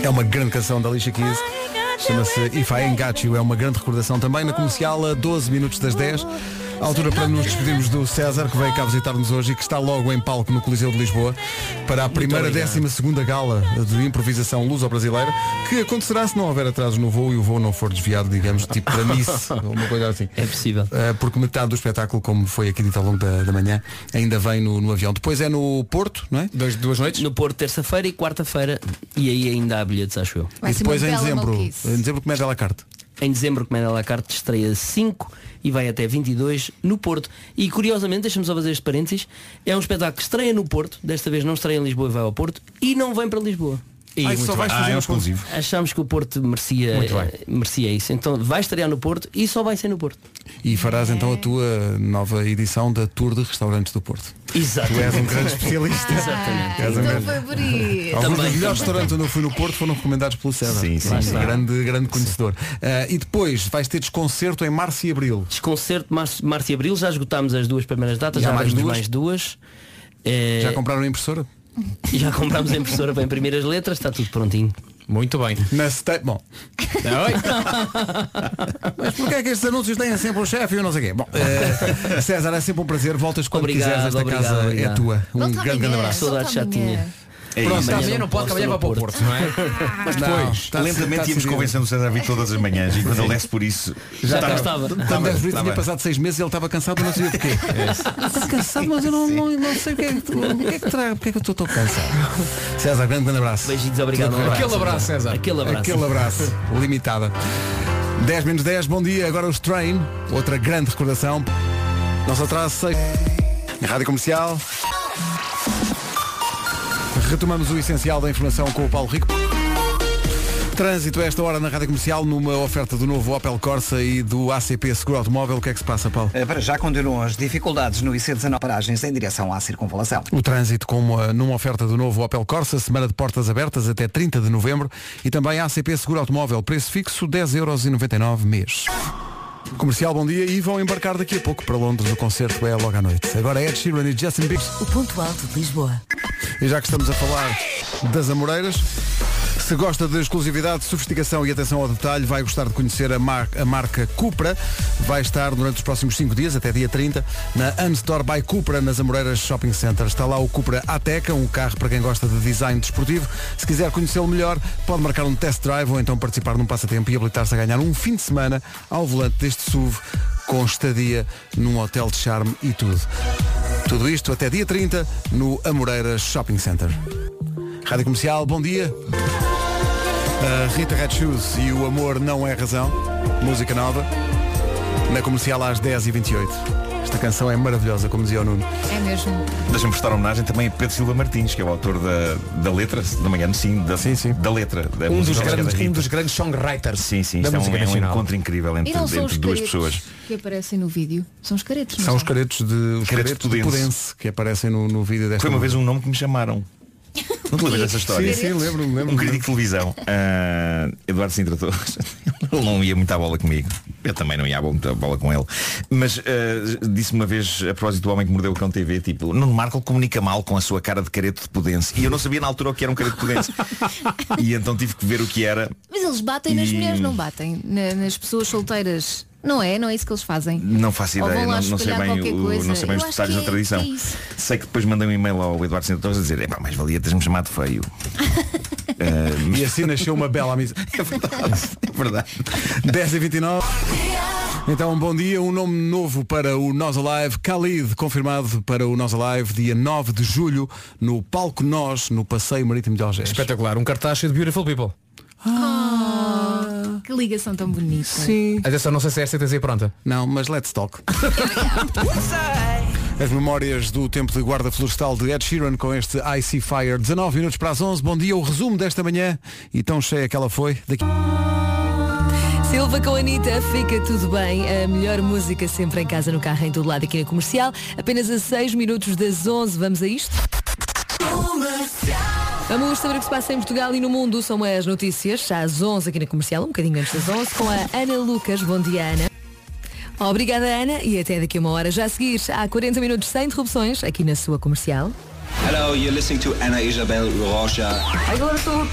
Speaker 6: É uma grande canção da Alicia Keys. Chama-se If I Ain't Got You. É uma grande recordação também na comercial a 12 minutos das 10. A altura para nos despedirmos do César, que veio cá visitar-nos hoje e que está logo em palco no Coliseu de Lisboa para a primeira,
Speaker 4: obrigado.
Speaker 6: décima segunda gala de improvisação luso-brasileira, que acontecerá se não houver atrasos no voo e o voo não for desviado,
Speaker 4: [laughs]
Speaker 6: digamos, tipo para Nice, ou uma coisa assim.
Speaker 12: É possível.
Speaker 6: Uh, porque metade do espetáculo, como foi aqui dito ao longo da, da manhã, ainda vem no, no avião. Depois é no Porto, não é?
Speaker 4: Duas, duas noites?
Speaker 12: No Porto, terça-feira e quarta-feira. E aí ainda há bilhetes, acho eu.
Speaker 6: e depois em dezembro, em dezembro começa a la carte.
Speaker 12: Em dezembro, Comédia à la carte estreia 5 e vai até 22 no Porto. E curiosamente, deixa-me só fazer este parênteses, é um espetáculo que estreia no Porto, desta vez não estreia em Lisboa e vai ao Porto, e não vem para Lisboa.
Speaker 1: Ih, Ai, muito só bem. vais Ah, fazer é um no Porto. exclusivo.
Speaker 12: Achamos que o Porto merecia,
Speaker 1: Muito bem.
Speaker 12: merecia isso. Então vai estrear no Porto e só vai ser no Porto.
Speaker 6: E farás
Speaker 12: É.
Speaker 6: então a tua nova edição da Tour de Restaurantes do Porto.
Speaker 12: Exato.
Speaker 6: Tu és um grande
Speaker 12: [laughs]
Speaker 6: especialista.
Speaker 12: Exatamente.
Speaker 6: És um
Speaker 3: Então
Speaker 6: grande- Alguns dos melhores
Speaker 12: também.
Speaker 6: restaurantes onde eu fui no Porto foram recomendados pelo César.
Speaker 1: Sim, sim,
Speaker 6: Lá
Speaker 1: sim.
Speaker 6: está. Grande, grande conhecedor. Ah, e depois vais ter desconcerto em março e abril.
Speaker 12: Desconcerto março, março e abril, já esgotámos as duas primeiras datas,
Speaker 6: E há
Speaker 12: já
Speaker 6: mais
Speaker 12: abrimos
Speaker 6: duas?
Speaker 12: mais duas. Eh,
Speaker 6: Já compraram a impressora?
Speaker 12: [laughs] já comprámos a impressora para imprimir as letras, está tudo prontinho.
Speaker 4: Muito bem.
Speaker 6: Na sta- Bom.
Speaker 1: É
Speaker 6: Mas porquê é que estes anúncios têm sempre o chefe e eu não sei o quê? Bom,
Speaker 12: [laughs]
Speaker 6: eh, César, é sempre um prazer. Voltas quando
Speaker 12: Obrigado,
Speaker 6: quiseres. Esta
Speaker 12: obrigado,
Speaker 6: casa é
Speaker 12: obrigado.
Speaker 6: tua. [laughs] Um
Speaker 12: Volta
Speaker 6: grande, grande
Speaker 12: amanhã,
Speaker 6: abraço.
Speaker 12: volta Saudades já amanhã. tinha.
Speaker 1: É
Speaker 4: Pronto,
Speaker 1: isso.
Speaker 4: amanhã não pode, que amanhã vai para o Porto, não é?
Speaker 1: Mas
Speaker 4: Não,
Speaker 1: depois,
Speaker 4: está a ser- está a
Speaker 1: lentamente íamos
Speaker 4: ser-
Speaker 1: convencendo o César a vir todas as manhãs e quando ele desce por isso. tá
Speaker 6: Já
Speaker 1: estava-
Speaker 6: estava. Quando
Speaker 1: estava-
Speaker 6: dez vezes tinha
Speaker 1: estava-
Speaker 6: passado seis meses e ele estava cansado, não sabia porquê. Estava cansado, mas eu não, não, não sei o que é que, o que, é que trago, porque é que eu estou tão cansado. César, grande, grande abraço.
Speaker 12: Beijinhos, obrigado. Um abraço.
Speaker 4: Aquele abraço, César.
Speaker 12: Aquele abraço.
Speaker 6: Aquele abraço. Limitada. 10 menos 10, bom dia. Agora os Train, outra grande recordação. Nosso atraso sei. Rádio Comercial. Retomamos o essencial da informação com o Paulo Rico. Trânsito a esta hora na Rádio Comercial, numa oferta do novo Opel Corsa e do ACP Seguro Automóvel. O que é que se passa, Paulo?
Speaker 13: Eh, Para já continuam as dificuldades no IC19 paragens em direção à circunvalação.
Speaker 6: O trânsito com uma- numa oferta do novo Opel Corsa, semana de portas abertas até 30 de novembro e também a ACP Seguro Automóvel, preço fixo 10,99€ mês. Comercial, bom dia e vão embarcar daqui a pouco para Londres, o concerto é logo à noite. Agora é Ed Sheeran e Justin Bieber.
Speaker 3: O ponto alto de Lisboa.
Speaker 6: E já que estamos a falar das Amoreiras, se gosta de exclusividade, sofisticação e atenção ao detalhe, vai gostar de conhecer a, mar- a marca Cupra. Vai estar durante os próximos 5 dias, até dia 30, na Unstore by Cupra, nas Amoreiras Shopping Center. Está lá o Cupra Ateca, um carro para quem gosta de design desportivo. Se quiser conhecê-lo melhor, pode marcar um test drive ou então participar num passatempo e habilitar-se a ganhar um fim de semana ao volante deste SUV com estadia num hotel de charme e tudo. Tudo isto até dia 30 no Amoreiras Shopping Center. Rádio Comercial, bom dia. A Rita Red Shoes e o Amor Não É Razão, música nova, na comercial às 10h28. Esta canção é maravilhosa, como dizia o Nuno.
Speaker 7: É mesmo.
Speaker 1: Deixa-me prestar homenagem também a Pedro Silva Martins, que é o autor da, da letra, se não me engano, sim, da, da letra. Da
Speaker 4: Um dos,
Speaker 1: música da
Speaker 4: grandes, um
Speaker 1: Rita.
Speaker 4: dos grandes songwriters.
Speaker 1: Sim, sim,
Speaker 4: da
Speaker 1: isto é um,
Speaker 4: música
Speaker 1: é um
Speaker 4: nacional.
Speaker 1: encontro incrível entre,
Speaker 7: E não são
Speaker 1: entre
Speaker 7: os
Speaker 1: duas
Speaker 7: caretos
Speaker 1: pessoas.
Speaker 7: que aparecem no vídeo. São os caretos, não
Speaker 6: São os caretos de os
Speaker 1: Caretos
Speaker 6: caretos
Speaker 1: Pudense.
Speaker 6: Pudense, que aparecem no, no vídeo desta
Speaker 1: Foi uma
Speaker 6: música.
Speaker 1: vez um nome que me chamaram. Não te lembras dessa história?
Speaker 6: Sim, sim, lembro-me, lembro-me.
Speaker 1: Um crítico de televisão, ah, Eduardo Sintra [laughs] Torres, ele não ia muito à bola comigo. Eu também não ia à bola- muito à bola com ele. Mas ah, disse uma vez, a propósito do Homem que Mordeu o Cão TV, tipo, Nuno Marco comunica mal com a sua cara de careto de pudense. E eu não sabia na altura o que era um careto de pudense. e então tive que ver o que era.
Speaker 7: Mas eles batem nas
Speaker 1: E-
Speaker 7: mulheres, não batem. Na- nas pessoas solteiras. Não é? Não é isso que eles fazem.
Speaker 1: Não faço
Speaker 7: Ou
Speaker 1: ideia,
Speaker 7: vão lá
Speaker 1: não, não sei
Speaker 7: espalhar
Speaker 1: bem,
Speaker 7: qualquer
Speaker 1: o-
Speaker 7: coisa.
Speaker 1: não sei bem os
Speaker 7: Eu acho
Speaker 1: detalhes da
Speaker 7: que é-
Speaker 1: tradição.
Speaker 7: é isso.
Speaker 1: sei que depois mandei um e-mail ao Eduardo Sintra Torres a dizer, é pá, mais valia teres-me chamado
Speaker 7: [laughs]
Speaker 1: feio. Ah, mas-
Speaker 6: E assim nasceu uma bela amizade.
Speaker 1: É verdade, é verdade.
Speaker 6: 10 e 29 Então, bom dia. Um nome novo para o Nós Alive. Khalid, confirmado para o Nós Alive, dia 9 de julho, no Palco Nós, no Passeio Marítimo de Algés.
Speaker 4: Espetacular. Um cartaz cheio de Beautiful People.
Speaker 7: Ah, que ligação tão bonita.
Speaker 6: Sim.
Speaker 4: Atenção, não sei se é esta que tens aí pronta.
Speaker 6: Não, mas let's talk. As memórias do tempo de guarda florestal de Ed Sheeran com este Icy Fire. 19 minutos para as 11. Bom dia. O resumo desta manhã e tão cheia que ela foi. Daqui...
Speaker 3: Silva com a Anitta, fica tudo bem. A melhor música sempre em casa, no carro, em todo lado, aqui na comercial. Apenas a 6 minutos das 11. Vamos a isto? Vamos saber o que se passa em Portugal e no mundo. São as notícias, às 11 aqui na comercial, um bocadinho antes das 11, com a Ana Lucas. Bom dia, Ana. Obrigada, Ana, e até daqui a uma hora já a seguir. Há 40 minutos sem interrupções, aqui na sua comercial.
Speaker 22: Hello, you're listening to Anna Isabel Rocha.
Speaker 3: Agora estou